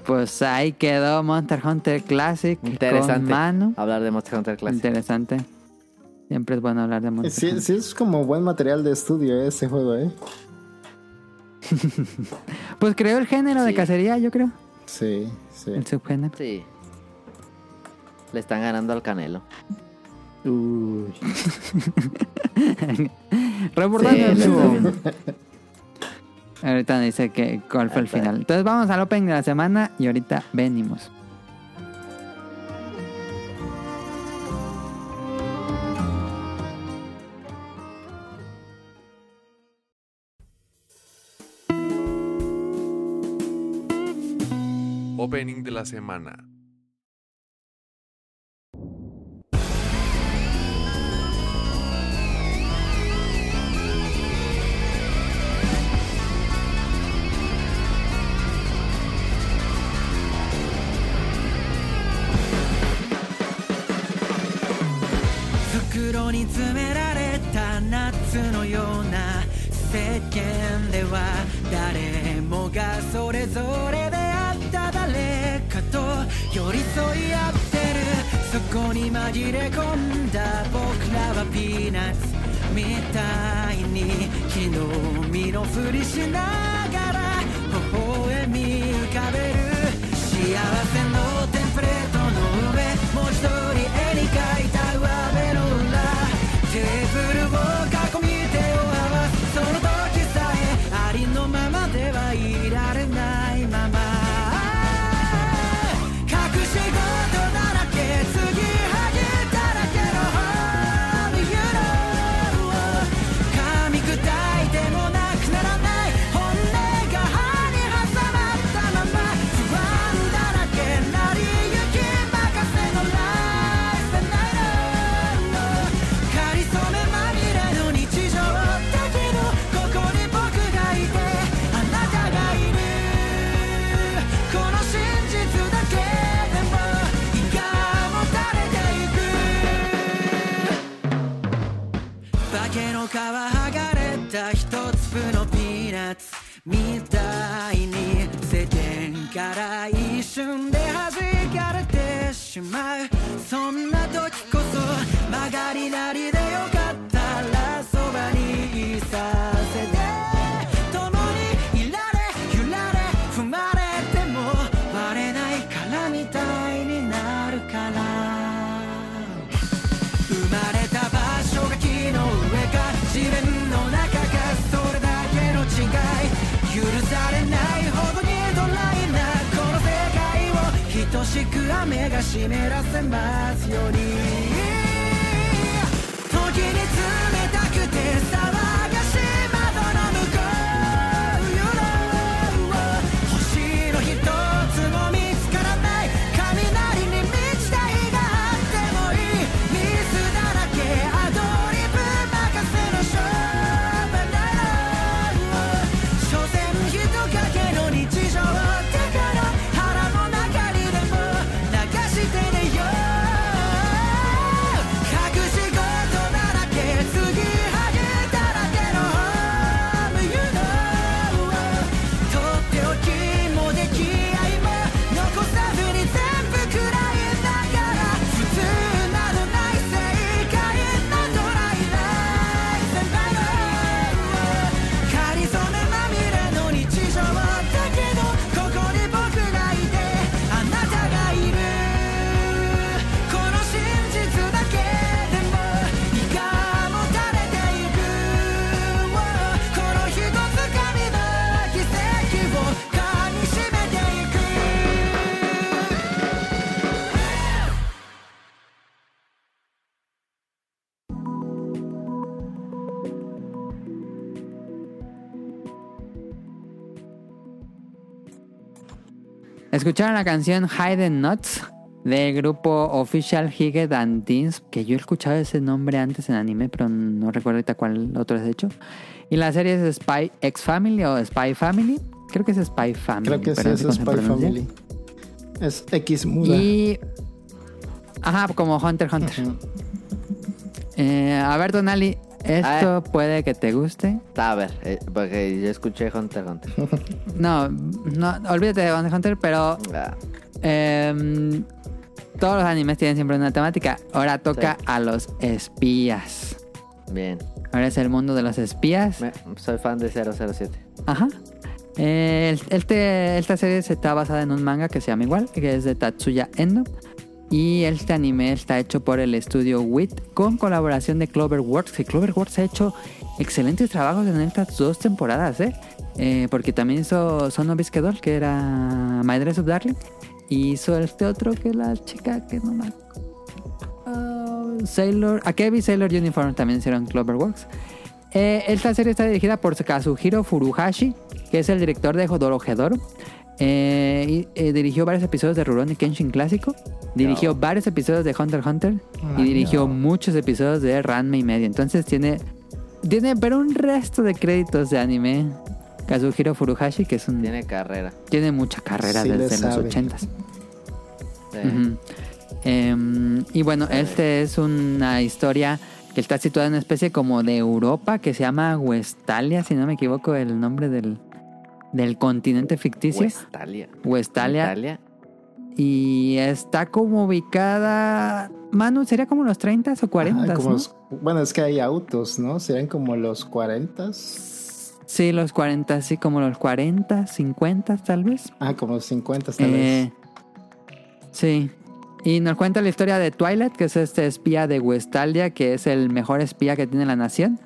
Speaker 2: Pues ahí quedó Monster Hunter Classic con
Speaker 4: Interesante.
Speaker 2: mano.
Speaker 4: Hablar de Monster Hunter Classic.
Speaker 2: Interesante. Siempre es bueno hablar de
Speaker 3: Eh,
Speaker 2: Monster
Speaker 3: Sí,
Speaker 2: Hunter.
Speaker 3: sí, es como buen material de estudio eh, ese juego, ¿eh?
Speaker 2: Pues creó el género de
Speaker 4: Sí.
Speaker 2: cacería, yo creo.
Speaker 3: Sí, sí.
Speaker 2: El subgénero.
Speaker 4: Sí. Le están ganando al Canelo.
Speaker 2: Reportando
Speaker 4: Sí,
Speaker 2: en
Speaker 4: le
Speaker 2: vivo.
Speaker 4: está viendo.
Speaker 2: Ahorita dice que cuál fue el
Speaker 4: Ahí está.
Speaker 2: final. Entonces vamos al Open de la semana y ahorita venimos.
Speaker 6: Opening de la semana.
Speaker 7: 袋に詰められた夏のような世間では誰もがそれぞれであった誰かと寄り添い合ってるそこに紛れ込んだ僕らはピーナッツみたいに昨日身のふりしながら微笑み浮かべる幸せのテンプレートの上もう一人絵に描いた上辺の裏テーブルを囲み手を合わすその時さえありのままではいられないまま隠し事だらけ継ぎはぎだらけの Holy You know 噛み砕いてもなくならない本音が歯に挟まったまま不安だらけなりゆき任せのライフナイトかりそめまみれの日常だけどここに僕がいてあなたがいるこの真実だけでも胃がもたれていく化けの皮剥がれた一粒のピーナッツみたいに世間から一瞬で弾かれてしまうそんな時こそ曲がりなりでよかったらそばにいさせて共にいられ揺られ踏まれても割れないからみたいになるから生まれた場所が木の上か自分の中かそれだけの違い許されないほどにドライなこの世界を等ししく雨が湿らせますように時に冷たくて騒がしい窓の向こう星の一つも見つからない雷に満ちた日があってもいいミスだらけアドリブ任せのショーバナロ所詮人影の日常だから腹の中にでも流してねよ隠し事だらけ継ぎはぎだらけのホームユーロとっておきも出来合いも残さずに全部くらいだから普通などない正解などないない先輩の仮初めまみれの日常だけどここに僕がいてあなたがいるこの真実だけでも胃がもたれていくこの日のつかみの奇跡をかみしめていく
Speaker 2: Escucharon la canción Hidden Nuts del grupo Official Higet and Teens, que yo he escuchado ese nombre antes en anime, pero no recuerdo ahorita cuál otro es de hecho. Y la serie es Spy X Family o Spy Family. Creo que es Spy Family.
Speaker 3: Creo que sí
Speaker 2: pero no
Speaker 3: es
Speaker 2: sé cómo se
Speaker 3: Spy
Speaker 2: pronuncia.
Speaker 3: Family. Es X muda.
Speaker 2: Y. Ajá, como Hunter x Hunter.
Speaker 3: Ujú.
Speaker 2: Eh, a ver, Donali, esto puede que te guste.
Speaker 4: A ver, eh, porque yo escuché Hunter x Hunter.
Speaker 2: No, no olvídate de Hunter x Hunter, pero
Speaker 4: Ah,
Speaker 2: Em, todos los animes tienen siempre una temática. Ahora toca
Speaker 4: Sí.
Speaker 2: a los espías.
Speaker 4: bien.
Speaker 2: Ahora es el mundo de los espías.
Speaker 4: Me- soy fan de 007.
Speaker 2: Ajá. Eh, el- este- esta serie se está basada en un manga que se llama igual, que es de Tatsuya Endo. Y este anime está hecho por el estudio WIT con colaboración de Cloverworks. Que Cloverworks ha hecho excelentes trabajos en estas dos temporadas, ¿eh? Eh, porque también hizo Son of Bisque Doll, que era My Dress of Darling. Y hizo este otro que es la chica que no me acuerdo. Ah, Sailor, Akebi Sailor Uniform también hicieron Cloverworks. Eh, esta serie está dirigida por Kazuhiro Furuhashi, que es el director de Hodoro Hedoro. Eh, y, eh, dirigió varios episodios de Rurouni Kenshin clásico, dirigió varios episodios de Hunter x Hunter
Speaker 3: Ah,
Speaker 2: y dirigió muchos episodios de Ranma y medio. Entonces tiene tiene pero un resto de créditos de anime Kazuhiro Furuhashi, que es un tiene,
Speaker 4: Tiene carrera.
Speaker 2: mucha carrera
Speaker 3: Sí le
Speaker 2: desde los
Speaker 3: sabe.
Speaker 2: 80s.
Speaker 4: Sí.
Speaker 2: Ujú. Em, y bueno,
Speaker 4: Vale.
Speaker 2: este es una historia que está situada en una especie como de Europa que se llama Westalia, si no me equivoco, el nombre del, del continente ficticio.
Speaker 4: Westalia.
Speaker 2: Westalia.
Speaker 4: Italia.
Speaker 2: Y está como ubicada. Manu, sería como los 30 o 40
Speaker 3: Ajá, como
Speaker 2: ¿no?
Speaker 3: los- bueno, es que hay autos, ¿no? Serían como los 40s.
Speaker 2: Sí, los 40, sí, como los 40, 50 tal vez.
Speaker 3: Ah, como los 50 tal
Speaker 2: Eh, Sí. Y nos cuenta la historia de Twilight, que es este espía de Westalia, que es el mejor espía que tiene la nación.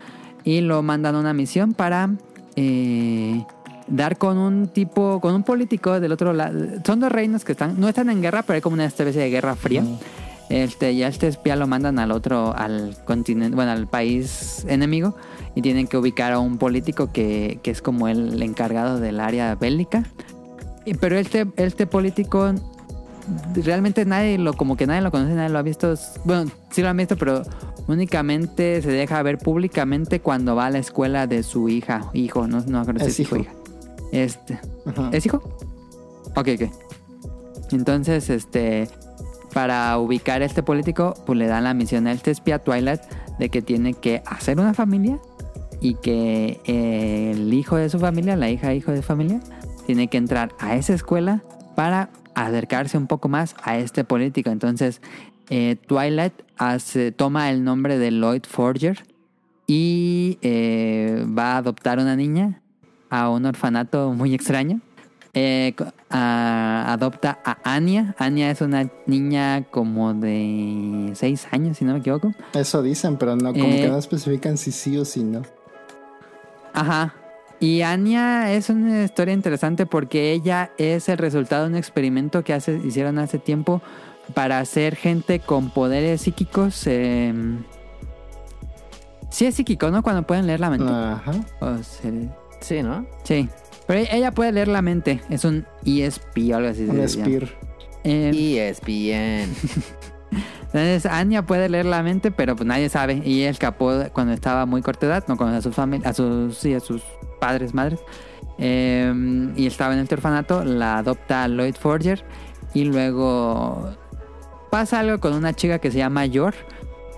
Speaker 2: Y lo mandan a una misión para eh, dar con un tipo, con un político del otro lado. Son dos reinos que están, no están en guerra, pero hay como una especie de guerra fría. Este, ya este espía lo mandan al otro, al continente, bueno, al país enemigo. Y tienen que ubicar a un político que, que es como el encargado del área bélica. Y- Pero este, este político realmente nadie lo, como que nadie lo conoce, nadie lo ha visto. Bueno, sí lo han visto, pero únicamente se deja ver públicamente cuando va a la escuela de su hija, hijo, no, no creo que
Speaker 3: Es
Speaker 2: es hijo,
Speaker 3: hijo.
Speaker 2: hija. Este.
Speaker 3: vez. Ajá.
Speaker 2: ¿Es hijo? Ok, ok. Entonces, este. Para ubicar a este político, pues le dan la misión a este espía Twilight de que tiene que hacer una familia y que eh, el hijo de su familia, la hija hijo de su familia, tiene que entrar a esa escuela para acercarse un poco más a este político. Entonces, eh, Twilight hace- toma el nombre de Lloyd Forger y eh, va a adoptar una niña a un orfanato muy extraño. Eh, co- a- adopta a Anya. Anya es una niña como de 6 años, si no me equivoco.
Speaker 3: Eso dicen, pero no, como
Speaker 2: Eh.
Speaker 3: que no especifican si sí o si no.
Speaker 2: Ajá. Y Anya es una historia interesante porque ella es el resultado de un experimento que hace, hicieron hace tiempo para hacer gente con poderes psíquicos. eh, sí es psíquico, ¿no? Cuando pueden leer la mente.
Speaker 3: Ajá.
Speaker 2: O se-
Speaker 4: Sí, ¿no?
Speaker 2: sí. Pero ella puede leer la mente. Es un ESP o algo así. se llama.
Speaker 3: Un spear.
Speaker 2: Eh,
Speaker 4: Y es bien.
Speaker 2: Entonces, Anya puede leer la mente, pero pues nadie sabe. Y él escapó cuando estaba muy corta edad, no conoce a sus familia, a sus, sí, a sus padres, madres. Eh, y estaba en el orfanato, la adopta Lloyd Forger. Y luego pasa algo con una chica que se llama Yor,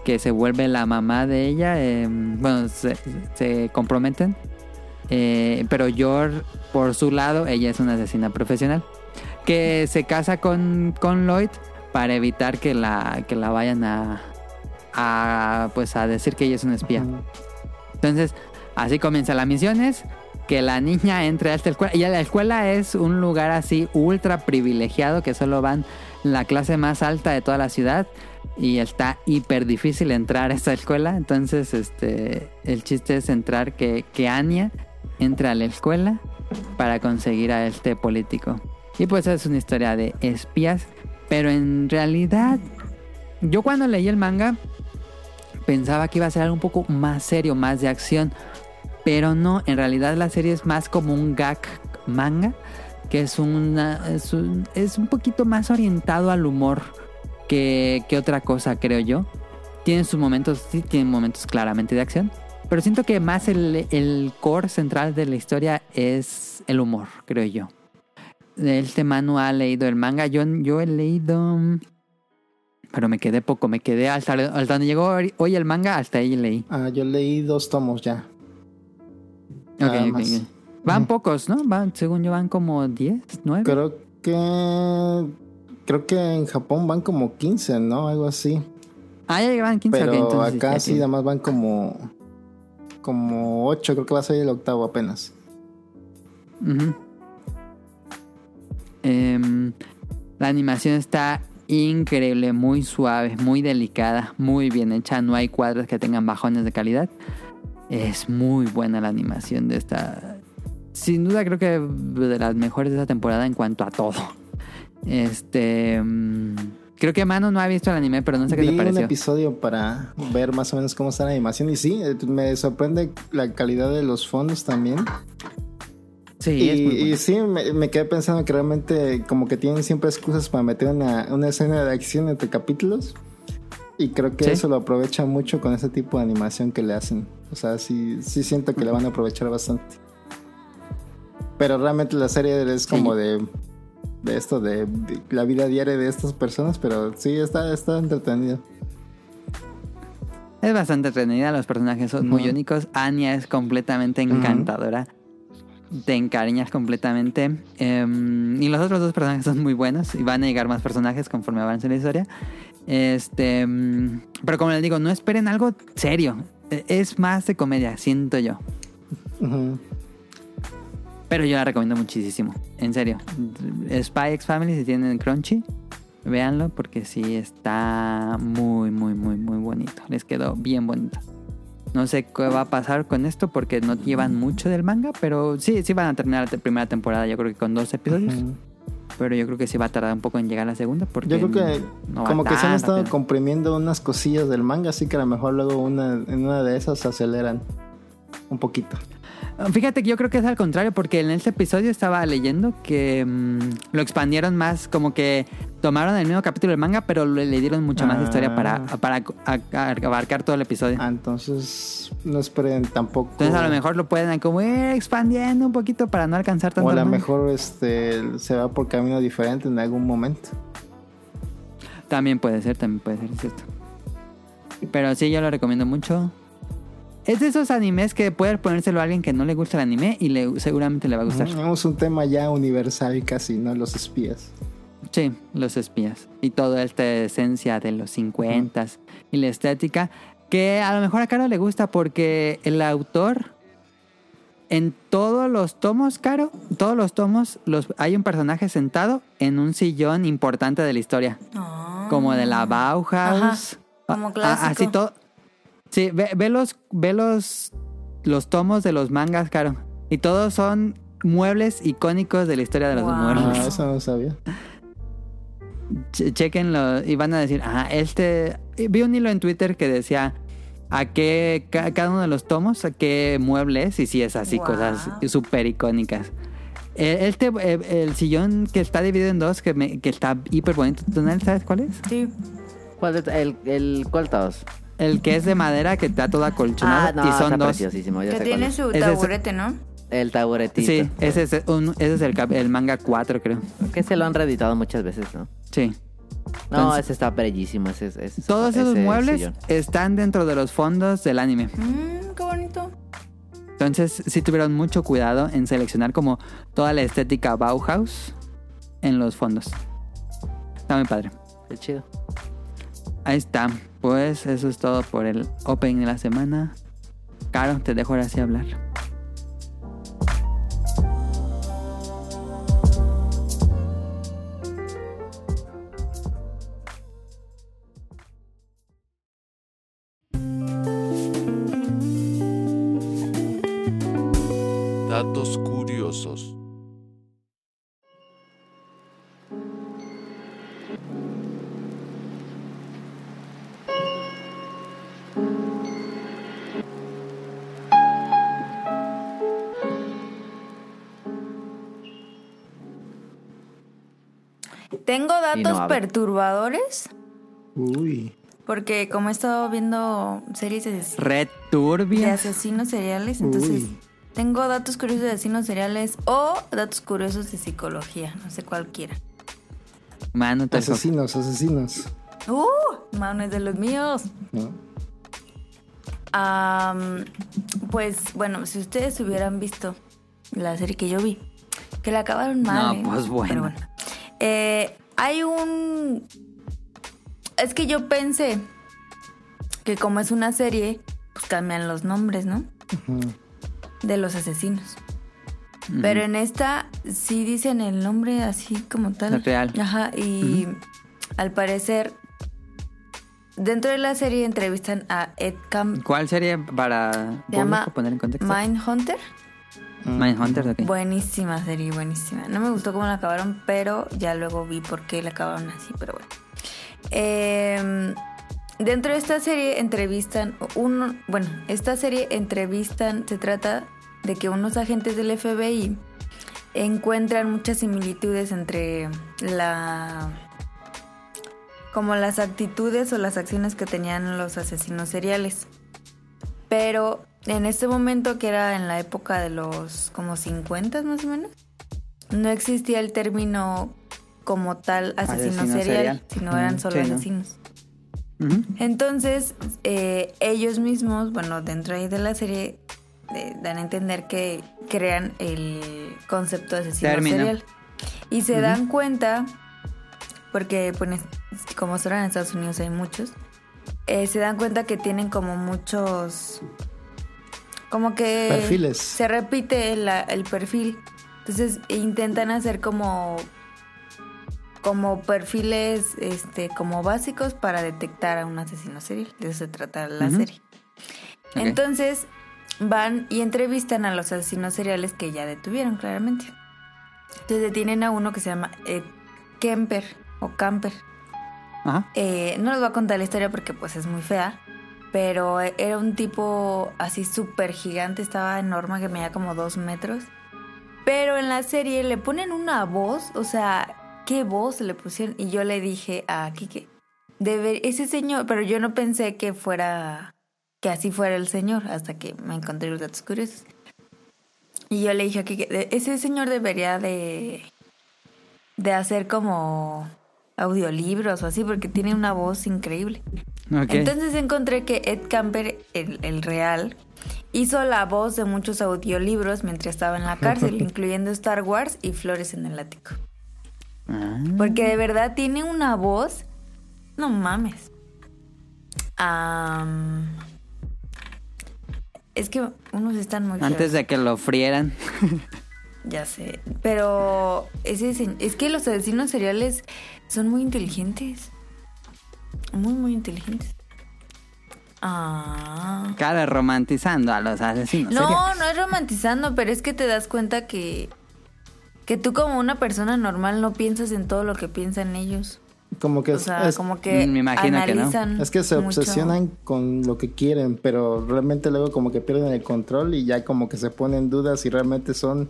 Speaker 2: que se vuelve la mamá de ella. eh, bueno, se, se comprometen. Eh, pero Yor, por su lado, ella es una asesina profesional. Que se casa con, con Lloyd para evitar que la, que la vayan a, a, pues a decir que ella es una espía. Entonces, así comienza la misión es que la niña entre a esta escuela. Y la escuela es un lugar así ultra privilegiado que solo van la clase más alta de toda la ciudad. Y está hiper difícil entrar a esta escuela. Entonces, este el chiste es entrar que, que Anya entre a la escuela para conseguir a este político. Y pues es una historia de espías. Pero en realidad, yo cuando leí el manga, pensaba que iba a ser algo un poco más serio, más de acción. Pero no, en realidad la serie es más como un gag manga, que es, una, es, un, es un poquito más orientado al humor que, que otra cosa, creo yo. Tiene sus momentos, sí, tiene momentos claramente de acción. Pero siento que más el, el core central de la historia es el humor, creo yo. Este Manu ha leído el manga. Yo, yo he leído. mm, Pero me quedé poco. Me quedé hasta, hasta donde llegó hoy- hoy el manga, hasta ahí leí.
Speaker 3: Ah, yo leí dos tomos ya.
Speaker 2: Ok,
Speaker 3: Nada
Speaker 2: ok,
Speaker 3: más.
Speaker 2: ok. Van
Speaker 3: Ujú.
Speaker 2: pocos, ¿no? Van, según yo, van como 10, 9.
Speaker 3: Creo que. Creo que en Japón van como 15, ¿no? Algo así.
Speaker 2: ah, ya llevan 15. ok,
Speaker 3: Pero
Speaker 2: entonces ya
Speaker 3: acá sí,
Speaker 2: tiene.
Speaker 3: nada más van como. Como 8, creo que va a salir el octavo apenas.
Speaker 2: Ujú. Em, la animación está increíble, muy suave, muy delicada, muy bien hecha. No hay cuadros que tengan bajones de calidad. Es muy buena la animación de esta. Sin duda creo que de las mejores de esta temporada en cuanto a todo. Este. em, creo que Mano no ha visto el anime, pero no sé qué
Speaker 3: Vi
Speaker 2: te
Speaker 3: un
Speaker 2: pareció.
Speaker 3: episodio para ver más o menos cómo está la animación. Y sí, eh, me sorprende la calidad de los fondos también.
Speaker 2: Sí,
Speaker 3: Y,
Speaker 2: es muy
Speaker 3: y
Speaker 2: bueno.
Speaker 3: sí, me, me quedé pensando que realmente como que tienen siempre excusas para meter una, una escena de acción entre capítulos. Y creo que
Speaker 2: Sí.
Speaker 3: eso lo aprovechan mucho con ese tipo de animación que le hacen. O sea, sí, sí siento que le van a aprovechar bastante. Pero realmente la serie es como de, de esto, de, de la vida diaria de estas personas. Pero sí, está, está entretenido.
Speaker 2: Es bastante entretenida, los personajes son muy
Speaker 3: Ujú.
Speaker 2: únicos. Anya es completamente
Speaker 3: Ujú.
Speaker 2: encantadora. Te encariñas completamente. Em, y los otros dos personajes son muy buenos. Y van a llegar más personajes conforme avance la historia. Este. em, Pero como les digo, no esperen algo serio. E- Es más de comedia, siento yo.
Speaker 3: Ujú.
Speaker 2: Pero yo la recomiendo muchísimo. En serio. Spy X Family, si tienen Crunchy, véanlo porque sí está muy, muy, muy, muy bonito. Les quedó bien bonito. No sé qué va a pasar con esto porque no llevan mucho del manga, pero sí, sí van a terminar la te- primera temporada, yo creo que con dos episodios.
Speaker 3: Ujú.
Speaker 2: Pero yo creo que sí va a tardar un poco en llegar a la segunda porque.
Speaker 3: Yo creo que
Speaker 2: no va
Speaker 3: como que se han
Speaker 2: tan
Speaker 3: estado
Speaker 2: rápido.
Speaker 3: comprimiendo unas cosillas del manga, así que a lo mejor luego una, en una de esas se aceleran un poquito.
Speaker 2: Ah, Fíjate que yo creo que es al contrario, porque en este episodio estaba leyendo que mm, lo expandieron más, como que tomaron el mismo capítulo del manga, pero le, le dieron mucha más
Speaker 3: Ah.
Speaker 2: historia para, para a- a- abarcar todo el episodio.
Speaker 3: Ah, entonces no esperen tampoco.
Speaker 2: Entonces a lo mejor lo pueden eh, como ir expandiendo un poquito para no alcanzar tanto.
Speaker 3: O a lo
Speaker 2: el manga.
Speaker 3: mejor este, se va por camino diferente en algún momento.
Speaker 2: También puede ser, también puede ser, es cierto. Pero sí, yo lo recomiendo mucho. Es de esos animes que puedes ponérselo a alguien que no le gusta el anime y le, seguramente le va a gustar.
Speaker 3: Tenemos un tema ya universal y casi, ¿no? Los espías.
Speaker 2: Sí, los espías. Y toda esta esencia de los 50 y la estética. Que a lo mejor a Caro le gusta porque el autor. En todos los tomos, Caro, todos los tomos, los, hay un personaje sentado en un sillón importante de la historia.
Speaker 1: Ah.
Speaker 2: Como de la Bauhaus.
Speaker 1: Ajá, como
Speaker 2: A- a-
Speaker 1: clásico.
Speaker 2: Así todo. Sí, ve, ve los, ve los, los tomos de los mangas, Caro. Y todos son muebles icónicos de la historia de los
Speaker 1: Wow.
Speaker 2: muebles.
Speaker 3: Ah, eso no sabía.
Speaker 2: Che- chequenlo y van a decir, ah, este... y Vi un hilo en Twitter que decía a qué ca- cada uno de los tomos, a qué mueble es, y si es así,
Speaker 1: Wow.
Speaker 2: cosas súper icónicas. Eh, Este, eh, el sillón que está dividido en dos, que, me- que está hiper bonito, Tonal, ¿sabes cuál es?
Speaker 1: Sí.
Speaker 4: ¿Cuál es el, el cuál todos?
Speaker 2: El que es de madera, que está todo acolchonado,
Speaker 4: Ah, no,
Speaker 2: y son
Speaker 4: está
Speaker 2: dos.
Speaker 4: preciosísimo. ya
Speaker 1: Que
Speaker 4: sé cuál
Speaker 1: tiene
Speaker 4: es.
Speaker 1: su
Speaker 2: Ese es-
Speaker 1: taburete, ¿no?
Speaker 4: El taburetito.
Speaker 2: Sí, ese es, un- ese es el, cap- el manga 4, creo.
Speaker 4: Que se lo han reeditado muchas veces, ¿no?
Speaker 2: Sí.
Speaker 4: No,
Speaker 2: Entonces-
Speaker 4: ese está bellísimo. Ese, ese- ese-
Speaker 2: Todos esos
Speaker 4: ese
Speaker 2: muebles
Speaker 4: sillón.
Speaker 2: están dentro de los fondos del anime.
Speaker 1: Mmm, qué bonito.
Speaker 2: Entonces sí tuvieron mucho cuidado en seleccionar como toda la estética Bauhaus en los fondos. Está muy padre.
Speaker 4: Qué chido.
Speaker 2: Ahí está. Pues eso es todo por el Open de la semana. Caro, te dejo ahora sí hablar.
Speaker 6: Datos curiosos.
Speaker 1: Tengo
Speaker 4: Y
Speaker 1: datos
Speaker 4: no habla.
Speaker 1: perturbadores
Speaker 3: Uy.
Speaker 1: porque como he estado viendo series de, de
Speaker 2: Red Turbia.
Speaker 1: asesinos seriales, entonces
Speaker 3: Uy.
Speaker 1: tengo datos curiosos de asesinos seriales o datos curiosos de psicología, no sé cualquiera.
Speaker 2: Mano, te dejo.
Speaker 3: Asesinos, asesinos.
Speaker 1: ¡Uh! Mano es de los míos.
Speaker 3: ¿no?
Speaker 1: Am, pues bueno, si ustedes hubieran visto la serie que yo vi, que la acabaron mal.
Speaker 2: No,
Speaker 1: ¿eh?
Speaker 2: pues, bueno.
Speaker 1: Pero Eh, hay un. Es que yo pensé que como es una serie, pues cambian los nombres, ¿no?
Speaker 3: Ajá.
Speaker 1: De los asesinos. Pero en esta sí dicen el nombre así como tal.
Speaker 2: El real.
Speaker 1: Ajá, y al parecer. Dentro de la serie entrevistan a Ed Camp
Speaker 2: ¿Cuál sería para
Speaker 1: se llama
Speaker 2: público poner en contexto?
Speaker 1: Mindhunter.
Speaker 2: Mindhunters, ok.
Speaker 1: Buenísima serie, buenísima. No me gustó cómo la acabaron, pero ya luego vi por qué la acabaron así, pero bueno. Eh, dentro de esta serie entrevistan uno, bueno, esta serie entrevistan, se trata de que unos agentes del FBI encuentran muchas similitudes entre la como las actitudes o las acciones que tenían los asesinos seriales. Pero en este momento, que era en la época de los como 50 más o menos, no existía el término como tal asesino,
Speaker 2: Asesino
Speaker 1: serial,
Speaker 2: serial.
Speaker 1: sino eran
Speaker 2: Mm,
Speaker 1: solo
Speaker 2: sí, ¿no?
Speaker 1: asesinos.
Speaker 2: Ujú.
Speaker 1: Entonces, eh, ellos mismos, bueno, dentro ahí de la serie, eh, dan a entender que crean el concepto de asesino
Speaker 2: Término.
Speaker 1: serial. Y se dan cuenta, porque pues, como solo en Estados Unidos hay muchos, eh, se dan cuenta que tienen como muchos... Como que...
Speaker 3: Perfiles.
Speaker 1: Se repite la- el perfil. Entonces intentan hacer como como perfiles este como básicos para detectar a un asesino serial. De eso se trata la
Speaker 2: Ujú.
Speaker 1: serie.
Speaker 2: Ok.
Speaker 1: Entonces van y entrevistan a los asesinos seriales que ya detuvieron, claramente. Entonces detienen a uno que se llama Ed Kemper o Camper.
Speaker 2: Ajá.
Speaker 1: Eh, no les voy a contar la historia porque pues es muy fea, pero eh, era un tipo así súper gigante, estaba enorme, que medía como dos metros. Pero en la serie le ponen una voz, o sea, ¿qué voz le pusieron? Y yo le dije a Kike, debe, ese señor, pero yo no pensé que fuera, que así fuera el señor, hasta que me encontré los datos curiosos. Y yo le dije a Kike, "De- ese señor debería de, de hacer como audiolibros o así, porque tiene una voz increíble.
Speaker 2: Ok.
Speaker 1: Entonces encontré que Ed Camper, el, el real, hizo la voz de muchos audiolibros mientras estaba en la cárcel, incluyendo Star Wars y Flores en el Ático.
Speaker 2: Ah,
Speaker 1: Porque de verdad tiene una voz. No mames. Am, es que unos están muy. feos.
Speaker 2: antes de que lo frieran.
Speaker 1: Ya sé. Pero ese se- es que los asesinos seriales son muy inteligentes. Muy, muy inteligentes. Ah.
Speaker 2: Cara, romantizando a los asesinos. seriales.
Speaker 1: No, no es romantizando, pero es que te das cuenta que, que tú como una persona normal no piensas en todo lo que piensan ellos.
Speaker 3: Como que
Speaker 1: O
Speaker 3: es-
Speaker 1: sea,
Speaker 3: es,
Speaker 1: como que
Speaker 2: Mm, Me imagino que no.
Speaker 1: analizan
Speaker 3: Es que se
Speaker 1: mucho.
Speaker 3: obsesionan con lo que quieren, pero realmente luego como que pierden el control y ya como que se ponen dudas si realmente son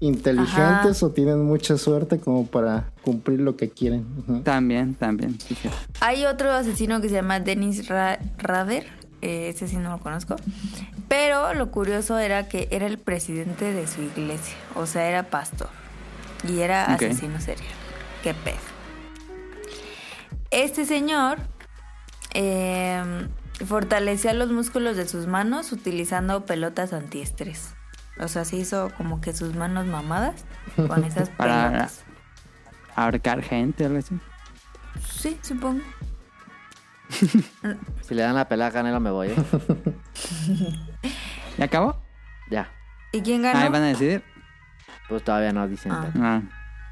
Speaker 3: inteligentes o tienen mucha suerte como para cumplir lo que quieren. Ujú.
Speaker 2: También, también. sí, sí.
Speaker 1: Hay otro asesino que se llama Dennis Ra- Rader, eh, ese sí no lo conozco, pero lo curioso era que era el presidente de su iglesia, o sea, era pastor y era
Speaker 2: Ok.
Speaker 1: asesino serial. Qué pedo. Este señor eh, fortalecía los músculos de sus manos utilizando pelotas antiestrés. O sea, se hizo como que sus manos mamadas con esas
Speaker 2: Para-
Speaker 1: pelotas.
Speaker 2: Ahorcar gente, algo así.
Speaker 1: Sí, supongo.
Speaker 4: Si le dan la pelada a Canelo me voy, ¿eh?
Speaker 2: ¿Ya acabó?
Speaker 4: Ya.
Speaker 1: ¿Y quién
Speaker 2: Ahí
Speaker 1: ganó?
Speaker 2: van Ah, a decidir.
Speaker 4: Pues todavía no dicen.
Speaker 1: Ah.
Speaker 2: Ah,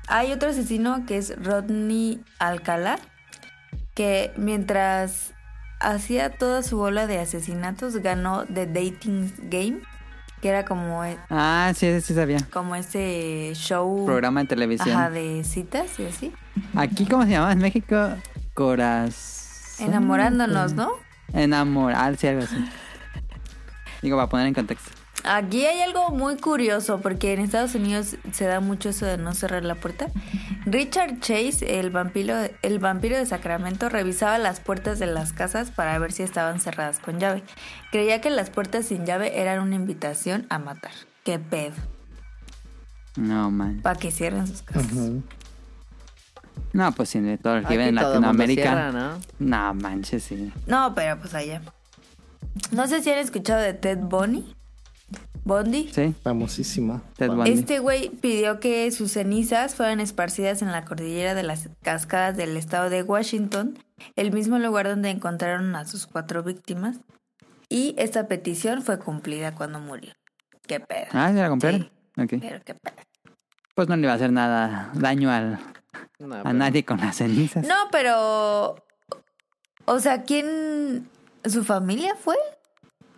Speaker 1: Hay otro asesino que es Rodney Alcalá, que mientras hacía toda su bola de asesinatos, ganó The Dating Game, que era como, e-
Speaker 2: Ah, sí, sí sabía.
Speaker 1: como ese show
Speaker 2: Programa de televisión.
Speaker 1: Uh. ajá, de citas y así.
Speaker 2: Aquí, ¿cómo se llamaba en México? Corazón.
Speaker 1: Enamorándonos, ¿no?
Speaker 2: Enamorar, sí, algo así. Digo, para poner en contexto.
Speaker 1: Aquí hay algo muy curioso porque en Estados Unidos se da mucho eso de no cerrar la puerta. Richard Chase, el vampiro, el vampiro de Sacramento, revisaba las puertas de las casas para ver si estaban cerradas con llave. Creía que las puertas sin llave eran una invitación a matar. Qué pedo.
Speaker 2: No, man.
Speaker 1: Para que cierren sus casas.
Speaker 3: Ujú.
Speaker 2: No, pues sí, de todo el que
Speaker 4: Aquí
Speaker 2: vive en
Speaker 4: todo el mundo
Speaker 2: Latinoamérica.
Speaker 4: cierra, ¿no?
Speaker 2: No, manches, sí.
Speaker 1: No, pero pues allá. No sé si han escuchado de Ted Bundy. Bondi.
Speaker 2: Sí,
Speaker 3: Famosísima.
Speaker 2: Ted Bundy.
Speaker 1: Este güey pidió que sus cenizas fueran esparcidas en la cordillera de las cascadas del estado de Washington, el mismo lugar donde encontraron a sus cuatro víctimas. Y esta petición fue cumplida cuando murió. Qué pedo.
Speaker 2: Ah, ¿se la compraron?
Speaker 1: Sí.
Speaker 2: Ok.
Speaker 1: Pero qué pedo.
Speaker 2: Pues no le iba a hacer nada daño al,
Speaker 4: No,
Speaker 2: a
Speaker 4: Ah, pero-
Speaker 2: nadie con las cenizas.
Speaker 1: No, pero. O sea, ¿quién. ¿Su familia fue?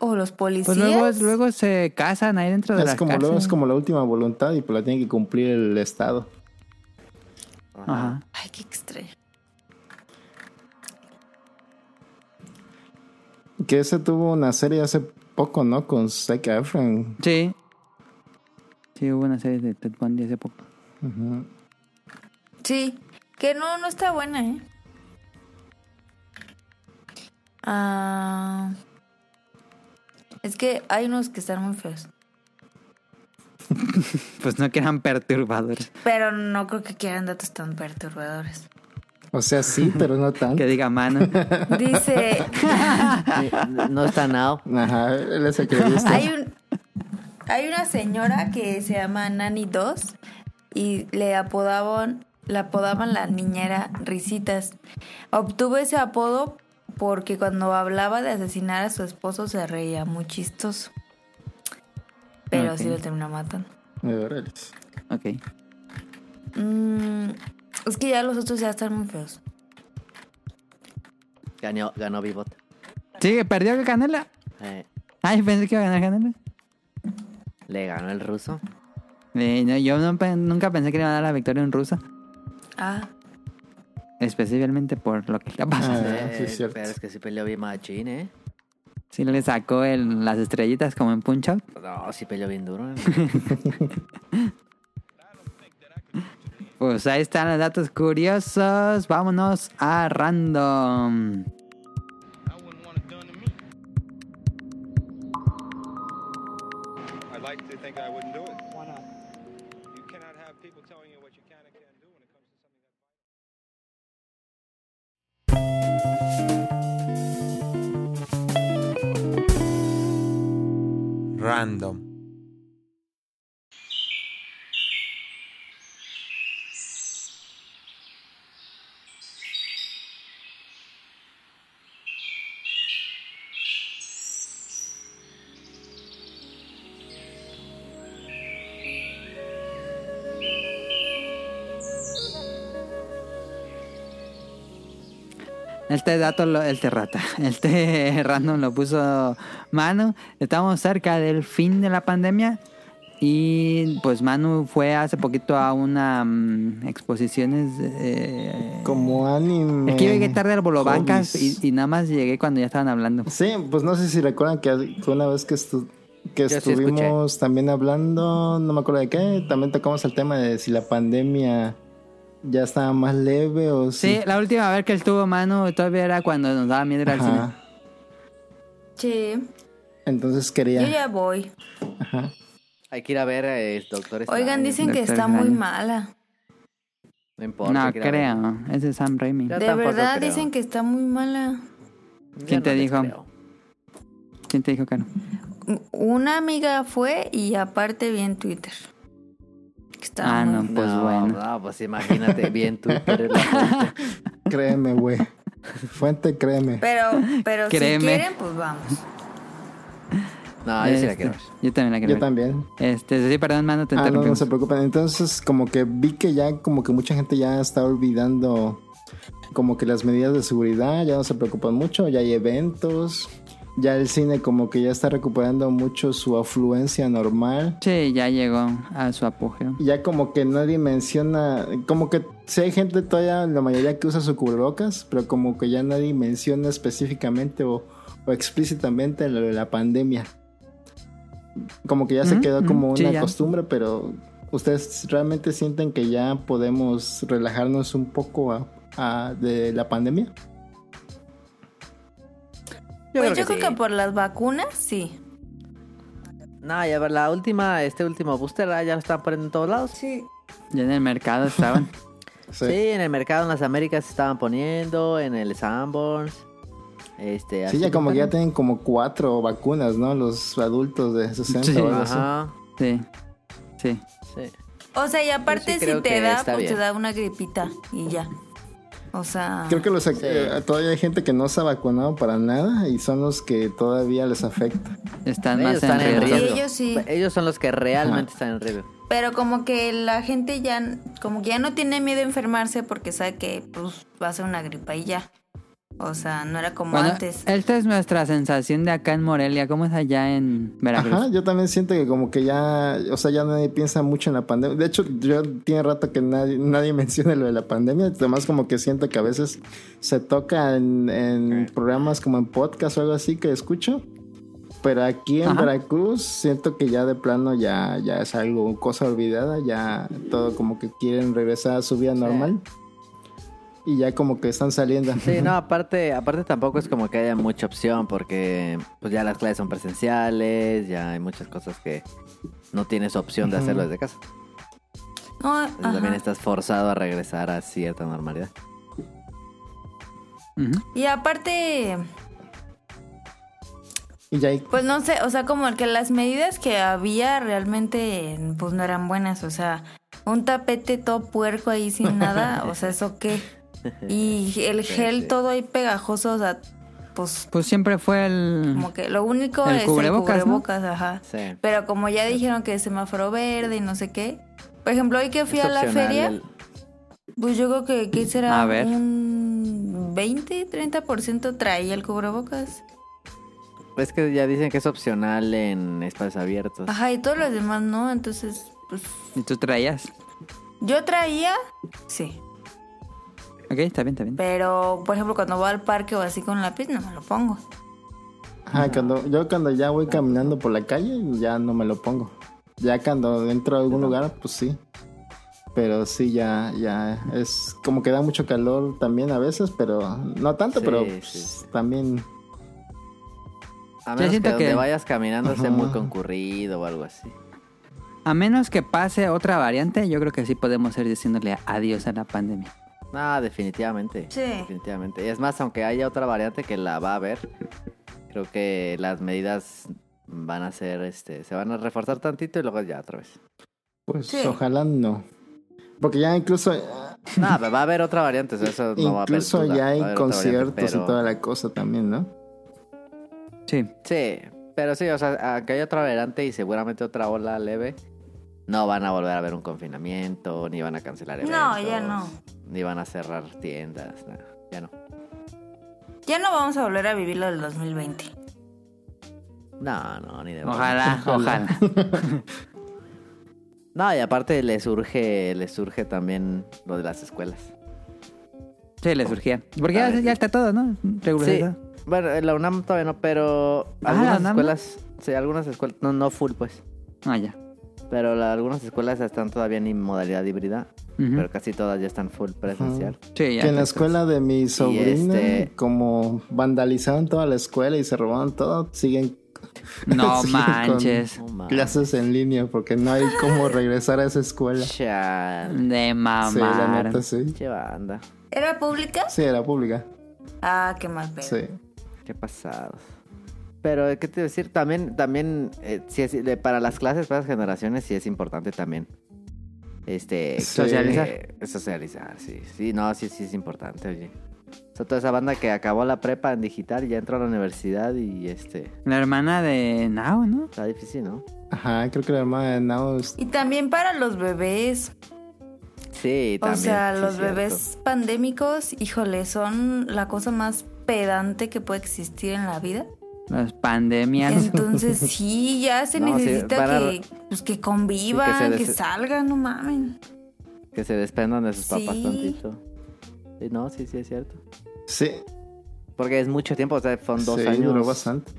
Speaker 1: ¿O los policías?
Speaker 2: Pues luego, luego se casan ahí dentro de
Speaker 3: Es
Speaker 2: las
Speaker 3: como,
Speaker 2: cárceles.
Speaker 3: luego, es como la última voluntad y pues la tiene que cumplir el Estado.
Speaker 2: Ajá.
Speaker 1: Ay, qué extraño.
Speaker 3: Que ese tuvo una serie hace poco, ¿no? Con Zac Efron.
Speaker 2: Sí. Sí, hubo una serie de Ted Bundy hace poco.
Speaker 3: Ujú.
Speaker 1: Sí, que no, no está buena, ¿eh? Ah, es que hay unos que están muy feos.
Speaker 2: Pues no que eran perturbadores.
Speaker 1: Pero no creo que quieran datos tan perturbadores.
Speaker 3: O sea, sí, pero no tanto.
Speaker 2: Que diga mano.
Speaker 1: Dice,
Speaker 4: No, no está now.
Speaker 3: Ajá, él es el que le gusta.
Speaker 1: hay un hay una señora que se llama Nani 2 y le apodaban la apodaban la niñera Risitas. Obtuvo ese apodo porque cuando hablaba de asesinar a su esposo se reía muy chistoso. Pero
Speaker 2: Ok.
Speaker 1: sí lo terminó matando.
Speaker 3: Órale.
Speaker 2: ok.
Speaker 1: Mm, es que ya los otros ya están muy feos.
Speaker 4: Ganó, ganó Vivot.
Speaker 2: Sí, perdió el Canela.
Speaker 4: Eh,
Speaker 2: Ay, pensé que iba a ganar Canela.
Speaker 4: le ganó el ruso.
Speaker 2: Eh, no, yo no pe- nunca pensé que le iba a dar la victoria a un ruso.
Speaker 1: Ah,
Speaker 2: Especialmente por lo que le
Speaker 3: Ah,
Speaker 2: pasa.
Speaker 3: sí, es cierto.
Speaker 4: Eh, Pero es que sí peleó bien machín, ¿eh?
Speaker 2: Sí le sacó el- las estrellitas como en Punch Out.
Speaker 4: No, sí peleó bien duro. ¿eh?
Speaker 2: Pues ahí están los datos curiosos. Vámonos a random.
Speaker 8: I'd like to think I wouldn't do it. Why not? You cannot have people telling you what you can and can't do when it comes to something.
Speaker 6: Random.
Speaker 2: Este dato, lo- este rata, este random lo puso Manu. Estamos cerca del fin de la pandemia. Y pues Manu fue hace poquito a una mm, exposiciones. eh,
Speaker 3: Como anime.
Speaker 2: es que yo llegué tarde al Bolobancas y,
Speaker 3: hobbies.
Speaker 2: y nada más llegué cuando ya estaban hablando.
Speaker 3: Sí, pues no sé si recuerdan que fue una vez que, estu- que
Speaker 4: Yo sí
Speaker 3: estuvimos también hablando, no me acuerdo de qué, también tocamos el tema de si la pandemia ya estaba más leve o si...
Speaker 2: Sí, la última vez que estuvo Manu todavía era cuando nos daba miedo ir al cine.
Speaker 3: Ajá.
Speaker 1: Sí,
Speaker 3: Entonces
Speaker 1: yo
Speaker 3: quería...
Speaker 1: ya voy.
Speaker 3: Ajá.
Speaker 4: Hay que ir a ver eh, el doctor. este.
Speaker 1: Oigan,
Speaker 4: Strange.
Speaker 1: dicen que
Speaker 2: Doctor
Speaker 1: está muy
Speaker 2: Extraño.
Speaker 1: mala.
Speaker 4: No importa.
Speaker 2: no
Speaker 4: hay que ir a ver.
Speaker 2: creo, ese es Sam Raimi.
Speaker 4: Ya- Yo
Speaker 1: De
Speaker 4: tampoco
Speaker 1: verdad
Speaker 4: creo.
Speaker 1: dicen que está muy mala.
Speaker 4: Yo
Speaker 2: ¿Quién
Speaker 4: no
Speaker 2: te
Speaker 4: les
Speaker 2: dijo?
Speaker 4: creo.
Speaker 2: ¿Quién te dijo que no?
Speaker 1: Una amiga fue y aparte vi en Twitter. Que está
Speaker 2: Ah,
Speaker 1: muy-
Speaker 2: no. Pues
Speaker 4: no,
Speaker 2: bueno.
Speaker 4: No, pues imagínate bien tú. pero la fuente.
Speaker 3: Créeme, güey. Fuente, créeme.
Speaker 1: Pero, pero si
Speaker 2: Créeme.
Speaker 1: quieren, pues vamos.
Speaker 4: No, Ah, yo sí la
Speaker 2: Este,
Speaker 4: quiero. ver.
Speaker 2: Yo también la quiero.
Speaker 3: Yo
Speaker 2: ver.
Speaker 3: también.
Speaker 2: Este, sí, perdón, Manu, te
Speaker 3: Ah, no,
Speaker 2: interrumpí.
Speaker 3: no se preocupen. Entonces, como que vi que ya, como que mucha gente ya está olvidando, como que las medidas de seguridad, ya no se preocupan mucho, ya hay eventos, ya el cine como que ya está recuperando mucho su afluencia normal.
Speaker 2: Sí, ya llegó a su apogeo.
Speaker 3: Y Ya como que nadie menciona, como que si hay gente todavía, la mayoría que usa su cubrebocas, pero como que ya nadie menciona específicamente o, o explícitamente lo de la pandemia. Como que ya se
Speaker 2: Ujú,
Speaker 3: quedó como
Speaker 2: ujú, sí,
Speaker 3: una
Speaker 2: ya.
Speaker 3: costumbre, pero ¿ustedes realmente sienten que ya podemos relajarnos un poco a- a- de la pandemia?
Speaker 1: pues
Speaker 4: Yo creo
Speaker 1: yo
Speaker 4: que
Speaker 1: creo
Speaker 4: sí.
Speaker 1: que por las vacunas, sí.
Speaker 4: No, ya ver, la última, este último booster ah, ya lo están poniendo en todos lados.
Speaker 1: Sí.
Speaker 2: Ya en el mercado estaban.
Speaker 3: Sí.
Speaker 4: Sí, en el mercado en las Américas se estaban poniendo, en el Sanborns. Este,
Speaker 3: Sí,
Speaker 4: así
Speaker 3: ya como que ya
Speaker 4: bueno.
Speaker 3: tienen como cuatro vacunas, ¿no? Los adultos de 60
Speaker 2: Sí.
Speaker 3: o algo así.
Speaker 4: Ajá,
Speaker 2: Sí. Sí.
Speaker 4: sí.
Speaker 1: O sea, y aparte
Speaker 4: sí
Speaker 1: si
Speaker 4: creo
Speaker 1: te
Speaker 4: que
Speaker 1: da,
Speaker 4: está
Speaker 1: pues te
Speaker 4: bien.
Speaker 1: da una gripita y ya. O sea,
Speaker 3: Creo que los, eh, todavía hay gente que no se ha vacunado para nada y son los que todavía les afecta.
Speaker 2: Están
Speaker 4: Ellos
Speaker 2: más
Speaker 4: están en riesgo.
Speaker 1: Sí, ellos sí.
Speaker 4: Ellos son los que realmente están en riesgo.
Speaker 1: pero como que la gente ya, como que ya no tiene miedo a enfermarse porque sabe que pues va a ser una gripa y ya. O sea, no era como
Speaker 2: Bueno,
Speaker 1: antes.
Speaker 2: esta es nuestra sensación de acá en Morelia. ¿Cómo es allá en Veracruz?
Speaker 3: Ajá, yo también siento que como que ya, o sea, ya nadie piensa mucho en la pandemia. De hecho, yo tiene rato que nadie, nadie menciona lo de la pandemia. Además, como que siento que a veces se toca en, en programas como en podcast o algo así que escucho. Pero aquí en
Speaker 2: Ajá.
Speaker 3: Veracruz siento que ya de plano ya, ya es algo, cosa olvidada, ya todo como que quieren regresar a su vida normal. Y ya como que están saliendo.
Speaker 4: Sí, no, aparte, aparte tampoco es como que haya mucha opción porque pues ya las clases son presenciales, ya hay muchas cosas que no tienes opción de
Speaker 3: Ujú.
Speaker 4: hacerlo desde casa.
Speaker 1: No,
Speaker 4: Entonces,
Speaker 1: ajá.
Speaker 4: eh, También estás forzado a regresar a cierta normalidad.
Speaker 2: Ujú.
Speaker 1: Y aparte,
Speaker 3: Y ya hay
Speaker 1: Pues no sé, o sea, como que las medidas que había realmente pues no eran buenas, o sea, un tapete todo puerco ahí sin nada, o sea, eso qué. Y el
Speaker 4: Sí,
Speaker 1: gel
Speaker 4: sí.
Speaker 1: todo ahí pegajoso, o sea, pues
Speaker 2: Pues siempre fue el.
Speaker 1: como que lo único
Speaker 2: El
Speaker 1: es
Speaker 2: cubrebocas,
Speaker 1: el
Speaker 2: ¿no?
Speaker 1: cubrebocas, ajá.
Speaker 4: Sí.
Speaker 1: Pero como ya dijeron que es semáforo verde y no sé qué. Por ejemplo, hoy que fui
Speaker 4: Es
Speaker 1: a la
Speaker 4: opcional
Speaker 1: feria,
Speaker 4: el-
Speaker 1: pues yo creo que, ¿qué será?
Speaker 2: A ver.
Speaker 1: Un 20, 30% traía el cubrebocas.
Speaker 4: Es que ya dicen que es opcional en espacios abiertos.
Speaker 1: Ajá, y todos los demás no, entonces, pues
Speaker 2: ¿Y tú traías?
Speaker 1: Yo traía, sí,
Speaker 2: Ok, está bien, está bien.
Speaker 1: pero por ejemplo cuando voy al parque o así con lápiz no me lo pongo.
Speaker 3: Ajá, cuando, yo cuando ya voy caminando por la calle, ya no me lo pongo. Ya cuando entro a algún lugar, pues sí. Pero sí, ya, ya es como que da mucho calor también a veces, pero no tanto,
Speaker 4: Sí,
Speaker 3: pero
Speaker 4: sí,
Speaker 3: pues,
Speaker 4: sí.
Speaker 3: también.
Speaker 4: A
Speaker 2: Yo
Speaker 4: menos que
Speaker 2: siento
Speaker 4: donde
Speaker 2: que-
Speaker 4: vayas caminando sea
Speaker 3: Ajá.
Speaker 4: muy concurrido o algo así.
Speaker 2: A menos que pase otra variante, yo creo que sí podemos ir diciéndole adiós a la pandemia.
Speaker 4: No, definitivamente.
Speaker 1: Sí.
Speaker 4: Definitivamente. Y es más, aunque haya otra variante que la va a haber, creo que las medidas van a ser, este, se van a reforzar tantito y luego ya otra vez.
Speaker 3: Pues
Speaker 1: Sí.
Speaker 3: ojalá no. Porque ya incluso,
Speaker 4: No, pero va a haber otra variante, o sea, eso no va a haber.
Speaker 3: incluso
Speaker 4: duda.
Speaker 3: ya
Speaker 4: Va a
Speaker 3: hay
Speaker 4: haber otra
Speaker 3: conciertos
Speaker 4: variante, pero-
Speaker 3: y toda la cosa también, ¿no?
Speaker 2: Sí.
Speaker 4: Sí, pero sí, o sea, aunque haya otra variante y seguramente otra ola leve, no van a volver a haber un confinamiento, ni van a cancelar
Speaker 1: No,
Speaker 4: eventos.
Speaker 1: ya no.
Speaker 4: Ni van a cerrar tiendas, no, ya no.
Speaker 1: Ya no vamos a volver a vivir lo del 2020.
Speaker 4: No, no, ni de broma.
Speaker 2: Ojalá, ojalá.
Speaker 4: No, y aparte le surge, le surge también lo de las escuelas.
Speaker 2: Sí, le surgía. Porque ya, ya está todo, ¿no?
Speaker 4: Sí,
Speaker 2: Regularizado.
Speaker 4: bueno, la UNAM todavía no, pero
Speaker 2: Ah, ¿la
Speaker 4: algunas
Speaker 2: UNAM no?
Speaker 4: escuelas, sí, algunas escuelas, no, no full pues,
Speaker 2: Ah, ya.
Speaker 4: pero la- algunas escuelas están todavía en modalidad híbrida,
Speaker 2: Ujú.
Speaker 4: pero casi todas ya están full presencial.
Speaker 2: Sí, ya.
Speaker 3: Que en la escuela de mi sobrina,
Speaker 4: este-
Speaker 3: como vandalizaron toda la escuela y se robaron todo, siguen.
Speaker 2: No
Speaker 3: siguen con
Speaker 2: manches.
Speaker 4: No mames.
Speaker 3: Clases en línea porque no hay cómo regresar a esa escuela.
Speaker 4: Chan,
Speaker 2: De
Speaker 3: Sí, la
Speaker 2: mamar.
Speaker 3: neta, sí.
Speaker 4: qué banda,
Speaker 1: ¿Era pública?
Speaker 3: Sí, era pública.
Speaker 1: Ah, qué mal pedo.
Speaker 3: Sí.
Speaker 4: qué pasados. Pero, ¿qué te iba a decir? También, también, eh, sí es- de- para las clases, para las generaciones, sí es importante también. Este,
Speaker 3: Sí.
Speaker 2: Socializar.
Speaker 4: Eh, socializar, sí. Sí, no, sí, sí es importante, oye. O sea, toda esa banda que acabó la prepa en digital y ya entró a la universidad y este.
Speaker 2: La hermana de Nao, ¿no?
Speaker 4: Está difícil, ¿no?
Speaker 3: Ajá, creo que la hermana de Nao. es-
Speaker 1: Y también para los bebés.
Speaker 4: Sí,
Speaker 1: O
Speaker 4: también.
Speaker 1: sea,
Speaker 4: sí,
Speaker 1: los
Speaker 4: cierto.
Speaker 1: bebés pandémicos, híjole, son la cosa más pedante que puede existir en la vida.
Speaker 2: Las pandemias.
Speaker 1: Entonces sí, ya se
Speaker 4: No, sí,
Speaker 1: necesita
Speaker 4: van a-
Speaker 1: que, pues, que convivan,
Speaker 4: Sí, que se
Speaker 1: que,
Speaker 4: des-
Speaker 1: salgan, no mamen.
Speaker 4: Que se desprendan de sus papás
Speaker 1: Sí.
Speaker 4: tantito. Sí, no, sí, sí es cierto.
Speaker 3: Sí,
Speaker 4: Porque es mucho tiempo, o sea, fueron dos
Speaker 3: sí,
Speaker 4: años.
Speaker 3: duró bastante.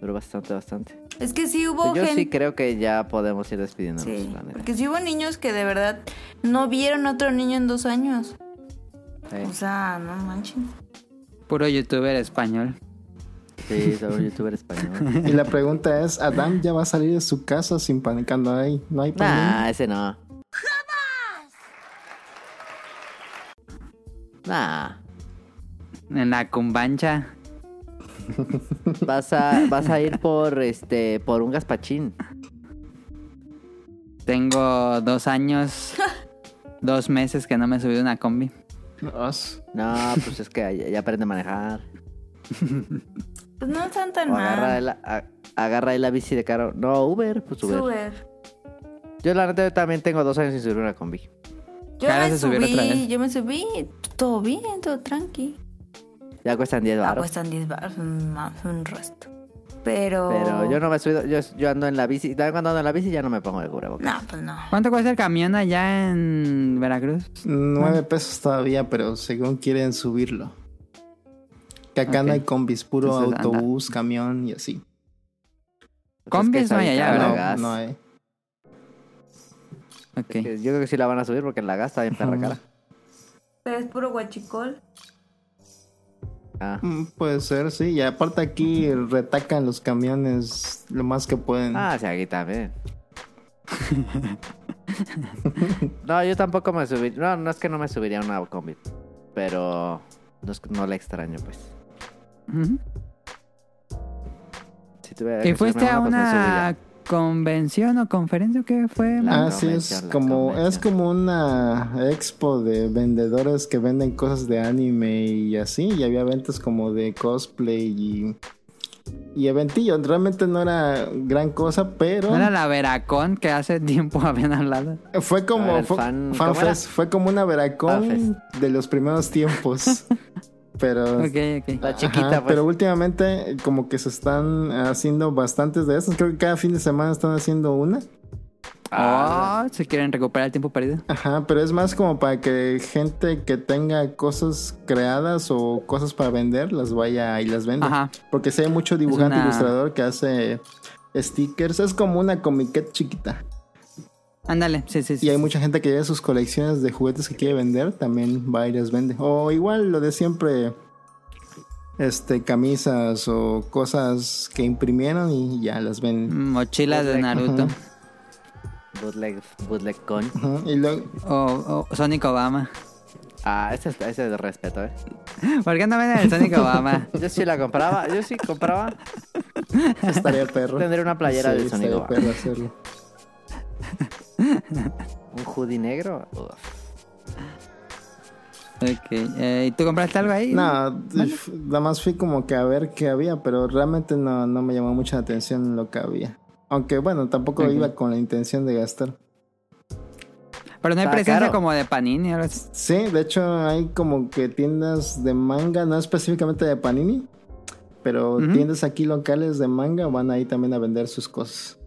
Speaker 4: Duró bastante, bastante.
Speaker 1: Es que sí hubo
Speaker 4: Pues Yo
Speaker 1: gente...
Speaker 4: sí creo que ya podemos ir despidiéndonos,
Speaker 1: Sí,
Speaker 4: la neta.
Speaker 1: porque sí hubo niños que de verdad no vieron a otro niño en dos años.
Speaker 4: Sí.
Speaker 1: O sea, no manchen.
Speaker 2: Puro youtuber español.
Speaker 4: Sí, soy un youtuber español.
Speaker 3: Y la pregunta es: ¿Adam ya va a salir de su casa sin pan? Cuando hay, no hay pan.
Speaker 4: nah, ese no. ¡Jamás!
Speaker 2: En la cumbancha.
Speaker 4: Nah, vas a, vas a ir por este por un gaspachín.
Speaker 2: Tengo dos años, dos meses que no me he subido a una combi.
Speaker 3: Os-
Speaker 4: No, pues es que ya, ya aprende a manejar.
Speaker 1: Pues no están tan
Speaker 4: O agarra,
Speaker 1: mal.
Speaker 4: el- a- agarra ahí la bici de caro. No, Uber, pues Uber.
Speaker 1: Uber.
Speaker 4: Yo la neta yo también tengo dos años sin subir una combi.
Speaker 1: Yo
Speaker 2: Cara
Speaker 1: me
Speaker 2: se subiera otra
Speaker 1: subí,
Speaker 4: ¿eh?
Speaker 2: vez.
Speaker 1: yo me subí, todo bien, todo tranqui.
Speaker 4: Ya cuestan 10
Speaker 1: Ah,
Speaker 4: baros.
Speaker 1: cuestan 10 baros, un, ma- un resto. Pero...
Speaker 4: Pero yo no me he subido, yo, yo ando en la bici. También cuando ando en la bici ya no me pongo de cubrebocas.
Speaker 1: No, pues no.
Speaker 2: ¿Cuánto cuesta el camión allá en Veracruz?
Speaker 3: Nueve pesos todavía, pero según quieren subirlo. Que acá no
Speaker 2: Ok.
Speaker 3: hay combis, puro
Speaker 2: Entonces, anda.
Speaker 3: autobús, camión y así.
Speaker 4: Pues es que
Speaker 2: Combis
Speaker 4: está
Speaker 2: no hay
Speaker 4: bien
Speaker 2: allá,
Speaker 4: caro el
Speaker 2: ¿verdad?
Speaker 4: gas.
Speaker 3: no, no hay.
Speaker 2: Ok.
Speaker 4: Que Yo creo que sí la van a subir porque en la gas está bien perra cara.
Speaker 1: Pero es puro guachicol.
Speaker 4: Ah,
Speaker 3: Mm, Puede ser, sí. Y aparte aquí retacan los camiones lo más que pueden.
Speaker 4: ah sí, aquí también. no, yo tampoco me subiría. No, no es que no me subiría a una combi. Pero no, es que no la extraño, pues.
Speaker 2: Ujú.
Speaker 4: Si tuviera que
Speaker 2: ¿Y fuiste a
Speaker 4: subirme pues, me
Speaker 2: una
Speaker 4: subiría.
Speaker 2: convención o conferencia que fue?
Speaker 4: La-
Speaker 3: Ah, sí, es
Speaker 4: convención, la
Speaker 3: como, es
Speaker 4: convención.
Speaker 3: como una expo de vendedores que venden cosas de anime y así. Y había eventos como de cosplay y, y eventillo. Realmente no era gran cosa, pero
Speaker 2: ¿No era la Veracón que hace tiempo habían hablado?
Speaker 3: fue como
Speaker 4: No, era
Speaker 3: fue,
Speaker 4: fan-
Speaker 3: fan
Speaker 4: ¿cómo era? Ah,
Speaker 3: fest, fue como una veracón
Speaker 4: Fanfest.
Speaker 3: de los primeros tiempos. pero
Speaker 2: Ok, ok.
Speaker 4: La chiquita,
Speaker 3: Ajá,
Speaker 4: pues.
Speaker 3: Pero últimamente como que se están haciendo bastantes de esas. Creo que cada fin de semana están haciendo una.
Speaker 4: Ah,
Speaker 2: Oh, si quieren recuperar el tiempo perdido.
Speaker 3: Ajá, pero es más como para que gente que tenga cosas creadas o cosas para vender las vaya y las venda.
Speaker 2: Ajá.
Speaker 3: Porque si hay mucho dibujante
Speaker 2: una-
Speaker 3: ilustrador que hace stickers, es como una comiquet chiquita.
Speaker 2: Ándale, sí, sí, sí.
Speaker 3: Y hay mucha gente que lleva sus colecciones de juguetes que quiere vender, también va y las vende. O igual lo de siempre, este, camisas o cosas que imprimieron y ya las venden.
Speaker 2: Mm, Mochilas de Naruto.
Speaker 4: Bootleg, bootleg con.
Speaker 3: Ajá, Y luego,
Speaker 2: O, o Sonic Obama.
Speaker 4: Ah, ese, está- ese es de respeto, eh.
Speaker 2: ¿Por qué no venden el Sonic Obama?
Speaker 4: Yo sí la compraba, yo sí compraba.
Speaker 3: estaría perro.
Speaker 4: Tendré una playera
Speaker 3: Sí,
Speaker 4: del
Speaker 3: estaría
Speaker 4: sonido.
Speaker 3: perro hacerlo.
Speaker 4: Un hoodie negro. Uf.
Speaker 2: Ok. eh, ¿Y tú compraste algo ahí?
Speaker 3: No, f- nada más fui como que a ver qué había, pero realmente no, no me llamó mucha atención lo que había. Aunque bueno, tampoco
Speaker 2: Ok.
Speaker 3: iba con la intención de gastar.
Speaker 2: Pero no hay
Speaker 4: Está
Speaker 2: presencia
Speaker 4: caro.
Speaker 2: como de Panini. ahora sí.
Speaker 3: Sí, de hecho hay como que tiendas de manga, no específicamente de Panini, pero
Speaker 2: Ujú.
Speaker 3: tiendas aquí locales de manga van ahí también a vender sus cosas.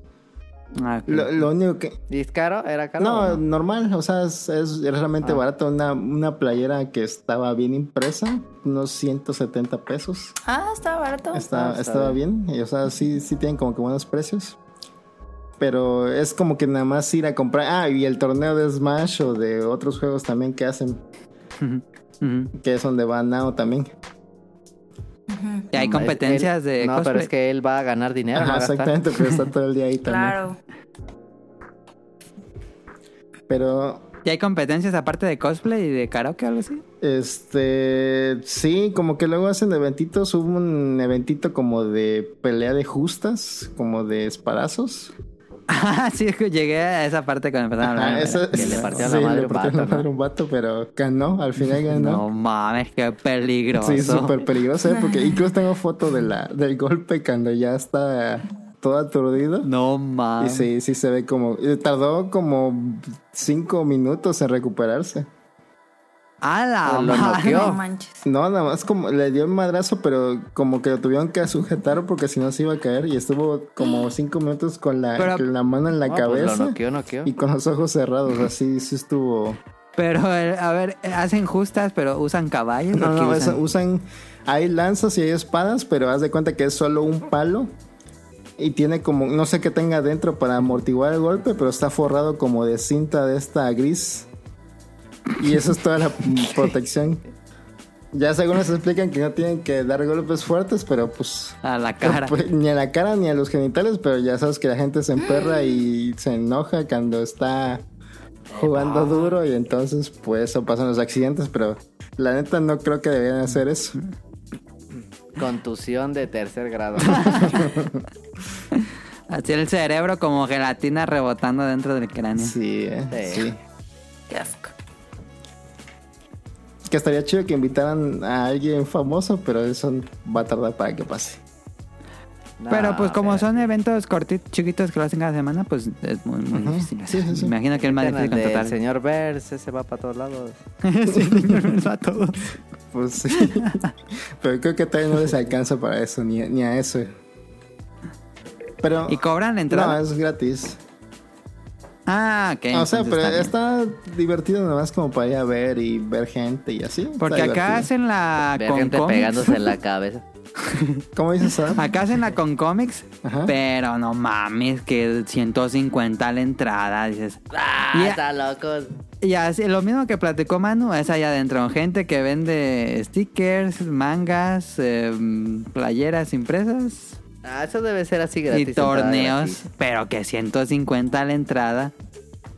Speaker 2: Ah, ok.
Speaker 3: Lo, lo único que...
Speaker 4: ¿Y es caro? ¿Era caro? o
Speaker 3: No,
Speaker 4: no?
Speaker 3: normal, o sea, es, es realmente
Speaker 2: Ah.
Speaker 3: barato. Una, una playera que estaba bien impresa, unos 170 pesos.
Speaker 1: Ah, estaba barato.
Speaker 3: Está-
Speaker 4: Ah, está
Speaker 3: estaba bien. y, o sea, sí, sí tienen como que buenos precios. Pero es como que nada más ir a comprar. Ah, y el torneo de Smash o de otros juegos también que hacen,
Speaker 2: Ujú, ujú.
Speaker 3: que es donde va Now también.
Speaker 1: Ujú,
Speaker 2: Y hay
Speaker 4: Es-
Speaker 2: competencias
Speaker 4: él-
Speaker 2: de
Speaker 4: No, pero
Speaker 2: cosplay.
Speaker 4: es que él va a ganar dinero.
Speaker 3: Ajá,
Speaker 4: no a gastar.
Speaker 3: exactamente, pero está todo el día ahí también.
Speaker 1: Claro.
Speaker 3: Pero
Speaker 2: Y hay competencias aparte de cosplay y de karaoke o algo así.
Speaker 3: Este, sí, como que luego hacen eventitos. Hubo un eventito como de pelea de justas, como de espadazos.
Speaker 2: Ah, sí, es que llegué a esa parte cuando empezaron a hablar.
Speaker 3: Ajá, esa-
Speaker 4: Ah, que le partió la
Speaker 3: sí,
Speaker 4: madre
Speaker 3: le
Speaker 4: un
Speaker 3: partió la
Speaker 4: vato, ¿no?
Speaker 3: madre un vato, pero ganó, al final ganó.
Speaker 2: No mames, qué peligroso.
Speaker 3: sí, súper peligroso, ¿eh? porque incluso tengo foto de la, del golpe cuando ya está todo aturdido.
Speaker 2: No
Speaker 3: Y
Speaker 4: Ah.
Speaker 2: mames.
Speaker 3: sí, sí se ve como. eh, Tardó como cinco minutos en recuperarse.
Speaker 2: A la
Speaker 4: Lo
Speaker 2: madre.
Speaker 4: noqueó.
Speaker 1: No manches.
Speaker 3: No, nada más como le dio el madrazo, pero como que lo tuvieron que sujetar porque si no se iba a caer y estuvo como cinco minutos con la,
Speaker 2: Pero-
Speaker 3: con la mano en la
Speaker 4: No, pues
Speaker 3: cabeza
Speaker 4: lo noqueó, noqueó.
Speaker 3: y con los ojos cerrados, así sí estuvo.
Speaker 2: Pero, eh, a ver, eh, hacen justas, pero usan caballos.
Speaker 3: No,
Speaker 2: ¿o qué
Speaker 3: no, es-
Speaker 2: usan?
Speaker 3: usan? hay lanzas y hay espadas, pero haz de cuenta que es solo un palo y tiene como, no sé qué tenga adentro para amortiguar el golpe, pero está forrado como de cinta de esta gris. Y eso es toda la protección. Ya según nos explican que no tienen que dar golpes fuertes, pero pues
Speaker 2: A la cara.
Speaker 3: Pues, ni a la cara ni a los genitales, pero ya sabes que la gente se emperra y se enoja cuando está jugando duro y entonces pues eso pasan los accidentes, pero la neta no creo que deberían hacer eso.
Speaker 4: Contusión de tercer grado.
Speaker 2: Así el cerebro como gelatina rebotando dentro del cráneo.
Speaker 3: Sí, eh,
Speaker 4: Sí.
Speaker 3: sí.
Speaker 1: Qué asco.
Speaker 3: Que estaría chido que invitaran a alguien famoso, pero eso va a tardar para que pase.
Speaker 4: No,
Speaker 2: Pero pues como
Speaker 4: pero-
Speaker 2: son eventos cortitos, chiquitos que lo hacen cada semana, pues es muy, muy
Speaker 3: Ujú.
Speaker 2: difícil.
Speaker 3: Sí, sí, sí.
Speaker 2: Me imagino que es más
Speaker 4: Tan al
Speaker 2: difícil
Speaker 4: del
Speaker 2: contratar.
Speaker 4: señor Bers, ese va para todos lados.
Speaker 2: Sí, señor, a todos.
Speaker 3: Pues sí. pero creo que todavía no les alcanza para eso, ni, ni a eso. Pero...
Speaker 2: ¿Y cobran la entrada?
Speaker 3: no, es gratis.
Speaker 2: Ah, ok.
Speaker 3: O sea,
Speaker 2: entonces
Speaker 3: pero
Speaker 2: bien.
Speaker 3: está, divertido nada más como para ir a ver y ver gente y así.
Speaker 2: Porque
Speaker 3: Está
Speaker 2: acá
Speaker 3: divertido.
Speaker 2: hacen la
Speaker 4: Ve
Speaker 2: Ah, con
Speaker 4: gente
Speaker 2: cómics.
Speaker 4: pegándose en la cabeza.
Speaker 3: ¿Cómo dices, Sam?
Speaker 2: Acá hacen la con cómics,
Speaker 3: Ajá.
Speaker 2: pero no mames, que 150 la entrada, dices.
Speaker 4: ¡Ah!
Speaker 2: Y-
Speaker 4: Está loco.
Speaker 2: Y así, lo mismo que platicó Manu, es allá adentro. Gente que vende stickers, mangas, eh, playeras impresas
Speaker 4: Ah, eso debe ser así gratis.
Speaker 2: y
Speaker 4: entrada
Speaker 2: torneos,
Speaker 4: gratis.
Speaker 2: pero que 150 la entrada.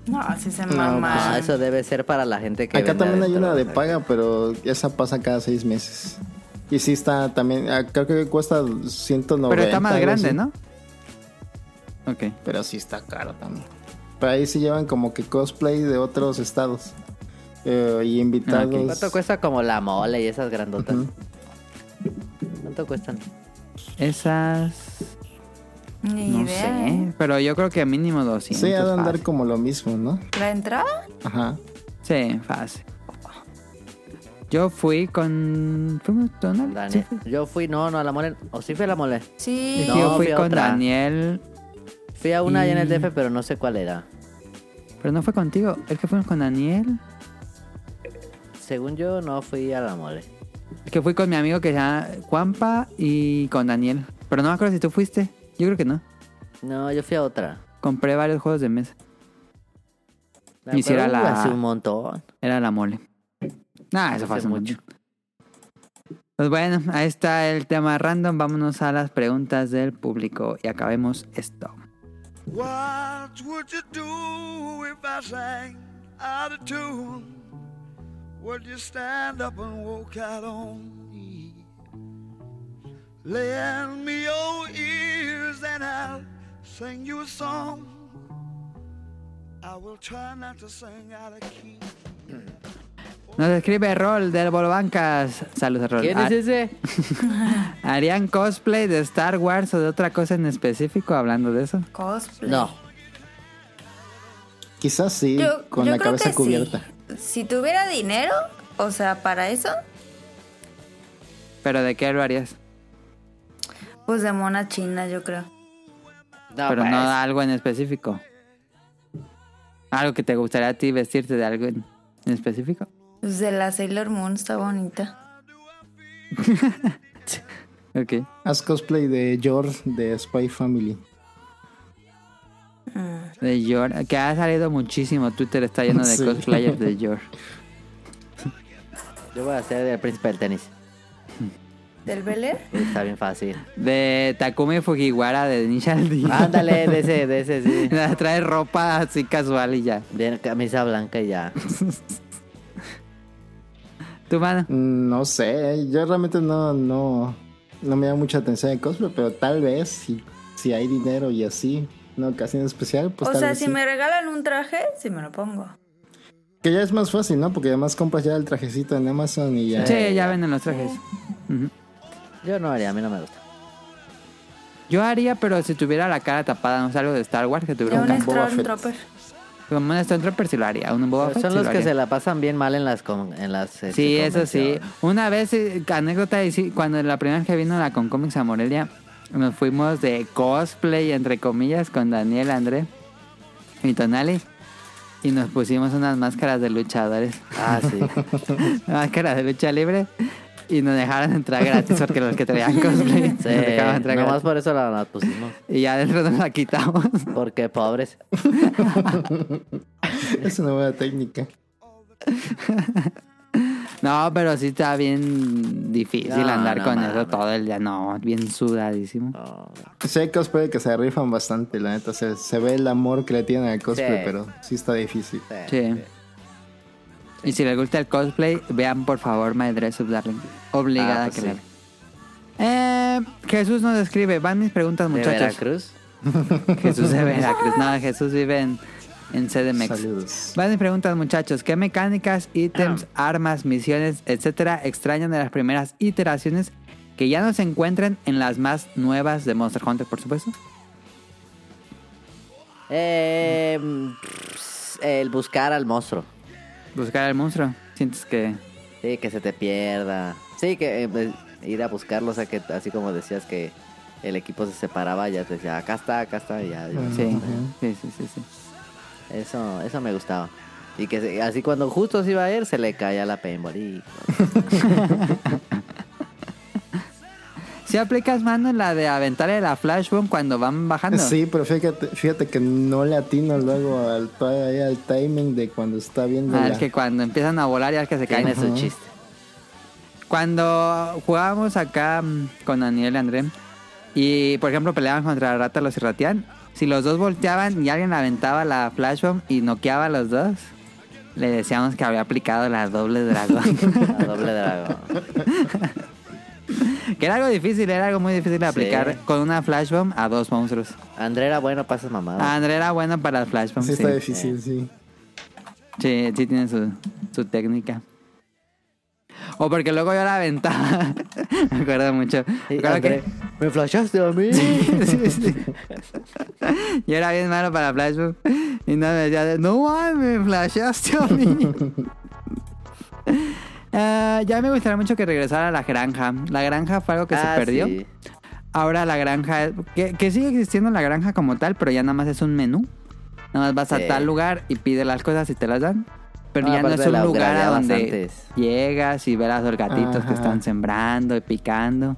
Speaker 1: No, así se
Speaker 3: No,
Speaker 1: mama.
Speaker 4: Ah, eso debe ser para la gente que.
Speaker 3: Acá
Speaker 4: vende
Speaker 3: también hay
Speaker 4: adentro,
Speaker 3: una de
Speaker 4: o sea,
Speaker 3: paga, pero esa pasa cada seis meses. Y sí está también, ah, creo que cuesta 190.
Speaker 2: pero está más
Speaker 3: algo
Speaker 2: grande,
Speaker 3: así.
Speaker 2: ¿no? Ok.
Speaker 3: Pero sí está caro también. Pero ahí sí llevan como que cosplay de otros estados. Eh, y invitados.
Speaker 2: Ah, ok.
Speaker 4: ¿Cuánto cuesta como la mole y esas grandotas?
Speaker 3: Ujú.
Speaker 4: ¿Cuánto cuestan?
Speaker 2: Esas.
Speaker 1: Ni
Speaker 2: No
Speaker 1: idea.
Speaker 2: sé. Pero yo creo que mínimo 200.
Speaker 3: Sí, ha de andar
Speaker 2: fácil.
Speaker 3: como lo mismo, ¿no?
Speaker 1: ¿La entrada?
Speaker 3: Ajá.
Speaker 2: Sí, fácil. Yo fui con. ¿Fuimos Donald?
Speaker 4: Daniel. Yo fui, no, no, a la mole. ¿O sí fui a la mole?
Speaker 2: Sí.
Speaker 1: Sí.
Speaker 4: No,
Speaker 2: yo fui
Speaker 4: fui a
Speaker 2: con
Speaker 4: otra.
Speaker 2: Daniel.
Speaker 4: Fui a una allá en el
Speaker 2: Y-
Speaker 4: DF, pero no sé cuál era.
Speaker 2: Pero no fue contigo. Es que fuimos con Daniel.
Speaker 4: Según yo, no fui a la mole.
Speaker 2: Que fui con mi amigo que se llama Juanpa y con Daniel. Pero no me acuerdo si tú fuiste. Yo creo que no.
Speaker 4: No, yo fui a otra.
Speaker 2: Compré varios juegos de mesa.
Speaker 4: Me
Speaker 2: Y si era
Speaker 4: acuerdo,
Speaker 2: la-
Speaker 4: Hace un montón.
Speaker 2: Era la mole. Nah, eso fue hace
Speaker 4: Hace mucho.
Speaker 2: mucho. Pues bueno, ahí está el tema random. Vámonos a las preguntas del público y acabemos esto.
Speaker 7: What would you do if I sang out of tune? Would you stand up and walk out on me? Lend me your ears and I'll sing you a song. I will try not to sing out of key.
Speaker 2: Nos escribe Rol del Bolobancas. Saludos, Rol.
Speaker 4: ¿Quién
Speaker 2: Ah,
Speaker 4: es ese?
Speaker 2: ¿Harían cosplay de Star Wars o de otra cosa en específico hablando de eso?
Speaker 1: Cosplay.
Speaker 4: No.
Speaker 3: Quizás sí,
Speaker 1: Yo,
Speaker 3: con
Speaker 1: yo
Speaker 3: la
Speaker 1: creo
Speaker 3: cabeza
Speaker 1: que
Speaker 3: cubierta.
Speaker 1: sí. Si tuviera dinero, o sea, para eso,
Speaker 2: ¿Pero de qué lo harías?
Speaker 1: pues de mona china, yo creo.
Speaker 4: No,
Speaker 2: Pero
Speaker 4: pues,
Speaker 2: no algo en específico. Algo que te gustaría a ti vestirte de algo en en específico.
Speaker 1: Pues de la Sailor Moon está bonita.
Speaker 2: Ok.
Speaker 3: Haz cosplay de George de Spy Family.
Speaker 2: De Yor, que ha salido muchísimo. Twitter está lleno de
Speaker 3: Sí.
Speaker 2: cosplayers de Yor.
Speaker 4: Yo voy a hacer del príncipe del tenis.
Speaker 1: ¿Del Beler?
Speaker 4: Está bien fácil.
Speaker 2: De Takumi Fujiwara de Ninja al Día.
Speaker 4: Ándale, de ese, de ese, sí.
Speaker 2: Trae ropa así casual y ya.
Speaker 4: Bien, camisa blanca y ya.
Speaker 2: Tu mano.
Speaker 3: Mm, No sé, yo realmente no, no, no me da mucha atención el cosplay, pero tal vez si, si hay dinero y así, una ocasión especial, pues
Speaker 1: o
Speaker 3: tal
Speaker 1: sea,
Speaker 3: vez
Speaker 1: si
Speaker 3: sí.
Speaker 1: me regalan un traje, sí me lo pongo.
Speaker 3: Que ya es más fácil, ¿no? Porque además compras ya el trajecito en Amazon y
Speaker 4: Eh,
Speaker 3: ya.
Speaker 2: Sí, ya venden los trajes.
Speaker 4: Yo no haría, a mí no me gusta.
Speaker 2: Yo haría, pero si tuviera la cara tapada, no es algo de Star Wars que
Speaker 1: Yo
Speaker 2: tuviera
Speaker 1: un
Speaker 2: un
Speaker 3: Boba Fett.
Speaker 1: Stormtrooper.
Speaker 2: Como un Stormtrooper sí lo haría. Un Boba Fett
Speaker 4: Son
Speaker 2: sí
Speaker 4: los
Speaker 2: lo
Speaker 4: que
Speaker 2: haría.
Speaker 4: se la pasan bien mal en las... con- en las este,
Speaker 2: Sí, eso sí.
Speaker 4: convenciones.
Speaker 2: Una vez, eh, anécdota, y sí, cuando la primera vez que vino la con Comics a Morelia, nos fuimos de cosplay, entre comillas, con Daniel, André y Tonali. Y nos pusimos unas máscaras de luchadores.
Speaker 4: Ah, sí.
Speaker 2: máscaras de lucha libre. Y nos dejaron entrar gratis porque los que traían cosplay nos
Speaker 4: Sí,
Speaker 2: dejaban entrar gratis.
Speaker 4: nomás por eso la, la pusimos.
Speaker 2: Y ya adentro nos la quitamos.
Speaker 4: Porque pobres.
Speaker 3: Es una buena técnica.
Speaker 2: No, pero sí está bien difícil
Speaker 4: No,
Speaker 2: andar
Speaker 4: no
Speaker 2: con
Speaker 4: mames.
Speaker 2: eso todo el día. No, bien sudadísimo.
Speaker 4: No.
Speaker 3: Sí, hay cosplay que se rifan bastante, la neta. Se, se ve el amor que le tienen al cosplay,
Speaker 4: Sí.
Speaker 3: pero sí está difícil.
Speaker 2: Sí. Y si les gusta el cosplay, vean por favor My Dress Up Darling. Obligada
Speaker 4: Ah, pues
Speaker 2: que
Speaker 4: sí.
Speaker 2: la vean. Eh, Jesús nos escribe. Van mis preguntas,
Speaker 4: ¿De
Speaker 2: muchachos.
Speaker 4: Veracruz?
Speaker 2: Jesús de Veracruz. No, Jesús vive en, en CDMX.
Speaker 3: Saludos.
Speaker 2: Van mis preguntas, muchachos. ¿Qué mecánicas, ítems, armas, misiones, etcétera, extrañan de las primeras iteraciones que ya no se encuentran en las más nuevas de Monster Hunter, por supuesto?
Speaker 4: Eh, mm, el buscar al monstruo.
Speaker 2: Buscar al monstruo. Sientes que.
Speaker 4: Sí, que se te pierda. Sí, que eh, pues, ir a buscarlo, o sea, que así como decías que el equipo se separaba, ya te decía, acá está, acá está, y ya.
Speaker 3: Ujú.
Speaker 2: Sí, sí, sí, sí. sí.
Speaker 4: Eso, eso me gustaba. Y que se- así cuando justo se iba a ir, se le caía la paintball. Y,
Speaker 2: Si aplicas mano en la de aventarle la flashbomb cuando van bajando.
Speaker 3: Sí, pero fíjate, fíjate que no le atino luego al, ahí al timing de cuando está viendo
Speaker 2: Ah,
Speaker 3: la-
Speaker 2: es que cuando empiezan a volar ya es que se caen.
Speaker 4: tiene su chiste.
Speaker 2: Cuando jugábamos acá mm, con Daniel y André y por ejemplo peleaban contra Rátalos y Ratián, si los dos volteaban y alguien aventaba la flashbomb y noqueaba a los dos, le decíamos que había aplicado la doble dragón.
Speaker 4: A doble dragón.
Speaker 2: que era algo difícil, era algo muy difícil de aplicar
Speaker 4: Sí.
Speaker 2: con una flashbomb a dos monstruos.
Speaker 4: André era bueno, pasas
Speaker 2: A
Speaker 4: mamada.
Speaker 2: André era bueno para las flashbombs.
Speaker 3: Sí,
Speaker 2: Sí,
Speaker 3: está difícil, sí.
Speaker 2: Sí, sí tiene su, su técnica. O porque luego yo la aventaba. Me acuerdo mucho. Me
Speaker 4: Sí,
Speaker 2: acuerdo que-
Speaker 4: André, me flashaste a mí.
Speaker 2: Sí, sí. Yo era bien malo para flashbomb. Y no me decía, de, no mames, me flasheaste a mí. Ah, ya me gustaría mucho que regresara a la granja. La granja fue algo que
Speaker 4: Ah,
Speaker 2: se perdió.
Speaker 4: sí.
Speaker 2: Ahora la granja, que, que sigue existiendo la granja como tal, pero ya nada más es un menú. Nada más vas
Speaker 4: Sí.
Speaker 2: a tal lugar y pides las cosas y te las dan. Pero
Speaker 4: Ah,
Speaker 2: ya no
Speaker 4: aparte
Speaker 2: es un
Speaker 4: la
Speaker 2: lugar a
Speaker 4: upgradeabas
Speaker 2: donde
Speaker 4: antes.
Speaker 2: llegas y verás los gatitos
Speaker 3: Ajá.
Speaker 2: que están sembrando y picando.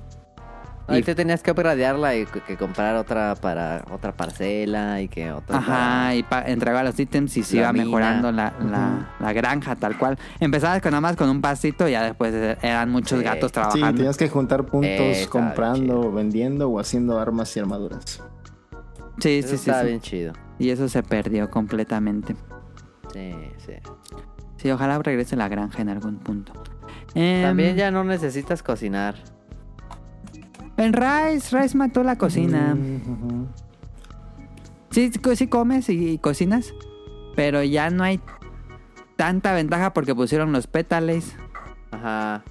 Speaker 4: Ahí
Speaker 2: Y-
Speaker 4: te tenías que upgradearla y que que comprar otra para otra parcela y que otra.
Speaker 2: Ajá, y pa- entregaba los ítems y se
Speaker 4: La
Speaker 2: iba
Speaker 4: mina.
Speaker 2: mejorando la, la- la granja tal cual. Empezabas con nada más con un pasito y ya después eran muchos
Speaker 4: Sí.
Speaker 2: gatos
Speaker 3: Sí,
Speaker 2: trabajando.
Speaker 3: tenías que juntar puntos
Speaker 4: Eh, está
Speaker 3: comprando,
Speaker 4: chido.
Speaker 3: vendiendo o haciendo armas y armaduras.
Speaker 2: sí, sí,
Speaker 4: Eso
Speaker 2: sí,
Speaker 4: estaba
Speaker 2: sí.
Speaker 4: bien chido.
Speaker 2: Y eso se perdió completamente.
Speaker 4: Sí, sí.
Speaker 2: Sí, ojalá regrese la granja en algún punto. Em,
Speaker 4: También ya no necesitas cocinar.
Speaker 2: En Rice, Rice mató la cocina.
Speaker 4: Mm.
Speaker 3: Ujú.
Speaker 2: Sí, co- sí comes y, y cocinas, pero ya no hay tanta ventaja porque pusieron los pétales.
Speaker 4: Ajá.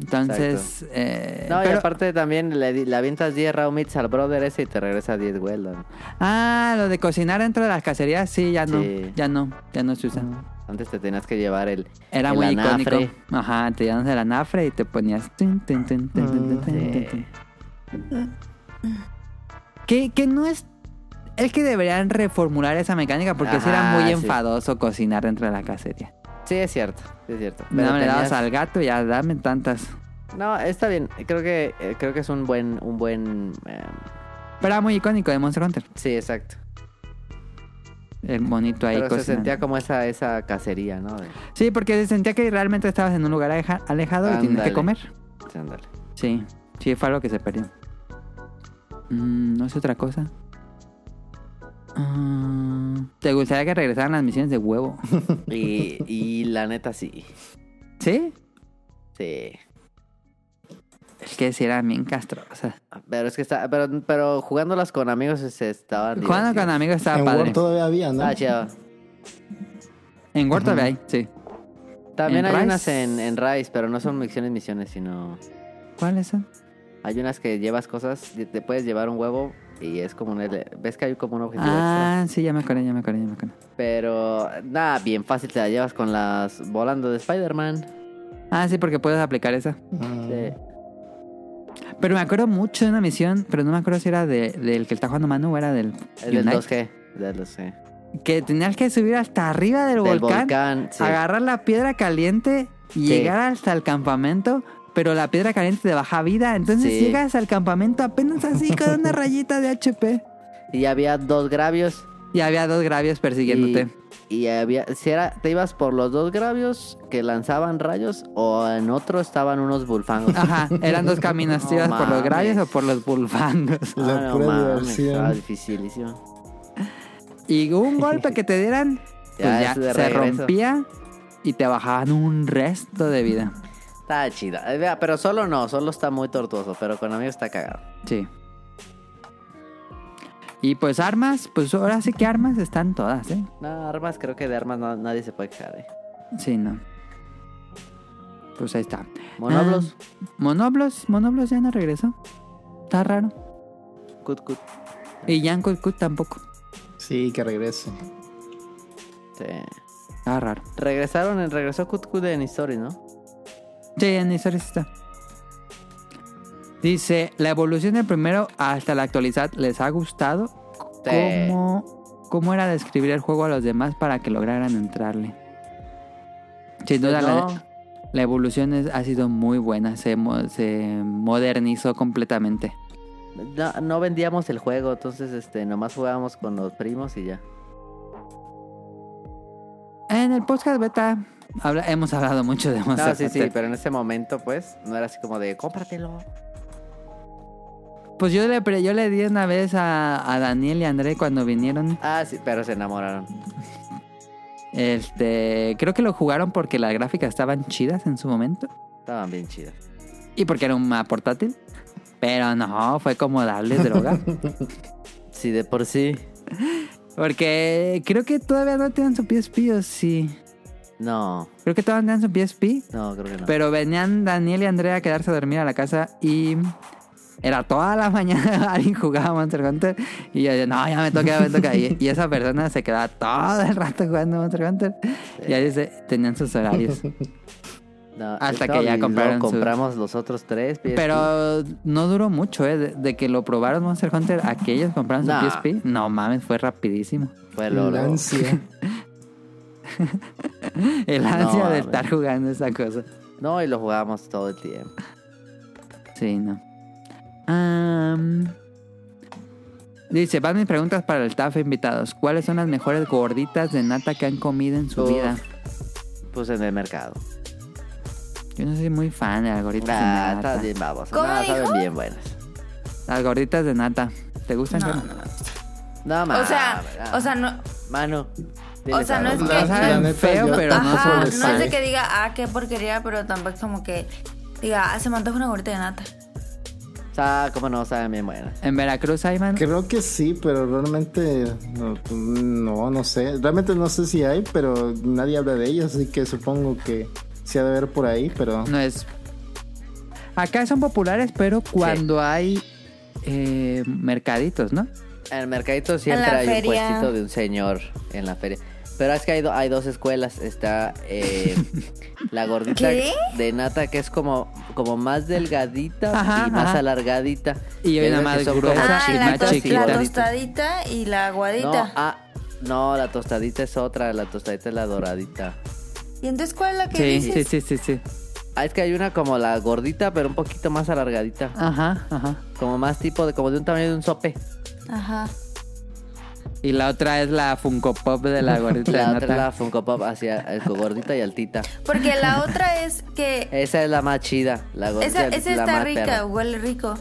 Speaker 2: Entonces, eh,
Speaker 4: No, y
Speaker 2: pero-
Speaker 4: aparte también le, di- le avientas 10 raw meats al brother ese y te regresa 10 weldas.
Speaker 2: Ah, lo de cocinar dentro de las cacerías, sí, ya no,
Speaker 4: Sí.
Speaker 2: ya no, ya no se usa.
Speaker 4: Antes te tenías que llevar el.
Speaker 2: Era
Speaker 4: el
Speaker 2: muy
Speaker 4: anafre.
Speaker 2: icónico. Ajá, te llenas el anafre y te ponías... tin, tin, tin, tin, tin, tin, tin, tin, tin.
Speaker 4: Mm,
Speaker 2: Que, que no es... Es que deberían reformular esa mecánica porque sí era
Speaker 4: Ajá,
Speaker 2: muy
Speaker 4: sí.
Speaker 2: enfadoso cocinar dentro de la cacería.
Speaker 4: Sí, es cierto, sí es cierto.
Speaker 2: no me le dabas
Speaker 4: tenías-
Speaker 2: al gato y ya dame tantas.
Speaker 4: No, está bien. Creo que eh, creo que es un buen un buen eh,
Speaker 2: Pero era muy icónico de Monster Hunter.
Speaker 4: sí, exacto.
Speaker 2: El monito ahí
Speaker 4: Pero se
Speaker 2: cocinando.
Speaker 4: sentía como esa esa cacería, ¿no? De-
Speaker 2: Sí, porque se sentía que realmente estabas en un lugar aleja- alejado y tienes que
Speaker 4: Ándale.
Speaker 2: comer.
Speaker 4: sí, ándale.
Speaker 2: Sí, sí, fue algo que se perdió. Mm, no sé otra cosa. Ah, ¿Te gustaría que regresaran las misiones de huevo?
Speaker 4: Y, y la neta sí.
Speaker 2: ¿Sí?
Speaker 4: Sí.
Speaker 2: Es que sí eran bien castrosas.
Speaker 4: Pero es que está pero pero jugándolas con amigos se estaban
Speaker 2: Jugando con amigos estaba
Speaker 3: en
Speaker 2: padre.
Speaker 3: Word todavía había, ¿no?
Speaker 4: Ah, chido.
Speaker 2: En Word todavía hay, sí. ¿En
Speaker 4: También hay
Speaker 2: Rise?
Speaker 4: unas en, en Rise, pero no son misiones misiones, sino
Speaker 2: ¿Cuáles son?
Speaker 4: hay unas que llevas cosas, y te puedes llevar un huevo y es como un ele- ves que hay como un objetivo extra.
Speaker 2: Ah, sí, ya me acordé, ya me acordé, ya me acordé.
Speaker 4: Pero nada, bien fácil te la llevas con las volando de Spider-Man.
Speaker 2: Ah, sí, porque puedes aplicar esa.
Speaker 3: Ah,
Speaker 4: Sí.
Speaker 2: Mm. Pero me acuerdo mucho de una misión, pero no me acuerdo si era de- del que está jugando Manu o era del.
Speaker 4: Es del
Speaker 2: Unite,
Speaker 4: 2G. Del 2G.
Speaker 2: Que tenías que subir hasta arriba del,
Speaker 4: Del
Speaker 2: volcán,
Speaker 4: volcán. sí.
Speaker 2: agarrar la piedra caliente y
Speaker 4: Sí.
Speaker 2: llegar hasta el campamento. Pero la piedra caliente te baja vida, entonces
Speaker 4: Sí.
Speaker 2: llegas al campamento apenas así con una rayita de HP.
Speaker 4: Y había dos gravios.
Speaker 2: Y había dos gravios persiguiéndote.
Speaker 4: Y, y había. Si era, te ibas por los dos gravios que lanzaban rayos. O en otro estaban unos bulfangos.
Speaker 3: Ah,
Speaker 2: Ajá, eran dos caminos,
Speaker 4: No
Speaker 2: ¿te ibas por los
Speaker 4: mames.
Speaker 2: gravios o por los bulfangos.
Speaker 4: Ah,
Speaker 3: La pura diversión.
Speaker 4: estaba dificilísimo.
Speaker 2: Y un golpe que te dieran, pues
Speaker 4: Ya,
Speaker 2: ya,
Speaker 4: es de
Speaker 2: se
Speaker 4: regreso.
Speaker 2: rompía y te bajaban un resto de vida.
Speaker 4: Estaba chida. Eh, vea, Pero solo no, solo está muy tortuoso. Pero con amigos está cagado.
Speaker 2: Sí. Y pues armas, pues ahora sí que armas están todas, ¿eh?
Speaker 4: No, armas, creo que de armas no- nadie se puede quejar. eh.
Speaker 2: Sí, no. Pues ahí está.
Speaker 4: Monoblos.
Speaker 2: Ah, monoblos, monoblos ya no regresó. Está raro.
Speaker 3: Ah.
Speaker 4: Cut, cut.
Speaker 2: Y Jan Kut tampoco.
Speaker 3: Sí, que regrese.
Speaker 4: Sí.
Speaker 2: Está raro.
Speaker 4: Regresaron, en- regresó Cut Cut en History, ¿no?
Speaker 2: Sí, en historias está. Dice, la evolución del primero hasta la actualidad les ha gustado.
Speaker 4: Sí.
Speaker 2: ¿Cómo, cómo era describir el juego a los demás para que lograran entrarle? Sin duda, la-
Speaker 4: Pues No.
Speaker 2: La evolución es- ha sido muy buena, se, mo- se modernizó completamente.
Speaker 4: No, no vendíamos el juego, entonces este nomás jugábamos con los primos y ya.
Speaker 2: En el podcast beta habla- hemos hablado mucho de Monster
Speaker 4: No, sí, sí,
Speaker 2: Hunter.
Speaker 4: pero en ese momento, pues, no era así como de cómpratelo.
Speaker 2: Pues yo le, pre- yo le di una vez a, a Daniel y a André cuando vinieron.
Speaker 4: Ah, sí, pero se enamoraron.
Speaker 2: Este, creo que lo jugaron porque las gráficas estaban chidas en su momento
Speaker 4: Estaban bien chidas.
Speaker 2: y porque era un mapa portátil. Pero no, fue como darle droga.
Speaker 4: Sí, de por sí.
Speaker 2: Porque creo que todavía no tienen su PSP, o sí.
Speaker 4: No,
Speaker 2: Creo que todavía no tienen su PSP.
Speaker 4: no, creo que no.
Speaker 2: Pero venían Daniel y Andrea a quedarse a dormir a la casa y era toda la mañana alguien jugaba Monster Hunter y yo, no, ya me toca, ya me toca. Y, y esa persona se quedaba todo el rato jugando Monster Hunter y ahí se, tenían sus horarios.
Speaker 4: No,
Speaker 2: hasta
Speaker 4: no,
Speaker 2: que ya
Speaker 4: y luego
Speaker 2: compraron su-
Speaker 4: compramos los otros tres. PSP.
Speaker 2: Pero no duró mucho, ¿eh? De, de que lo probaron Monster Hunter a que ellos compraron su
Speaker 4: Nah.
Speaker 2: PSP. No mames, fue rapidísimo.
Speaker 4: Fue lo-
Speaker 3: La
Speaker 4: lo-
Speaker 3: ansia.
Speaker 2: El
Speaker 4: No
Speaker 2: ansia de
Speaker 4: mames.
Speaker 2: estar jugando esa cosa.
Speaker 4: No, y lo jugábamos todo el tiempo.
Speaker 2: Sí, no. Am, dice, van mis preguntas para el staff invitados. ¿Cuáles son las mejores gorditas de nata que han comido en su
Speaker 4: Uf.
Speaker 2: vida?
Speaker 4: Pues en el mercado.
Speaker 2: Yo no soy muy fan de las gorditas
Speaker 4: Ah,
Speaker 2: de nata.
Speaker 4: estás bien babos.
Speaker 1: ¿Cómo
Speaker 4: No,
Speaker 1: dijo?
Speaker 4: saben bien buenas.
Speaker 2: Las gorditas de nata. ¿Te gustan?
Speaker 1: No,
Speaker 2: Carmen?
Speaker 4: No,
Speaker 1: O
Speaker 4: mames.
Speaker 1: sea, o sea, no,
Speaker 4: Manu.
Speaker 1: o sea, no es
Speaker 3: La-
Speaker 1: que...
Speaker 2: saben
Speaker 1: no-
Speaker 3: la neta,
Speaker 2: feo,
Speaker 3: yo
Speaker 2: pero
Speaker 1: Ajá,
Speaker 2: no
Speaker 3: tampoco
Speaker 1: no
Speaker 3: le
Speaker 1: es
Speaker 3: sé.
Speaker 1: de que diga, ah, qué porquería, pero tampoco es como que diga, ah, se me antoja una gorrita de nata.
Speaker 4: O sea, cómo no, saben bien buenas.
Speaker 2: En Veracruz hay, man.
Speaker 3: Creo que sí, pero realmente no, no, no sé. Realmente no sé si hay, pero nadie habla de ellas, así que supongo que sí ha de haber por ahí, pero
Speaker 2: No es Acá son populares, pero cuando hay eh, mercaditos, ¿no?
Speaker 4: En el mercadito siempre
Speaker 1: la
Speaker 4: hay
Speaker 1: feria.
Speaker 4: un puestito de un señor en la feria. Pero es que hay, do- hay dos escuelas. Está eh, la gordita
Speaker 1: ¿Qué?
Speaker 4: de nata, que es como, como más delgadita
Speaker 2: Ajá,
Speaker 4: y más
Speaker 2: ajá.
Speaker 4: alargadita.
Speaker 2: Y hay
Speaker 4: hay
Speaker 2: una
Speaker 4: que
Speaker 2: más
Speaker 4: son como
Speaker 2: gruesa
Speaker 1: Ah,
Speaker 2: Esa y
Speaker 1: la,
Speaker 2: más
Speaker 1: tos-
Speaker 2: chiquita.
Speaker 1: la tostadita y la
Speaker 4: No,
Speaker 1: aguadita.
Speaker 4: ah, no, la tostadita es otra. La tostadita es la doradita.
Speaker 1: ¿Y entonces cuál es la que
Speaker 2: Sí,
Speaker 1: dices?
Speaker 2: sí, sí, sí, sí.
Speaker 4: Ah, es que hay una como la gordita, pero un poquito más alargadita.
Speaker 1: Ah.
Speaker 2: Ajá, ajá.
Speaker 4: Como más tipo de, como de un tamaño de un sope.
Speaker 1: Ajá.
Speaker 2: Y la otra es la Funko Pop de la gordita
Speaker 4: La
Speaker 2: de
Speaker 4: otra es
Speaker 2: nata.
Speaker 4: la Funko Pop hacia eh, gordita y altita.
Speaker 1: Porque la otra es que...
Speaker 4: Esa es la más chida, la gordita.
Speaker 1: Esa, esa
Speaker 4: la
Speaker 1: está
Speaker 4: más
Speaker 1: rica,
Speaker 4: perra.
Speaker 1: huele rico.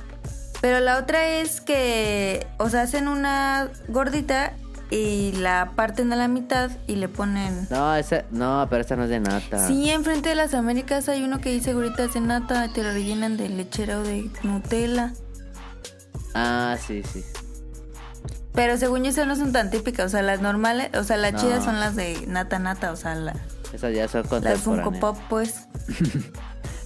Speaker 1: Pero la otra es que, o sea, hacen una gordita y la parten a la mitad y le ponen...
Speaker 4: No, esa, no, pero esa no es de nata.
Speaker 1: Sí, enfrente de las Américas hay uno que dice gorditas de nata, te lo rellenan de lechera o de Nutella.
Speaker 4: Ah, sí, sí.
Speaker 1: Pero según yo esas no son tan típicas, o sea, las normales, o sea, las
Speaker 4: No.
Speaker 1: chidas son las de nata nata, o sea, la,
Speaker 4: Esas ya son
Speaker 1: las Funko
Speaker 4: contemporáneas.
Speaker 1: Pop, pues.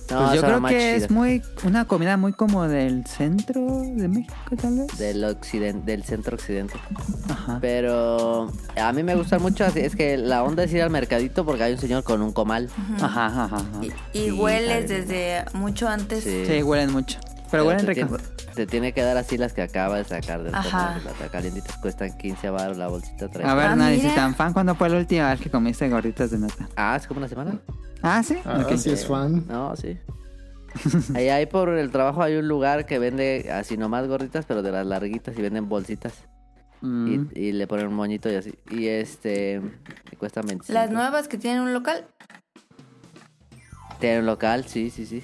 Speaker 4: No,
Speaker 2: Pues yo
Speaker 4: son
Speaker 2: creo
Speaker 4: más
Speaker 2: que
Speaker 4: chidas.
Speaker 2: es muy una comida muy como del centro de México, tal vez.
Speaker 4: Del, occidente, del centro occidente.
Speaker 2: Ajá.
Speaker 4: Pero a mí me gustan mucho. así Es que la onda es ir al mercadito porque hay un señor con un comal.
Speaker 2: Ajá, ajá, ajá.
Speaker 1: Y, y
Speaker 4: Sí,
Speaker 1: hueles
Speaker 4: sabe
Speaker 1: desde mucho antes.
Speaker 4: Sí.
Speaker 2: Sí, huelen mucho. Pero huelen
Speaker 4: te
Speaker 2: rico.
Speaker 4: tiene- Te tiene que dar así las que acaba de sacar del
Speaker 1: Ajá.
Speaker 4: comal. Las calientitas cuestan 15 baros la bolsita. Trae.
Speaker 2: A ver,
Speaker 1: Ah,
Speaker 2: nadie, si
Speaker 1: mira.
Speaker 2: tan fan, ¿cuándo fue la última vez que comiste gorditas de nata?
Speaker 4: Ah, es como una semana.
Speaker 2: Ah, sí.
Speaker 3: Ah,
Speaker 2: Ok.
Speaker 3: sí es fan.
Speaker 4: No, sí. Ahí hay por el trabajo hay un lugar que vende así nomás gorditas, pero de las larguitas y venden bolsitas. Y-
Speaker 2: Mm.
Speaker 4: Y, le ponen un moñito y así. Y este. y cuesta 25.
Speaker 1: Las nuevas que tienen un local.
Speaker 4: Tienen local, sí, sí, sí.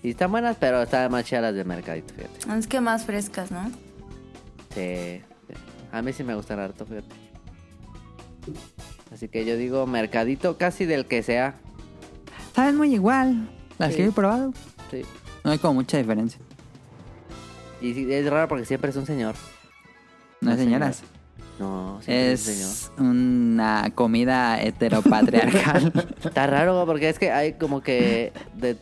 Speaker 4: Y están buenas, pero están más chidas las de mercadito, fíjate.
Speaker 1: Es que más frescas, ¿no?
Speaker 4: Sí, sí. A mí sí me gustan harto, fíjate. Así que yo digo mercadito casi del que sea.
Speaker 2: Saben muy igual. Las
Speaker 4: Sí.
Speaker 2: que he probado.
Speaker 4: Sí.
Speaker 2: No hay como mucha diferencia.
Speaker 4: Y sí, es raro porque siempre es un señor.
Speaker 2: No,
Speaker 4: No,
Speaker 2: señoras.
Speaker 4: No, siempre es, un señor.
Speaker 2: Es una comida heteropatriarcal.
Speaker 4: Está raro, güey, porque es que hay como que. De,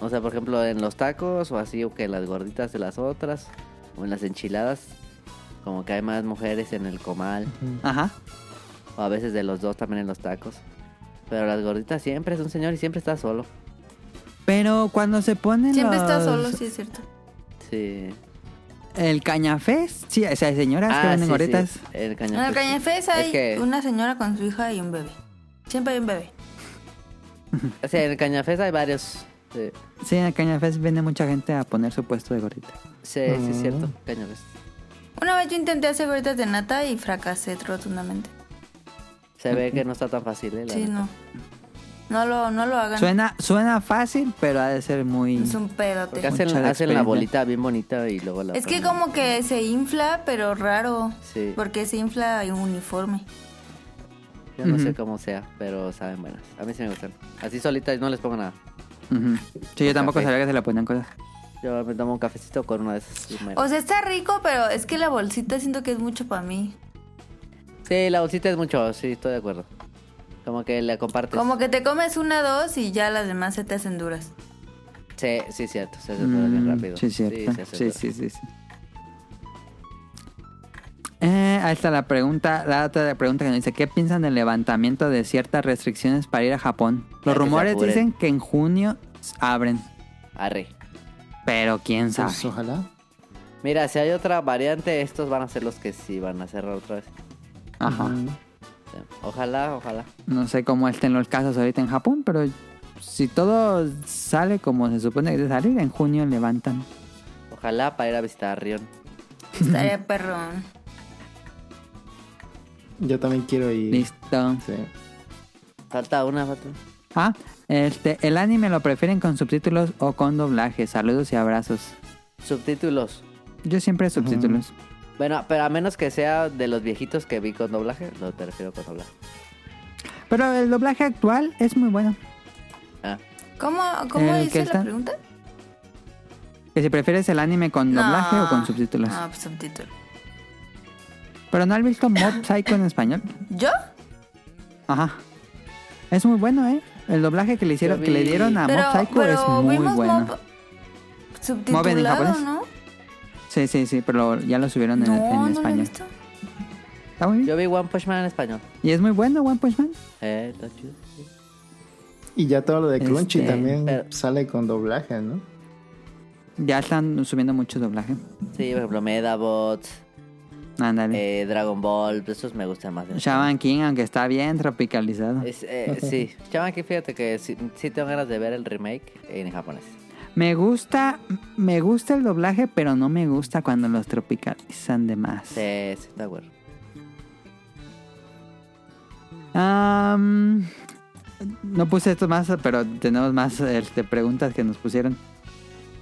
Speaker 4: o sea, por ejemplo, en los tacos o así, o que las gorditas de las otras, o en las enchiladas, como que hay más mujeres en el comal,
Speaker 2: Ajá.
Speaker 4: o a veces de los dos también en los tacos. Pero las gorditas siempre es un señor y siempre está solo.
Speaker 2: Pero cuando se ponen
Speaker 1: Siempre está
Speaker 2: los-
Speaker 1: solo, sí es cierto.
Speaker 4: Sí. Ah,
Speaker 2: El cañafés, sí, o sea, hay señoras Ah, que venden
Speaker 4: sí,
Speaker 2: gorditas.
Speaker 4: sí, El
Speaker 1: Ah, En
Speaker 4: cañón.
Speaker 1: el Cañafés hay
Speaker 4: Es que-
Speaker 1: una señora con su hija y un bebé. Siempre hay un bebé.
Speaker 4: O sea, en el cañafés hay varios. Sí,
Speaker 2: Sí, en el cañafés viene mucha gente a poner su puesto de gordita.
Speaker 4: sí, sí
Speaker 2: Ah.
Speaker 4: es cierto. Cañafés.
Speaker 1: Una vez yo intenté hacer gorditas de nata y fracasé rotundamente.
Speaker 4: Se ve que no está tan fácil, ¿eh? la
Speaker 1: Sí,
Speaker 4: neta.
Speaker 1: no. No lo, no lo hagan.
Speaker 2: Suena, suena fácil, pero ha de ser muy...
Speaker 1: Es un pedote.
Speaker 4: Porque hacen,
Speaker 2: Mucha la
Speaker 4: hacen la
Speaker 2: experiencia.
Speaker 4: bolita bien bonita y luego la.
Speaker 1: Es que
Speaker 4: ponen.
Speaker 1: como que se infla, pero raro.
Speaker 4: Sí.
Speaker 1: Porque se infla en uniforme.
Speaker 4: Yo no sé
Speaker 2: Ujú.
Speaker 4: cómo sea, pero saben buenas. A mí sí me gustan. Así solitas no les pongo nada.
Speaker 2: Ujú. Sí, yo tampoco
Speaker 4: Café.
Speaker 2: sabía que se le ponían cosas.
Speaker 4: Yo me tomo un cafecito con una de esas. y me-
Speaker 1: O sea, está rico, pero es que la bolsita siento que es mucho para mí.
Speaker 4: Sí, la bolsita es mucho, sí, estoy de acuerdo. Como que la compartes.
Speaker 1: Como que te comes una, dos y ya las demás se te hacen duras.
Speaker 4: Sí, sí, cierto. Se hace todo bien
Speaker 2: Mm,
Speaker 4: rápido.
Speaker 2: Sí, cierto.
Speaker 4: se
Speaker 2: Sí,
Speaker 4: hace
Speaker 2: sí,
Speaker 4: todo.
Speaker 2: sí, sí. Eh, ahí está la pregunta, la otra pregunta que nos dice, ¿qué piensan del levantamiento de ciertas restricciones para ir a Japón?
Speaker 4: Que
Speaker 2: Los
Speaker 4: se
Speaker 2: rumores
Speaker 4: apuren.
Speaker 2: dicen que en junio abren,
Speaker 4: Arre.
Speaker 2: pero quién sabe.
Speaker 3: Pues ojalá.
Speaker 4: Mira, si hay otra variante, estos van a ser los que sí van a cerrar otra vez.
Speaker 2: Ajá.
Speaker 4: Sí. Ojalá, ojalá.
Speaker 2: No sé cómo estén los casos ahorita en Japón, pero si todo sale como se supone que debe salir, en junio levantan.
Speaker 4: Ojalá para ir a visitar a Rion.
Speaker 1: Estaría perrón.
Speaker 3: Yo también quiero ir.
Speaker 2: Listo.
Speaker 3: Sí.
Speaker 4: Falta una, falta una.
Speaker 2: Ah, este, el anime lo prefieren con subtítulos o con doblaje. Saludos y abrazos.
Speaker 4: Subtítulos.
Speaker 2: Yo siempre subtítulos.
Speaker 4: Bueno, pero a menos que sea de los viejitos que vi con doblaje, no te refiero con doblaje.
Speaker 2: Pero el doblaje actual es muy bueno.
Speaker 4: Ah.
Speaker 1: ¿Cómo, cómo
Speaker 2: Eh,
Speaker 1: dice
Speaker 2: ¿qué está?
Speaker 1: la pregunta?
Speaker 2: Que si prefieres el anime con doblaje o con subtítulos.
Speaker 1: Ah, pues subtítulos.
Speaker 2: Pero no has visto Mob Psycho en español.
Speaker 1: ¿Yo?
Speaker 2: Ajá. Es muy bueno, ¿eh? El doblaje que le hicieron,
Speaker 4: Yo
Speaker 2: que le
Speaker 4: vi-
Speaker 2: dieron a
Speaker 1: pero
Speaker 2: Ah, Mob Psycho
Speaker 1: pero
Speaker 2: es muy
Speaker 1: vimos
Speaker 2: bueno.
Speaker 1: Mob-
Speaker 2: ¿Mueven en
Speaker 1: Subtitulado,
Speaker 2: japonés?
Speaker 1: ¿no?
Speaker 2: Sí, sí, sí, pero lo- ya lo subieron en, en
Speaker 1: no, no lo he
Speaker 2: español.
Speaker 1: visto.
Speaker 2: Está muy bien.
Speaker 4: Yo vi One Punch Man en español.
Speaker 2: Y es muy bueno One Punch Man.
Speaker 4: Eh, está chido. sí.
Speaker 3: Y ya todo lo de Crunchy
Speaker 2: Este,
Speaker 3: también
Speaker 4: pero-
Speaker 3: sale con doblaje, ¿no?
Speaker 2: Ya están subiendo mucho doblaje.
Speaker 4: Sí, por ejemplo, Medabots,
Speaker 2: Ándale.
Speaker 4: eh, Dragon Ball, pues esos me gustan más.
Speaker 2: Mm. Shaman King, aunque está bien tropicalizado.
Speaker 4: Es, eh, sí, Shaman King, fíjate que sí, sí tengo ganas de ver el remake en japonés.
Speaker 2: Me gusta, me gusta el doblaje, pero no me gusta cuando los tropicalizan de más.
Speaker 4: Sí, sí, está bueno.
Speaker 2: Am, no puse esto más, pero tenemos más este, preguntas que nos pusieron.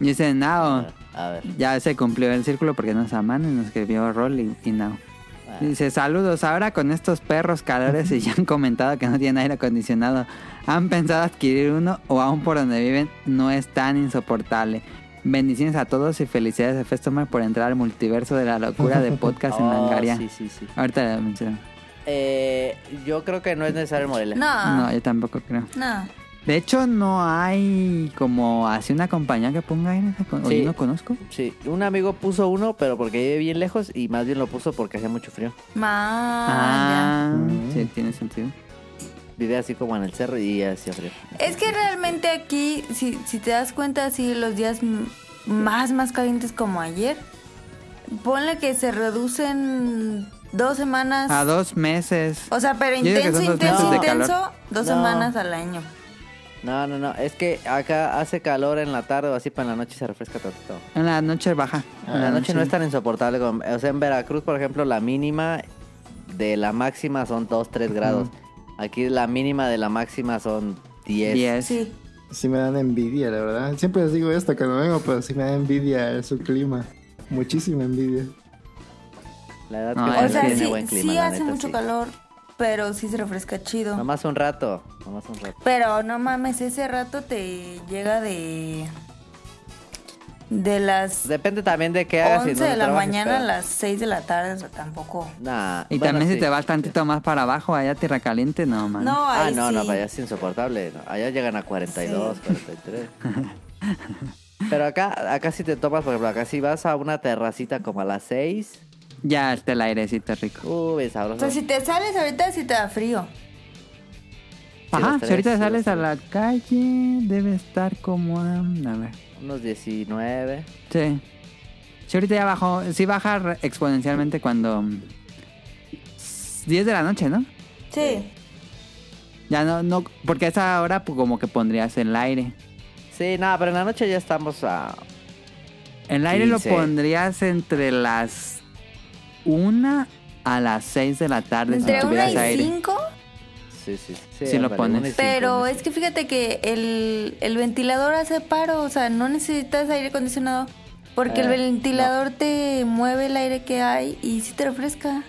Speaker 2: Y Dice Nao,
Speaker 4: A ver.
Speaker 2: ya se cumplió el círculo porque nos aman y nos escribió Roll y, y Nao.
Speaker 4: ah,
Speaker 2: Dice, saludos, ahora con estos perros calores y ya han comentado que no tienen aire acondicionado, ¿han pensado adquirir uno o aún por donde viven no es tan insoportable? Bendiciones a todos y felicidades a Festomer por entrar al multiverso de la locura de podcast en
Speaker 4: oh,
Speaker 2: Langaria.
Speaker 4: Sí, sí, sí.
Speaker 2: Ahorita lo menciono.
Speaker 4: Eh, yo creo que no es necesario Morelia.
Speaker 2: No,
Speaker 1: No,
Speaker 2: yo tampoco creo.
Speaker 1: no.
Speaker 2: De hecho, no hay como así una compañía que ponga aire acon- o
Speaker 4: Sí.
Speaker 2: Yo no conozco.
Speaker 4: Sí, un amigo puso uno, pero porque vive bien lejos y más bien lo puso porque hacía mucho frío.
Speaker 1: Ma, ya.
Speaker 2: Ah,
Speaker 3: Mm.
Speaker 2: sí, tiene sentido.
Speaker 4: Vive así como en el cerro y hacía frío.
Speaker 1: Es que realmente aquí, si, si te das cuenta, sí, los días m- más, más calientes como ayer, ponle que se reducen dos semanas.
Speaker 2: A Ah, dos meses.
Speaker 1: Ah, O sea, pero
Speaker 2: Yo digo que
Speaker 1: intenso,
Speaker 2: son dos meses
Speaker 1: intenso,
Speaker 4: de
Speaker 2: calor.
Speaker 1: intenso, dos
Speaker 4: No.
Speaker 1: semanas al año.
Speaker 4: No, no, no, es que acá hace calor en la tarde o así, pero en la noche se refresca tantito.
Speaker 2: En la noche baja.
Speaker 4: Ah, En
Speaker 1: Ah,
Speaker 4: la noche no es tan insoportable como... O sea, en Veracruz, por ejemplo, la mínima de la máxima son 2, 3 grados. Aquí la mínima de la máxima son 10.
Speaker 2: Diez.
Speaker 1: Sí.
Speaker 3: Sí me dan envidia, la verdad. Siempre les digo esto cuando vengo, pero sí me da envidia su clima. Muchísima envidia.
Speaker 4: La verdad
Speaker 2: No,
Speaker 4: que
Speaker 2: es
Speaker 1: O
Speaker 2: que-
Speaker 4: Veracruz
Speaker 1: sea,
Speaker 4: tiene
Speaker 1: sí,
Speaker 4: buen clima,
Speaker 1: sí
Speaker 4: la
Speaker 1: hace
Speaker 4: neta,
Speaker 1: mucho
Speaker 4: sí.
Speaker 1: calor, pero sí se refresca chido.
Speaker 4: Nomás un rato, nomás un rato.
Speaker 1: Pero no mames, ese rato te llega de. de las
Speaker 4: Depende también de qué hagas. y
Speaker 1: 11
Speaker 4: dónde
Speaker 1: de la
Speaker 4: trabajes,
Speaker 1: mañana
Speaker 4: pero-
Speaker 1: a las 6 de la tarde, o sea, tampoco.
Speaker 4: Nah,
Speaker 2: Y
Speaker 4: bueno,
Speaker 2: también
Speaker 4: sí.
Speaker 2: si te vas tantito más para abajo, allá tierra caliente, no, man.
Speaker 1: No,
Speaker 4: Ah,
Speaker 1: ahí
Speaker 4: no, no,
Speaker 1: sí.
Speaker 4: para allá es insoportable. no. Allá llegan a 42, 43. Pero acá, acá sí te tomas, por ejemplo, acá si vas a una terracita como a las 6,
Speaker 2: Ya está el airecito rico.
Speaker 4: uy, bien
Speaker 1: O
Speaker 4: sabroso.
Speaker 1: sea, si te sales ahorita, sí te da frío.
Speaker 2: Ajá,
Speaker 4: los
Speaker 2: si
Speaker 4: tres,
Speaker 2: ahorita
Speaker 4: sí, los
Speaker 2: sales a
Speaker 4: tres.
Speaker 2: la calle, debe estar como a... a ver.
Speaker 4: Unos 19.
Speaker 2: Sí. Si ahorita ya bajó, sí baja re- exponencialmente cuando... mm, 10 de la noche, ¿no?
Speaker 1: Sí.
Speaker 2: Ya no, no, porque a esa hora pues, como que pondrías el aire.
Speaker 4: Sí, nada, pero en la noche ya estamos a...
Speaker 2: El aire lo
Speaker 4: 15.
Speaker 2: pondrías entre las 1 a las 6 de la tarde
Speaker 1: Entre
Speaker 2: si
Speaker 1: 1
Speaker 2: tuvieras
Speaker 1: y
Speaker 2: aire.
Speaker 1: 5,
Speaker 4: Sí, sí, sí.
Speaker 2: Sí lo
Speaker 4: ándale,
Speaker 2: pones.
Speaker 4: una y cinco,
Speaker 1: pero
Speaker 4: una y
Speaker 1: es que fíjate que el, el ventilador hace paro, o sea, no necesitas aire acondicionado porque el
Speaker 4: Eh,
Speaker 1: ventilador te mueve el aire que hay y sí te refresca.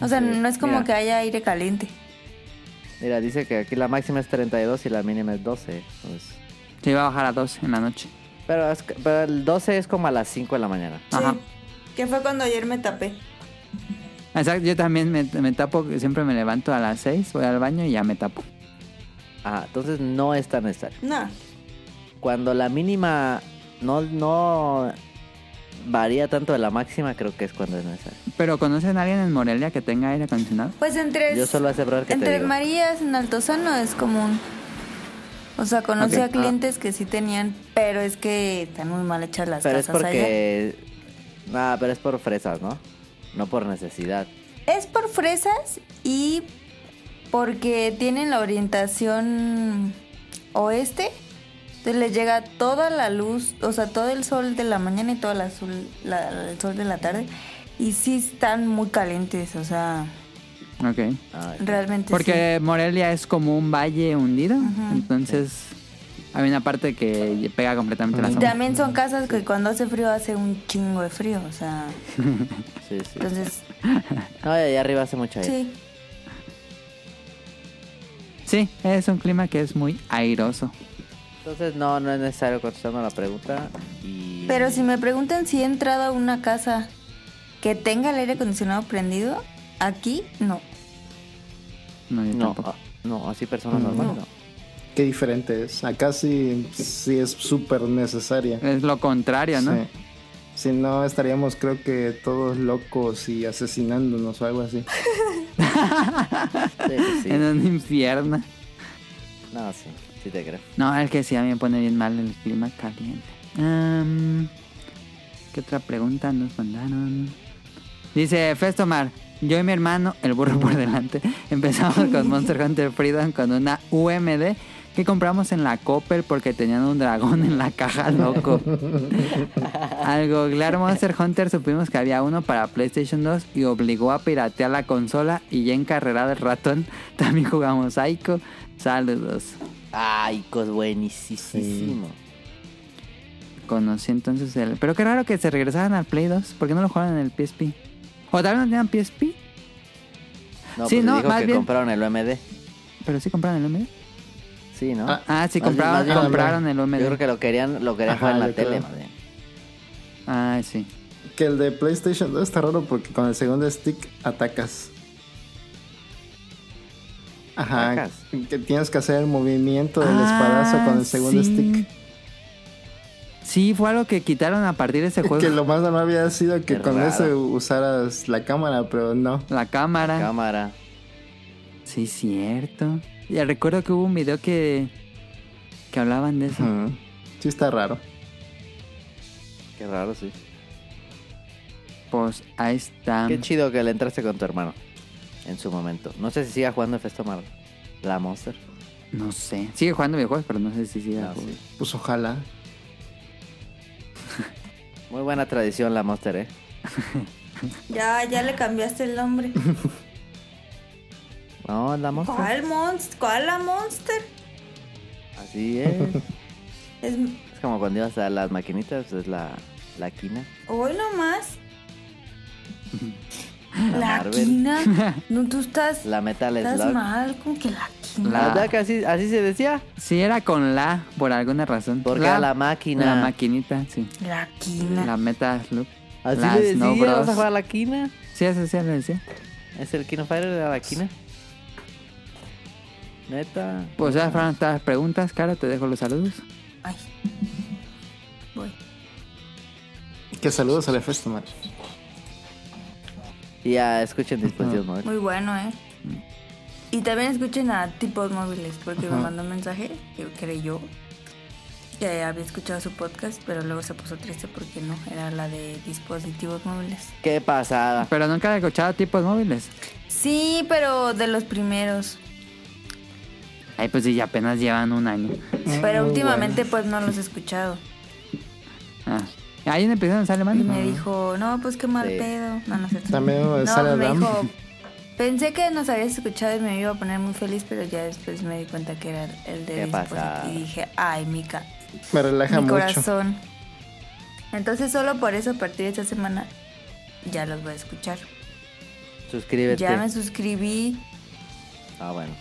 Speaker 1: O sea,
Speaker 4: Sí,
Speaker 1: no es como
Speaker 4: mira.
Speaker 1: que haya aire caliente.
Speaker 4: cinco. Mira, dice que aquí la máxima es 32 y la mínima es 12. entonces-
Speaker 2: Sí, va a bajar a 2 en la noche.
Speaker 4: Pero, es que- pero el 12 es como a las 5 de la mañana.
Speaker 2: Ajá.
Speaker 1: Que fue cuando ayer me tapé.
Speaker 2: Ah, Exacto, yo también me, me tapo, siempre me levanto a las 6, voy al baño y ya me tapo.
Speaker 4: Ajá, entonces no es tan necesario.
Speaker 1: No.
Speaker 4: Cuando la mínima no, no varía tanto de la máxima, creo que es cuando es necesario.
Speaker 2: Pero ¿conocen a alguien en Morelia que tenga aire acondicionado?
Speaker 1: Pues entre,
Speaker 4: Yo solo a ese brother que te
Speaker 1: entre
Speaker 4: digo.
Speaker 1: Marías en Altozano es común. O sea, conocí
Speaker 2: Ok.
Speaker 1: a clientes que sí tenían, pero es que están muy mal hechas las
Speaker 4: Pero es
Speaker 1: casas allá.
Speaker 4: porque... Nada, pero es por fresas, ¿no? No por necesidad.
Speaker 1: Es por fresas y porque tienen la orientación oeste. Entonces les llega toda la luz, o sea, todo el sol de la mañana y todo el, azul, la- el sol de la tarde. Y sí están muy calientes, o sea,
Speaker 2: Ok.
Speaker 4: Ay.
Speaker 1: realmente sí.
Speaker 2: Porque Morelia es como un valle hundido, entonces hay una parte que pega completamente la
Speaker 1: Y
Speaker 2: sombra.
Speaker 1: también son casas que cuando hace frío hace un chingo de frío, o sea,
Speaker 4: Sí, sí.
Speaker 1: entonces,
Speaker 4: No, y allá arriba hace mucho aire.
Speaker 1: sí.
Speaker 2: Sí, es un clima que es muy airoso.
Speaker 4: Entonces no, no es necesario contestarnos la pregunta. Y...
Speaker 1: Pero si me preguntan si he entrado a una casa que tenga el aire acondicionado prendido, aquí no.
Speaker 2: No, yo
Speaker 4: No,
Speaker 2: tampoco.
Speaker 4: ah, no, así personas normales no.
Speaker 3: Qué diferente es. Acá sí, sí es súper necesaria.
Speaker 2: Es lo contrario, ¿no?
Speaker 3: Sí. Si no, estaríamos creo que todos locos y asesinándonos o algo así.
Speaker 4: Sí, pues sí.
Speaker 2: En un infierno.
Speaker 4: No, sí, sí te creo.
Speaker 2: No, el que sí a mí me pone bien mal el clima caliente. Am, ¿Qué otra pregunta nos mandaron? Dice Festomar, yo y mi hermano, el burro por delante, empezamos con Monster Hunter Freedom con una UMD que compramos en la Coppel porque tenían un dragón en la caja, loco. Al googlear Monster Hunter supimos que había uno para PlayStation 2 y obligó a piratear la consola y ya en carrera del ratón también jugamos Psycho. Saludos.
Speaker 4: Ay, cos buenísimo.
Speaker 2: Conocí entonces el... Pero qué raro que se regresaran al Play 2. ¿Por qué no lo jugaron en el PSP? ¿O tal vez no tenían PSP?
Speaker 4: No,
Speaker 2: Sí,
Speaker 4: pues
Speaker 2: no,
Speaker 4: dijo
Speaker 2: más
Speaker 4: que
Speaker 2: bien-
Speaker 4: compraron el OMD.
Speaker 2: ¿Pero sí compraron el OMD?
Speaker 4: Sí, ¿no?
Speaker 3: Ah,
Speaker 2: Ah, sí,
Speaker 3: Más bien, más
Speaker 2: compraron,
Speaker 3: bien,
Speaker 2: compraron el
Speaker 4: Yo creo
Speaker 2: OMD.
Speaker 4: que lo querían, lo querían
Speaker 3: Ajá,
Speaker 4: jugar en
Speaker 3: yo
Speaker 4: la
Speaker 3: creo.
Speaker 4: tele. más bien.
Speaker 2: Ah, sí.
Speaker 3: Que el de PlayStation 2 está raro porque con el segundo stick atacas. Ajá.
Speaker 4: Atacas.
Speaker 3: Que tienes que hacer el movimiento del
Speaker 2: Ah,
Speaker 3: espadazo con el segundo
Speaker 2: sí.
Speaker 3: stick.
Speaker 2: Sí, fue algo que quitaron a partir de ese juego.
Speaker 3: Que lo más normal había sido que
Speaker 4: Qué
Speaker 3: con
Speaker 4: raro.
Speaker 3: eso usaras la cámara, pero no.
Speaker 2: La cámara.
Speaker 4: Cámara.
Speaker 2: Sí, cierto. Ya recuerdo que hubo un video que... Que hablaban de eso.
Speaker 3: Mm. Sí está raro.
Speaker 4: Qué raro, sí.
Speaker 2: Pues ahí está.
Speaker 4: Qué chido que le entraste con tu hermano. En su momento. No sé si siga jugando Festomar. La Monster.
Speaker 2: No sé. Sigue jugando videojuegos, pero no sé si sigue
Speaker 4: No,
Speaker 2: jugando.
Speaker 4: sí.
Speaker 3: Pues ojalá.
Speaker 4: Muy buena tradición la Monster, ¿eh?
Speaker 1: Ya, ya le cambiaste el nombre.
Speaker 4: No, la Monster.
Speaker 1: ¿Cuál monster? ¿Cuál la monster?
Speaker 4: Así es. es
Speaker 1: Es
Speaker 4: como cuando ibas a las maquinitas, pues, es la, la quina.
Speaker 1: hoy nomás.
Speaker 4: La
Speaker 1: La
Speaker 4: Marvel.
Speaker 1: quina. No, tú estás,
Speaker 4: La Metal
Speaker 1: estás
Speaker 4: Slug.
Speaker 1: mal con que la quina.
Speaker 2: La-
Speaker 4: ¿Verdad que así, así se decía?
Speaker 2: Sí, era con la, por alguna razón.
Speaker 4: Porque era la máquina.
Speaker 2: La maquinita, sí.
Speaker 1: La quina.
Speaker 2: La meta Slug.
Speaker 4: Así
Speaker 2: la
Speaker 4: le decía,
Speaker 2: Snow Bros.
Speaker 4: vas a jugar a la quina.
Speaker 2: Sí, eso sí, le decía.
Speaker 4: ¿Es el Kino Fighter de la quina? Neta.
Speaker 2: Pues ya fueron todas las preguntas, Caro, te dejo los saludos.
Speaker 1: Ay. Voy.
Speaker 3: Que saludos al Festomar.
Speaker 4: Y ya escuchen dispositivos móviles.
Speaker 1: Muy bueno, ¿eh?
Speaker 4: Mm.
Speaker 1: Y también escuchen a Tipos Móviles, porque me mandó un mensaje que creyó que había escuchado su podcast, pero luego se puso triste porque no, era la de dispositivos móviles.
Speaker 4: Qué pasada.
Speaker 2: Ah, Pero nunca he escuchado tipos móviles.
Speaker 1: Sí, pero de los primeros.
Speaker 2: Ay, pues sí, ya apenas llevan un año.
Speaker 3: Mm,
Speaker 1: Pero últimamente pues no los he escuchado.
Speaker 2: Ah. Hay un episodio donde sale
Speaker 1: Y
Speaker 2: Mandy.
Speaker 1: me dijo, no, pues qué mal
Speaker 4: Sí.
Speaker 1: pedo. No, no sé.
Speaker 3: También uno de Sara
Speaker 1: me
Speaker 3: Dam.
Speaker 1: dijo, pensé que nos habías escuchado y me iba a poner muy feliz, pero ya después me di cuenta que era el de
Speaker 4: ¿Qué pasa?
Speaker 1: dispositivo. Y dije, ay, Mica,
Speaker 3: Me relaja
Speaker 1: mi
Speaker 3: mucho.
Speaker 1: corazón. Entonces solo por eso a partir de esta semana ya los voy a escuchar.
Speaker 4: Suscríbete.
Speaker 1: Ya me suscribí,
Speaker 4: Ah, bueno.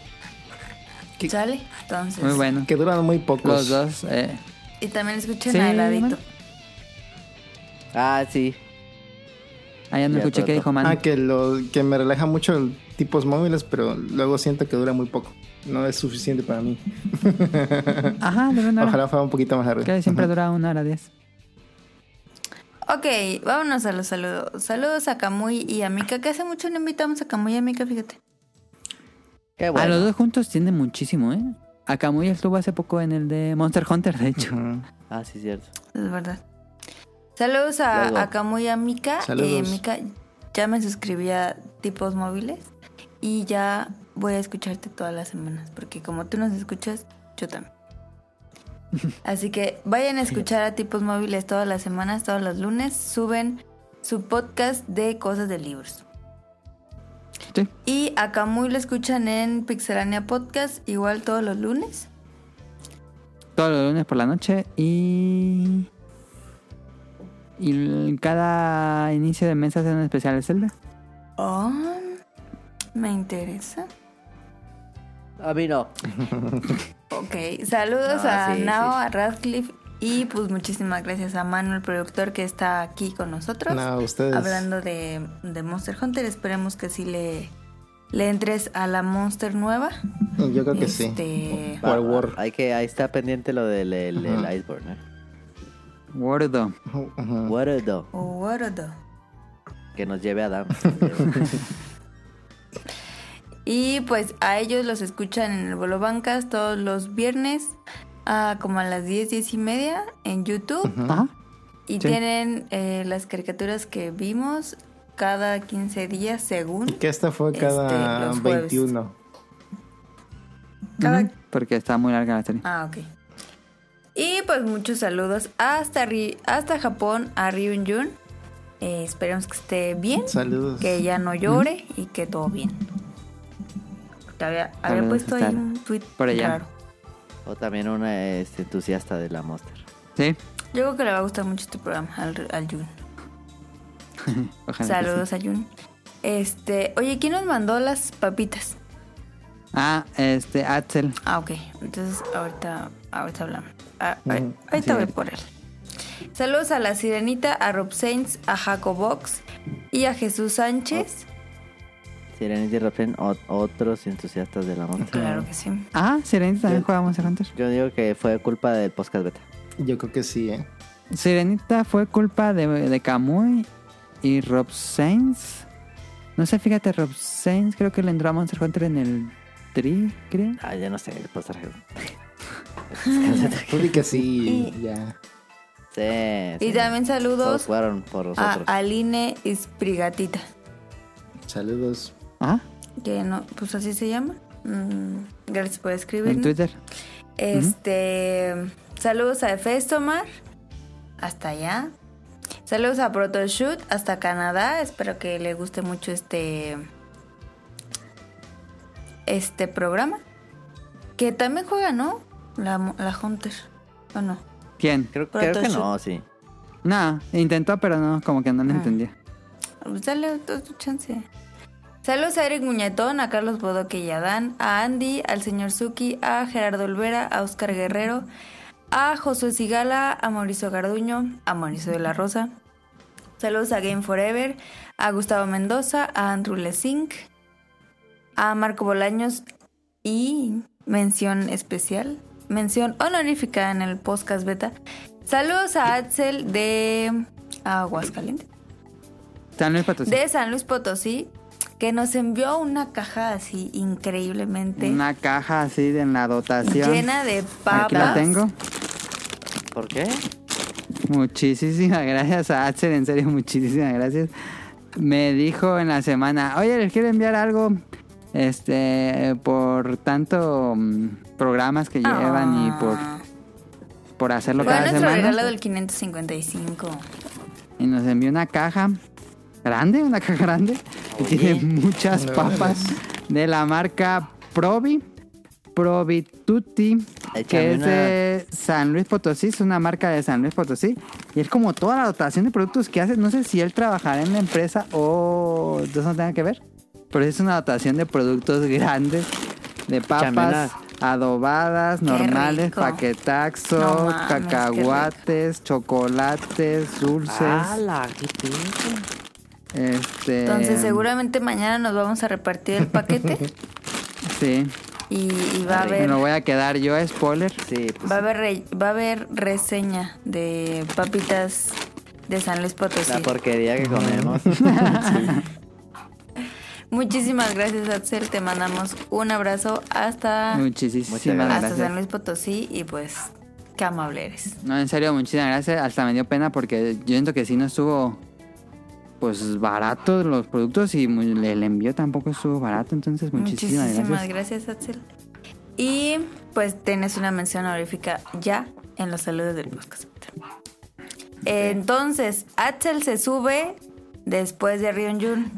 Speaker 1: ¿sale? Entonces.
Speaker 2: Ah, Muy bueno.
Speaker 3: Que duran muy pocos.
Speaker 2: Los dos, eh,
Speaker 1: Y también escuchen
Speaker 2: Sí,
Speaker 1: a Heladito.
Speaker 2: bueno.
Speaker 4: Ah, sí.
Speaker 2: Ah, ya no
Speaker 4: Ya,
Speaker 2: escuché
Speaker 4: todo,
Speaker 2: qué
Speaker 4: todo.
Speaker 2: dijo Mandy.
Speaker 3: Ah, que, lo, que me relaja mucho el tipos móviles, pero luego siento que dura muy poco. No es suficiente para mí.
Speaker 2: Ajá, de una hora.
Speaker 3: Ojalá fuera un poquito más largo.
Speaker 2: Que siempre dura una hora diez.
Speaker 1: Ok, vámonos a los saludos. Saludos a Camuy y a Mika, que hace mucho no invitamos a Camuy y a Mika, fíjate.
Speaker 4: Qué
Speaker 2: A los
Speaker 4: bueno.
Speaker 2: dos juntos tiene muchísimo, ¿eh? Akamuy estuvo hace poco en el de Monster Hunter, de hecho.
Speaker 3: Ujú.
Speaker 4: Ah, sí, cierto.
Speaker 1: Es verdad. Saludos
Speaker 4: Luego.
Speaker 1: a, a Camuy y a Mika. Eh,
Speaker 3: Saludos.
Speaker 1: Mika, ya me suscribí a Tipos Móviles y ya voy a escucharte todas las semanas, porque como tú nos escuchas, yo también. Así que vayan a escuchar a Tipos Móviles todas las semanas, todos los lunes. Suben su podcast de cosas de libros.
Speaker 2: Sí.
Speaker 1: Y a Camuy lo escuchan en Pixelania Podcast, igual todos los lunes.
Speaker 2: Todos los lunes por la noche y. Y l- cada inicio de mes hacen un especial de Zelda.
Speaker 1: Oh, me interesa.
Speaker 4: A mí no.
Speaker 1: Ok, saludos
Speaker 4: No,
Speaker 1: a
Speaker 4: sí,
Speaker 1: Nao,
Speaker 4: sí.
Speaker 1: a Radcliffe y pues muchísimas gracias a Manuel, productor, que está aquí con nosotros
Speaker 3: No, ustedes.
Speaker 1: hablando de, de Monster Hunter. Esperemos que sí le, le entres a la Monster nueva.
Speaker 3: Yo creo que sí.
Speaker 1: este,
Speaker 3: O al War.
Speaker 4: Hay que, ahí está pendiente lo del el- el Iceborne, ¿eh?
Speaker 2: Gordo.
Speaker 3: Ajá.
Speaker 4: Guardo,
Speaker 1: o Wordo.
Speaker 4: que nos lleve a Adam.
Speaker 1: Y pues a ellos los escuchan en el Bolo Bancas todos los viernes, a como a las 10, 10 y media en YouTube.
Speaker 2: Ajá.
Speaker 1: Y
Speaker 2: Sí.
Speaker 1: tienen eh, las caricaturas que vimos cada 15 días, según.
Speaker 3: Que esta fue
Speaker 1: Este,
Speaker 3: cada
Speaker 1: los jueves.
Speaker 3: 21.
Speaker 1: Cada-
Speaker 2: Ujú, Porque está muy larga la serie.
Speaker 1: Ah, ok. Y pues muchos saludos hasta, Ri- hasta Japón, a Ryun Jun. Eh, esperemos que esté bien,
Speaker 3: Saludos.
Speaker 1: que ya no llore y que todo bien. Te había, había
Speaker 2: Saludos
Speaker 1: puesto ahí
Speaker 2: hasta-
Speaker 1: un tweet
Speaker 2: por allá.
Speaker 1: raro.
Speaker 4: o también una este, entusiasta de la Monster.
Speaker 2: Sí.
Speaker 1: Yo creo que le va a gustar mucho este programa al, al Jun.
Speaker 2: Ojalá que sí.
Speaker 1: Saludos a Jun. Este, oye, ¿quién nos mandó las papitas?
Speaker 2: Ah, este, Axel.
Speaker 1: Ah, ok. Entonces ahorita, ahorita hablamos. Ah,
Speaker 2: Mm,
Speaker 1: ah,
Speaker 3: Ujú,
Speaker 1: ahorita voy por él. Saludos a la Sirenita, a Rob Sainz, a Jacobox y a Jesús Sánchez.
Speaker 2: Oh,
Speaker 4: Sirenity y Rafael, o- otros entusiastas de la Monster.
Speaker 1: Claro que sí.
Speaker 2: Ah, Sirenita también juega Monster Hunter.
Speaker 4: Yo digo que fue culpa del podcast beta.
Speaker 3: Yo creo que sí, ¿eh?
Speaker 2: Sirenita fue culpa de, de Kamui y Rob Sainz. No sé, fíjate, Rob Sainz creo que le entró a Monster Hunter en el Tri, creo.
Speaker 4: Ah, ya no sé, el podcast beta.
Speaker 3: Tú di que sí, ya.
Speaker 4: Sí, sí.
Speaker 1: Y también Ah,
Speaker 4: Todos
Speaker 1: saludos
Speaker 4: jugaron por
Speaker 1: a
Speaker 4: nosotros.
Speaker 1: Aline Isprigatita.
Speaker 3: Saludos.
Speaker 2: Ah,
Speaker 1: Que no, pues así se llama. Mm, gracias por
Speaker 2: en
Speaker 1: escribirnos.
Speaker 2: Twitter.
Speaker 1: Este, saludos a Festomar hasta allá. Saludos a Protoshoot hasta Canadá. Espero que le guste mucho este este programa. Que también juega, ¿no? La, mo- la Hunter. ¿O no?
Speaker 2: ¿Quién?
Speaker 4: Creo,
Speaker 1: Proto
Speaker 4: creo que
Speaker 1: Shoot.
Speaker 4: no, sí.
Speaker 2: No, intentó, pero no, como que no
Speaker 1: Ah.
Speaker 2: le entendía.
Speaker 1: Pues dale otra otra chance. Saludos a Eric Muñetón, a Carlos Bodoque y Adán, a Andy, al señor Suki, a Gerardo Olvera, a Oscar Guerrero, a Josué Sigala, a Mauricio Garduño, a Mauricio de la Rosa. Saludos a Game Forever, a Gustavo Mendoza, a Andrew Lesink, a Marco Bolaños y mención especial, mención honorífica en el podcast beta. Saludos a Axel de Aguascalientes
Speaker 2: San Luis Potosí.
Speaker 1: de San Luis Potosí que nos envió una caja así increíblemente
Speaker 2: Una caja así de en la dotación.
Speaker 1: llena de papas.
Speaker 2: Aquí la tengo.
Speaker 4: ¿Por qué?
Speaker 2: Muchísimas gracias a Axel, en serio, muchísimas gracias. Me dijo en la semana, oye, les quiero enviar algo. Este, por tanto mm, programas que
Speaker 1: Ah.
Speaker 2: llevan y por, por hacerlo
Speaker 1: Fue
Speaker 2: cada
Speaker 1: nuestro regalo
Speaker 2: semana.
Speaker 1: del 555.
Speaker 2: Y nos envió una caja grande, una caja grande, que
Speaker 4: Oye.
Speaker 2: tiene muchas
Speaker 3: No,
Speaker 2: papas de la marca Provi, Provituti,
Speaker 4: Échame
Speaker 2: que es
Speaker 4: una.
Speaker 2: de San Luis Potosí, es una marca de San Luis Potosí. Y es como toda la dotación de productos que hace. No sé si él trabajará en la empresa o eso no tenga que ver. Pero es una dotación de productos grandes, de papas
Speaker 4: Chamena.
Speaker 2: adobadas, normales,
Speaker 1: rico.
Speaker 2: paquetaxo,
Speaker 1: No mames, qué rico.
Speaker 2: cacahuates, chocolates, dulces.
Speaker 4: ¡Hala! ¡Qué pinche!
Speaker 2: Este,
Speaker 1: Entonces seguramente mañana nos vamos a repartir el paquete
Speaker 2: Sí.
Speaker 1: y, y va a
Speaker 2: Me
Speaker 1: haber
Speaker 2: lo voy a quedar yo, spoiler.
Speaker 4: Sí, pues.
Speaker 1: va a haber re- va a haber reseña de papitas de San Luis Potosí.
Speaker 4: La porquería que comemos.
Speaker 1: Muchísimas gracias Axel, te mandamos un abrazo hasta
Speaker 2: Muchísimas
Speaker 4: Muchas
Speaker 1: Ah. hasta
Speaker 2: gracias.
Speaker 1: San Luis Potosí y pues qué amable eres.
Speaker 2: No, en serio, muchísimas gracias. Hasta me dio pena porque yo siento que sí no estuvo pues barato los productos y mu- el el envío tampoco estuvo barato. Entonces, muchísimas, gracias.
Speaker 1: gracias. Axel. Y pues tienes una mención honorífica ya en los saludos del podcast. Entonces, Axel se sube después de Rion Jun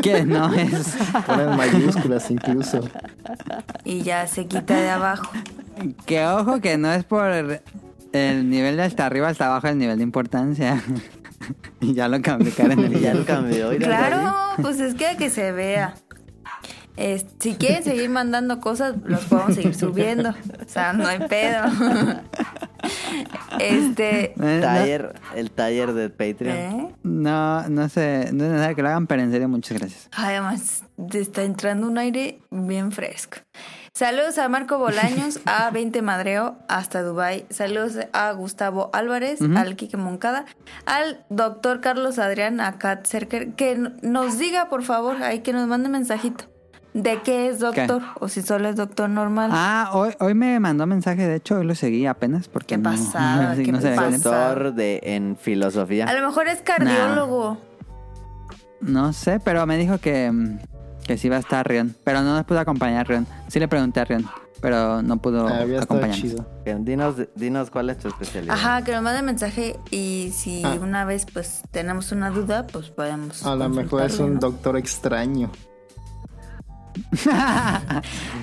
Speaker 2: Que no es
Speaker 3: Ponen mayúsculas incluso.
Speaker 1: y ya se quita de abajo.
Speaker 2: que ojo que no es por el nivel de hasta arriba hasta abajo el nivel de importancia. Y ya lo cambiaron en el
Speaker 4: Y ya lo
Speaker 2: video.
Speaker 4: cambió. oigan,
Speaker 1: Claro, pues es que que se vea. Es- si quieren seguir mandando cosas, los podemos seguir subiendo. O sea, no hay pedo. Este.
Speaker 2: Eh, no,
Speaker 4: Taller, el taller de Patreon.
Speaker 1: ¿eh?
Speaker 2: no, no sé, no es necesario que lo hagan, pero en serio, muchas gracias.
Speaker 1: Ay, Además, te está entrando un aire bien fresco. Saludos a Marco Bolaños, a 20 Madreo, hasta Dubai. Saludos a Gustavo Álvarez, al Quique Moncada, al doctor Carlos Adrián, a Kat Cerker. Que n- nos diga, por favor, ahí que nos mande mensajito. ¿De qué es doctor? O si solo es doctor normal.
Speaker 2: Ah, hoy, hoy me mandó mensaje, de hecho, hoy lo seguí apenas porque
Speaker 1: Qué
Speaker 2: no,
Speaker 1: pasada,
Speaker 2: sí,
Speaker 1: qué
Speaker 2: no se ve
Speaker 1: pasada.
Speaker 2: bien.
Speaker 4: Doctor de, en filosofía.
Speaker 1: a lo mejor es cardiólogo.
Speaker 2: No sé, pero me dijo que, mm, que sí iba a estar Rion. Pero no nos pudo acompañar Rion. Sí le pregunté a Rion, pero no pudo
Speaker 3: Ah, Había estado
Speaker 2: acompañarnos.
Speaker 3: chido.
Speaker 4: Bien, Dinos, dinos cuál es tu especialidad.
Speaker 1: Ajá, que nos mande mensaje y si
Speaker 3: Ah.
Speaker 1: una vez pues tenemos una duda, pues podemos.
Speaker 3: A lo mejor es
Speaker 1: consultarlo,
Speaker 3: un
Speaker 1: ¿no?
Speaker 3: doctor extraño.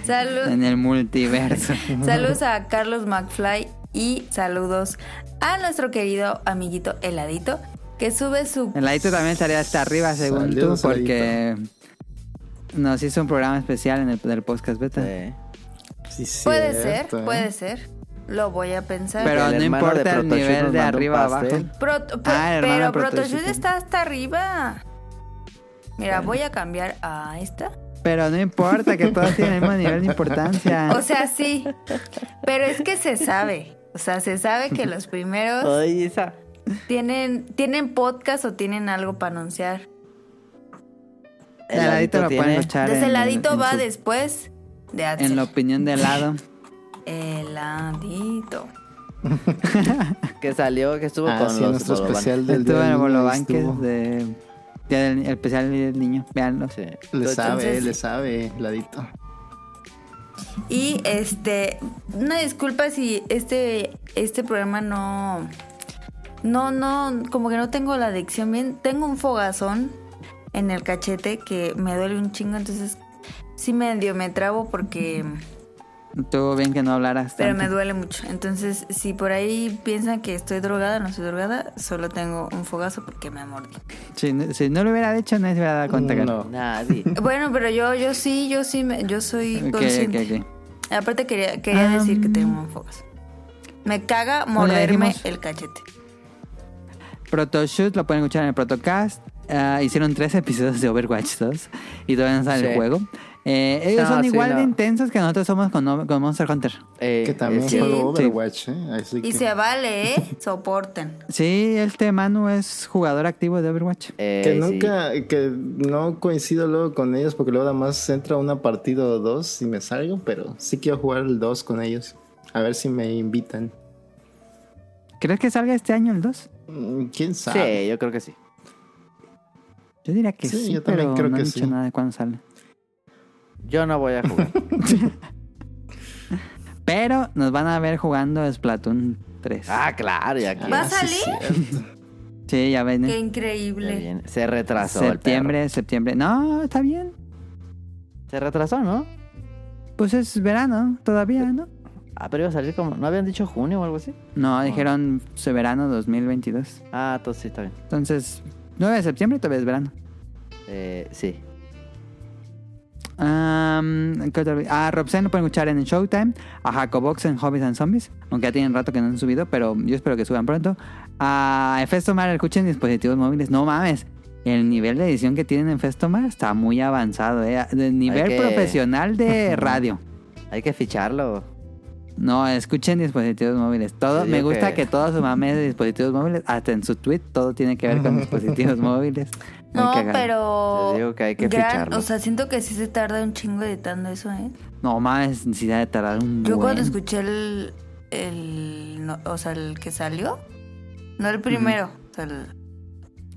Speaker 1: Salud.
Speaker 2: En el multiverso.
Speaker 1: Saludos a Carlos McFly y saludos a nuestro querido amiguito Heladito, que sube su...
Speaker 2: El Adito también estaría hasta arriba, según
Speaker 3: Saludos,
Speaker 2: tú, porque nos hizo un programa especial en el del podcast beta.
Speaker 4: Sí.
Speaker 3: Sí,
Speaker 1: puede
Speaker 3: cierto,
Speaker 1: ser,
Speaker 3: ¿eh?
Speaker 1: puede ser. Lo voy a pensar.
Speaker 2: Pero
Speaker 4: El
Speaker 2: no
Speaker 4: hermano de
Speaker 2: importa el
Speaker 4: Protoshun nos
Speaker 2: nivel de
Speaker 4: mandó un
Speaker 2: arriba a abajo.
Speaker 4: pastel.
Speaker 1: Proto-
Speaker 2: Ah,
Speaker 1: pro-
Speaker 2: hermana
Speaker 1: pero Protoshoot
Speaker 2: Protoshun.
Speaker 1: está hasta arriba. Mira, voy a cambiar a esta.
Speaker 2: Pero no importa, que todos tienen el mismo nivel de importancia.
Speaker 1: O sea, sí. Pero es que se sabe. O sea, se sabe que los primeros
Speaker 4: Oye, esa.
Speaker 1: tienen, tienen podcast o tienen algo para anunciar.
Speaker 2: el Adito lo pueden
Speaker 4: tiene-
Speaker 2: escuchar.
Speaker 1: De ese
Speaker 2: en-
Speaker 1: ladito
Speaker 2: en
Speaker 1: va
Speaker 2: su-
Speaker 1: después de
Speaker 2: En la
Speaker 1: Axel.
Speaker 2: opinión de lado.
Speaker 1: Heladito.
Speaker 4: Que salió, que estuvo
Speaker 3: Ah,
Speaker 4: con
Speaker 3: sí,
Speaker 4: los
Speaker 3: nuestro
Speaker 4: Bolovan.
Speaker 3: especial del
Speaker 2: Estuvo
Speaker 3: día
Speaker 2: en
Speaker 3: del
Speaker 2: el
Speaker 3: niño,
Speaker 2: Bolobanques
Speaker 3: estuvo.
Speaker 2: de. Día del- el especial del niño, véanlo.
Speaker 4: Sí.
Speaker 3: Le
Speaker 4: Entonces,
Speaker 3: sabe,
Speaker 1: Entonces-
Speaker 3: le sabe, ladito.
Speaker 1: Y este, una disculpa si este, este programa no, no, no, como que no tengo la adicción bien. Tengo un fogazón en el cachete que me duele un chingo, entonces sí medio me trabo porque,
Speaker 2: Estuvo bien que no hablaras.
Speaker 1: pero
Speaker 2: tanto.
Speaker 1: me duele mucho. Entonces, si por ahí piensan que estoy drogada, no estoy drogada, solo tengo un fogazo porque me mordí.
Speaker 2: Si, no- si no lo hubiera hecho, no se hubiera dado cuenta. que-
Speaker 3: No.
Speaker 4: Nadie.
Speaker 1: Bueno, pero yo, yo sí, yo sí, me- yo soy
Speaker 2: Ok,
Speaker 1: consciente.
Speaker 2: ok, ok.
Speaker 1: Aparte quería, quería decir que
Speaker 2: Am.
Speaker 1: tengo un fogazo. Me caga
Speaker 2: No, ya
Speaker 1: morderme
Speaker 2: dijimos.
Speaker 1: el cachete.
Speaker 2: Protoshoot lo pueden escuchar en el Protocast. Ah, hicieron tres episodios de Overwatch 2 y todavía no sale
Speaker 4: Sí.
Speaker 2: el juego. Eh, ellos
Speaker 4: No,
Speaker 3: Ah,
Speaker 2: son
Speaker 4: sí,
Speaker 2: igual de
Speaker 4: no.
Speaker 2: intensos que nosotros somos con, con Monster Hunter.
Speaker 4: Eh,
Speaker 3: Que también
Speaker 4: es que-
Speaker 3: juego
Speaker 2: Sí.
Speaker 3: Overwatch, ¿eh? Así
Speaker 1: Y
Speaker 3: que-
Speaker 1: se vale, ¿eh? Soporten.
Speaker 2: Sí, este Manu es jugador activo de Overwatch.
Speaker 4: eh,
Speaker 3: Que
Speaker 4: sí.
Speaker 3: nunca, que no coincido luego con ellos porque luego nada más entra una partida o dos y me salgo, pero sí quiero jugar el 2 con ellos. A ver si me invitan.
Speaker 2: ¿Crees que salga este año el 2?
Speaker 3: Mm, ¿Quién sabe?
Speaker 4: Sí, yo creo que sí.
Speaker 2: Yo diría que sí,
Speaker 3: Sí, yo también
Speaker 2: pero
Speaker 3: creo
Speaker 2: no han
Speaker 3: que
Speaker 2: dicho
Speaker 3: sí.
Speaker 2: nada de cuándo sale.
Speaker 4: Yo no voy a jugar.
Speaker 2: Pero nos van a ver jugando Splatoon 3.
Speaker 4: ah, claro, ya
Speaker 1: ¿Va a
Speaker 3: sí,
Speaker 4: aquí.
Speaker 1: salir?
Speaker 3: cierto.
Speaker 2: sí, ya ven.
Speaker 1: Qué
Speaker 2: ¿eh?
Speaker 4: Ya
Speaker 1: increíble.
Speaker 4: viene. Se retrasó. el
Speaker 2: Septiembre, septiembre. No, está bien.
Speaker 4: perro. Se retrasó, ¿no?
Speaker 2: Pues es verano todavía, ¿no?
Speaker 4: Ah, pero iba a salir como. ¿No habían dicho junio o algo así?
Speaker 3: Ah.
Speaker 2: No, dijeron se- verano 2022.
Speaker 4: Ah, entonces sí, está bien.
Speaker 2: Entonces, 9 de septiembre todavía es verano.
Speaker 4: Eh, sí.
Speaker 2: Am, ¿qué otro? a Robsen lo pueden escuchar en Showtime. A Jacobox en Hobbies and Zombies. Aunque ya tienen rato que no han subido, pero yo espero que suban pronto. A Festomar escuchen dispositivos móviles. No mames. El nivel de edición que tienen en Festomar está muy avanzado. ¿eh? De nivel
Speaker 4: que-
Speaker 2: profesional de radio.
Speaker 4: Hay que ficharlo.
Speaker 2: No, escuchen dispositivos móviles. Todo,
Speaker 4: Sí,
Speaker 2: me
Speaker 4: yo
Speaker 2: gusta
Speaker 4: que-
Speaker 2: que todo su mame es de dispositivos móviles. Hasta en su tweet todo tiene que ver con dispositivos móviles. Muy
Speaker 1: No,
Speaker 2: cagado.
Speaker 1: pero.
Speaker 4: Les digo que hay que
Speaker 1: gran-
Speaker 4: ficharlo.
Speaker 1: O sea, siento que sí se tarda un chingo editando eso, ¿eh?
Speaker 2: No mames, necesidad de tardar un
Speaker 1: Yo
Speaker 2: buen.
Speaker 1: cuando escuché el. el no- o sea, el que salió. No el primero. o sea, el-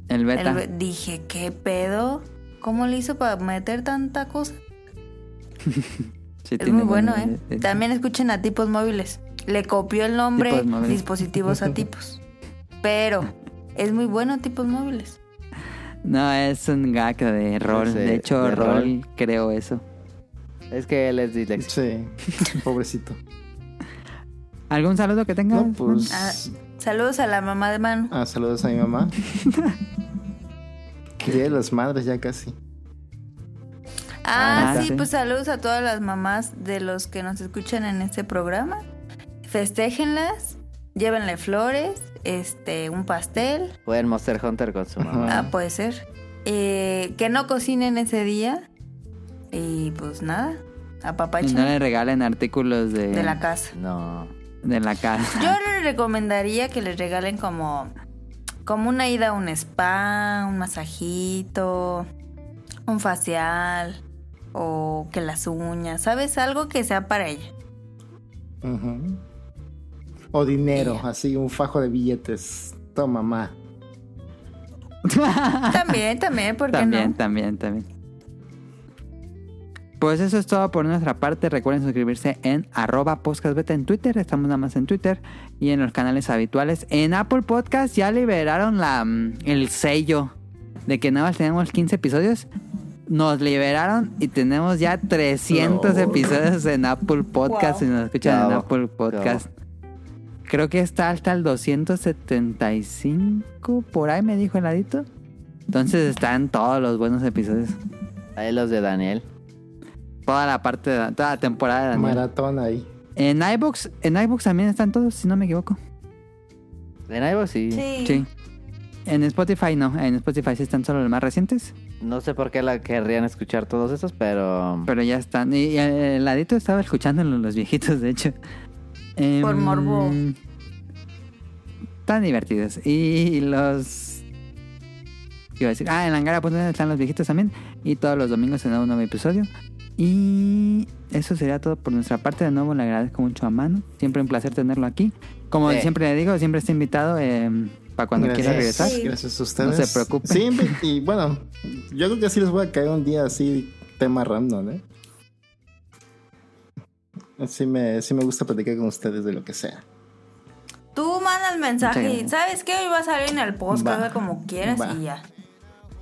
Speaker 2: El beta.
Speaker 1: el- dije, ¿qué pedo? ¿Cómo le hizo para meter tanta cosa?
Speaker 2: Sí,
Speaker 1: Es
Speaker 2: tiene
Speaker 1: muy bueno, ¿eh?
Speaker 2: buen- eh,
Speaker 1: También escuchen a tipos móviles. Le copió el nombre
Speaker 2: Tipos móviles.
Speaker 1: dispositivos a tipos. Pero es muy bueno tipos móviles.
Speaker 2: No, es un gag de rol.
Speaker 4: Sí,
Speaker 2: de hecho,
Speaker 4: de
Speaker 2: rol,
Speaker 4: rol.
Speaker 2: creo eso.
Speaker 4: Es que él es disléxico.
Speaker 3: Sí, pobrecito.
Speaker 2: ¿Algún saludo que tengas?
Speaker 3: No, pues.
Speaker 1: Ah, Saludos a la mamá de Manu.
Speaker 3: Ah, saludos a mi mamá. Día de las madres ya casi.
Speaker 1: Ah,
Speaker 2: Ah,
Speaker 1: sí,
Speaker 2: sí.
Speaker 1: pues saludos a todas las mamás de los que nos escuchan en este programa. Festéjenlas, Llévenle flores, este, un pastel,
Speaker 4: Fue el Monster Hunter con su mamá.
Speaker 1: ah, puede ser. Eh, que no cocinen ese día. Y pues nada,
Speaker 2: Y no
Speaker 1: apapachen
Speaker 2: le regalen artículos de,
Speaker 1: de la casa.
Speaker 4: No.
Speaker 2: de la casa.
Speaker 1: Yo les recomendaría que les regalen como, como una ida a un spa, un masajito, un facial o que las uñas, ¿sabes? Algo que sea para ella.
Speaker 3: Ujú. O dinero, así un fajo de billetes. Toma, mamá.
Speaker 1: También, también, ¿por qué
Speaker 2: También,
Speaker 1: no?
Speaker 2: también, también. Pues eso es todo por nuestra parte. Recuerden suscribirse en arroba podcastbeta en Twitter. Estamos nada más en Twitter y en los canales habituales. En Apple Podcast ya liberaron la, mm, el sello de que nada más tenemos 15 episodios. Nos liberaron y tenemos ya 300 episodios en Apple Podcast.
Speaker 1: Wow.
Speaker 2: Si nos escuchan en
Speaker 4: Bravo,
Speaker 2: Apple Podcast. Creo que está hasta el 275, por ahí me dijo el ladito. Entonces están todos los buenos episodios.
Speaker 4: Ahí los de Daniel.
Speaker 2: Toda la parte, de, toda la temporada de Daniel.
Speaker 3: Maratón ahí.
Speaker 2: En iBox, en iBox también están todos, si no me equivoco.
Speaker 4: En Ivo sí.
Speaker 2: Sí. En Spotify no, en Spotify sí están solo los más recientes,
Speaker 4: No sé por qué la querrían escuchar todos esos, pero.
Speaker 2: pero ya están. Y, y el ladito estaba escuchando los, los viejitos, de hecho.
Speaker 1: Por
Speaker 2: Em,
Speaker 1: morbo.
Speaker 2: Están divertidos. Y los. ¿Qué iba a decir? Ah, en Langara.net están los viejitos también. Y todos los domingos se da un nuevo episodio. Y eso sería todo por nuestra parte. De nuevo, le agradezco mucho a Manu. Siempre un placer tenerlo aquí. Como
Speaker 4: Sí.
Speaker 2: siempre le digo, siempre está invitado em, para cuando
Speaker 3: Gracias.
Speaker 2: quiera regresar.
Speaker 1: Sí.
Speaker 3: Gracias a ustedes.
Speaker 2: No se preocupen.
Speaker 3: Sí, y bueno, yo creo que sí les voy a caer un día así, tema random, ¿eh? Sí me, sí me gusta platicar con ustedes de lo que sea.
Speaker 1: Tú mandas
Speaker 2: Muchas
Speaker 1: mensaje y
Speaker 2: gracias.
Speaker 1: sabes qué? hoy va a salir en el post,
Speaker 3: Va.
Speaker 1: hazla como quieras
Speaker 3: Va.
Speaker 1: y ya.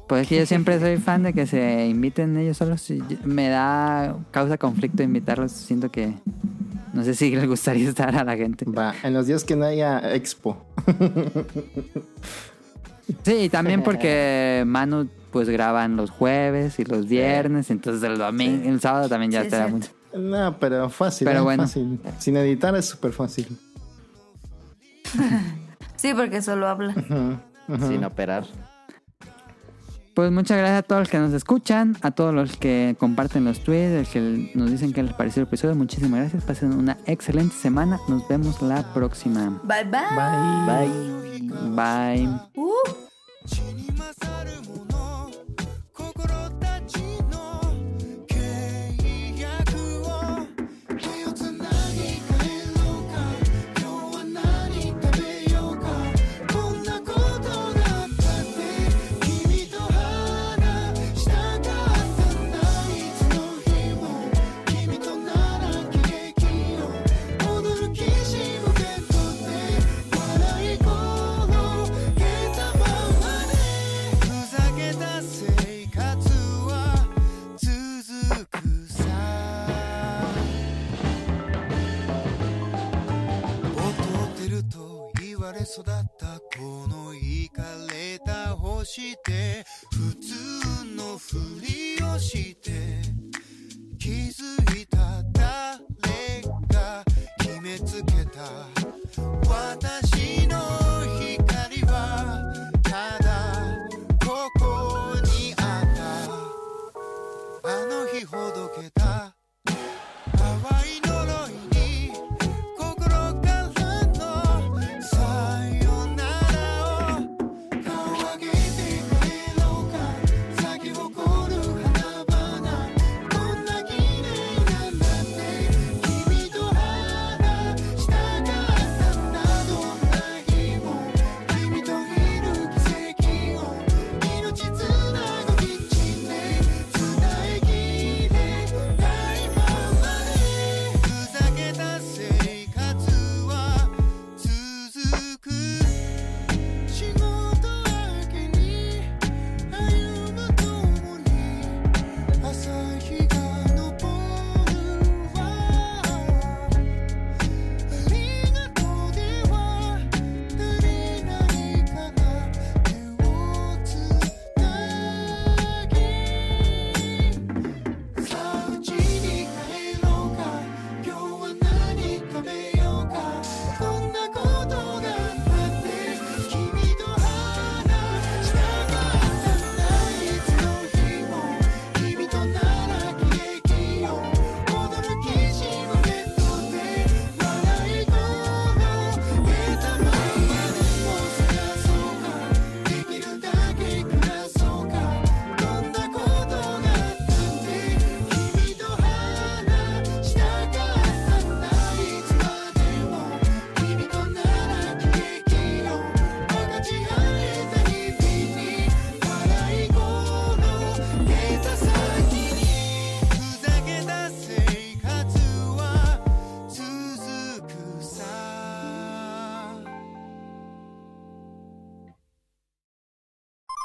Speaker 2: Pues que yo siempre soy fan de que se inviten ellos solos. Y yo- Me da causa conflicto invitarlos. Siento que. No sé si les gustaría estar a la gente.
Speaker 3: Va, en los días que no haya expo.
Speaker 2: Sí, y también porque Manu pues graban los jueves y los viernes, entonces el domingo, el sábado también ya
Speaker 1: Sí,
Speaker 2: te da
Speaker 1: cierto.
Speaker 2: mucho.
Speaker 3: No, pero fácil.
Speaker 2: Pero
Speaker 3: ¿eh?
Speaker 2: bueno.
Speaker 3: Fácil. Sin editar es súper fácil.
Speaker 1: Sí, porque solo habla.
Speaker 4: Sin operar.
Speaker 2: Pues muchas gracias a todos los que nos escuchan, a todos los que comparten los tweets, los que nos dicen que les pareció el episodio. Muchísimas gracias, pasen una excelente semana. Nos vemos la próxima.
Speaker 1: Bye bye. Uh.
Speaker 4: Bye.
Speaker 2: Bye.
Speaker 9: 血に勝るもの心たちの契約を手をつなぎ帰ろうか今日は何食べようかこんなことだったって君と話したかったんだいつの日も君となら喜劇を驚きしむけどって笑い声けたままでふざけた生活は続くさ劣ってると言われ育ったこのイかれた星で普通のふりをして気づいた誰が決めつけた私の光はただここにあったあの日ほどけた淡い呪いに心からのさよならを顔上げて帰ろうか咲き誇る花々こんな綺麗なんだって君と話したかったんだどんな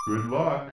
Speaker 10: Good luck.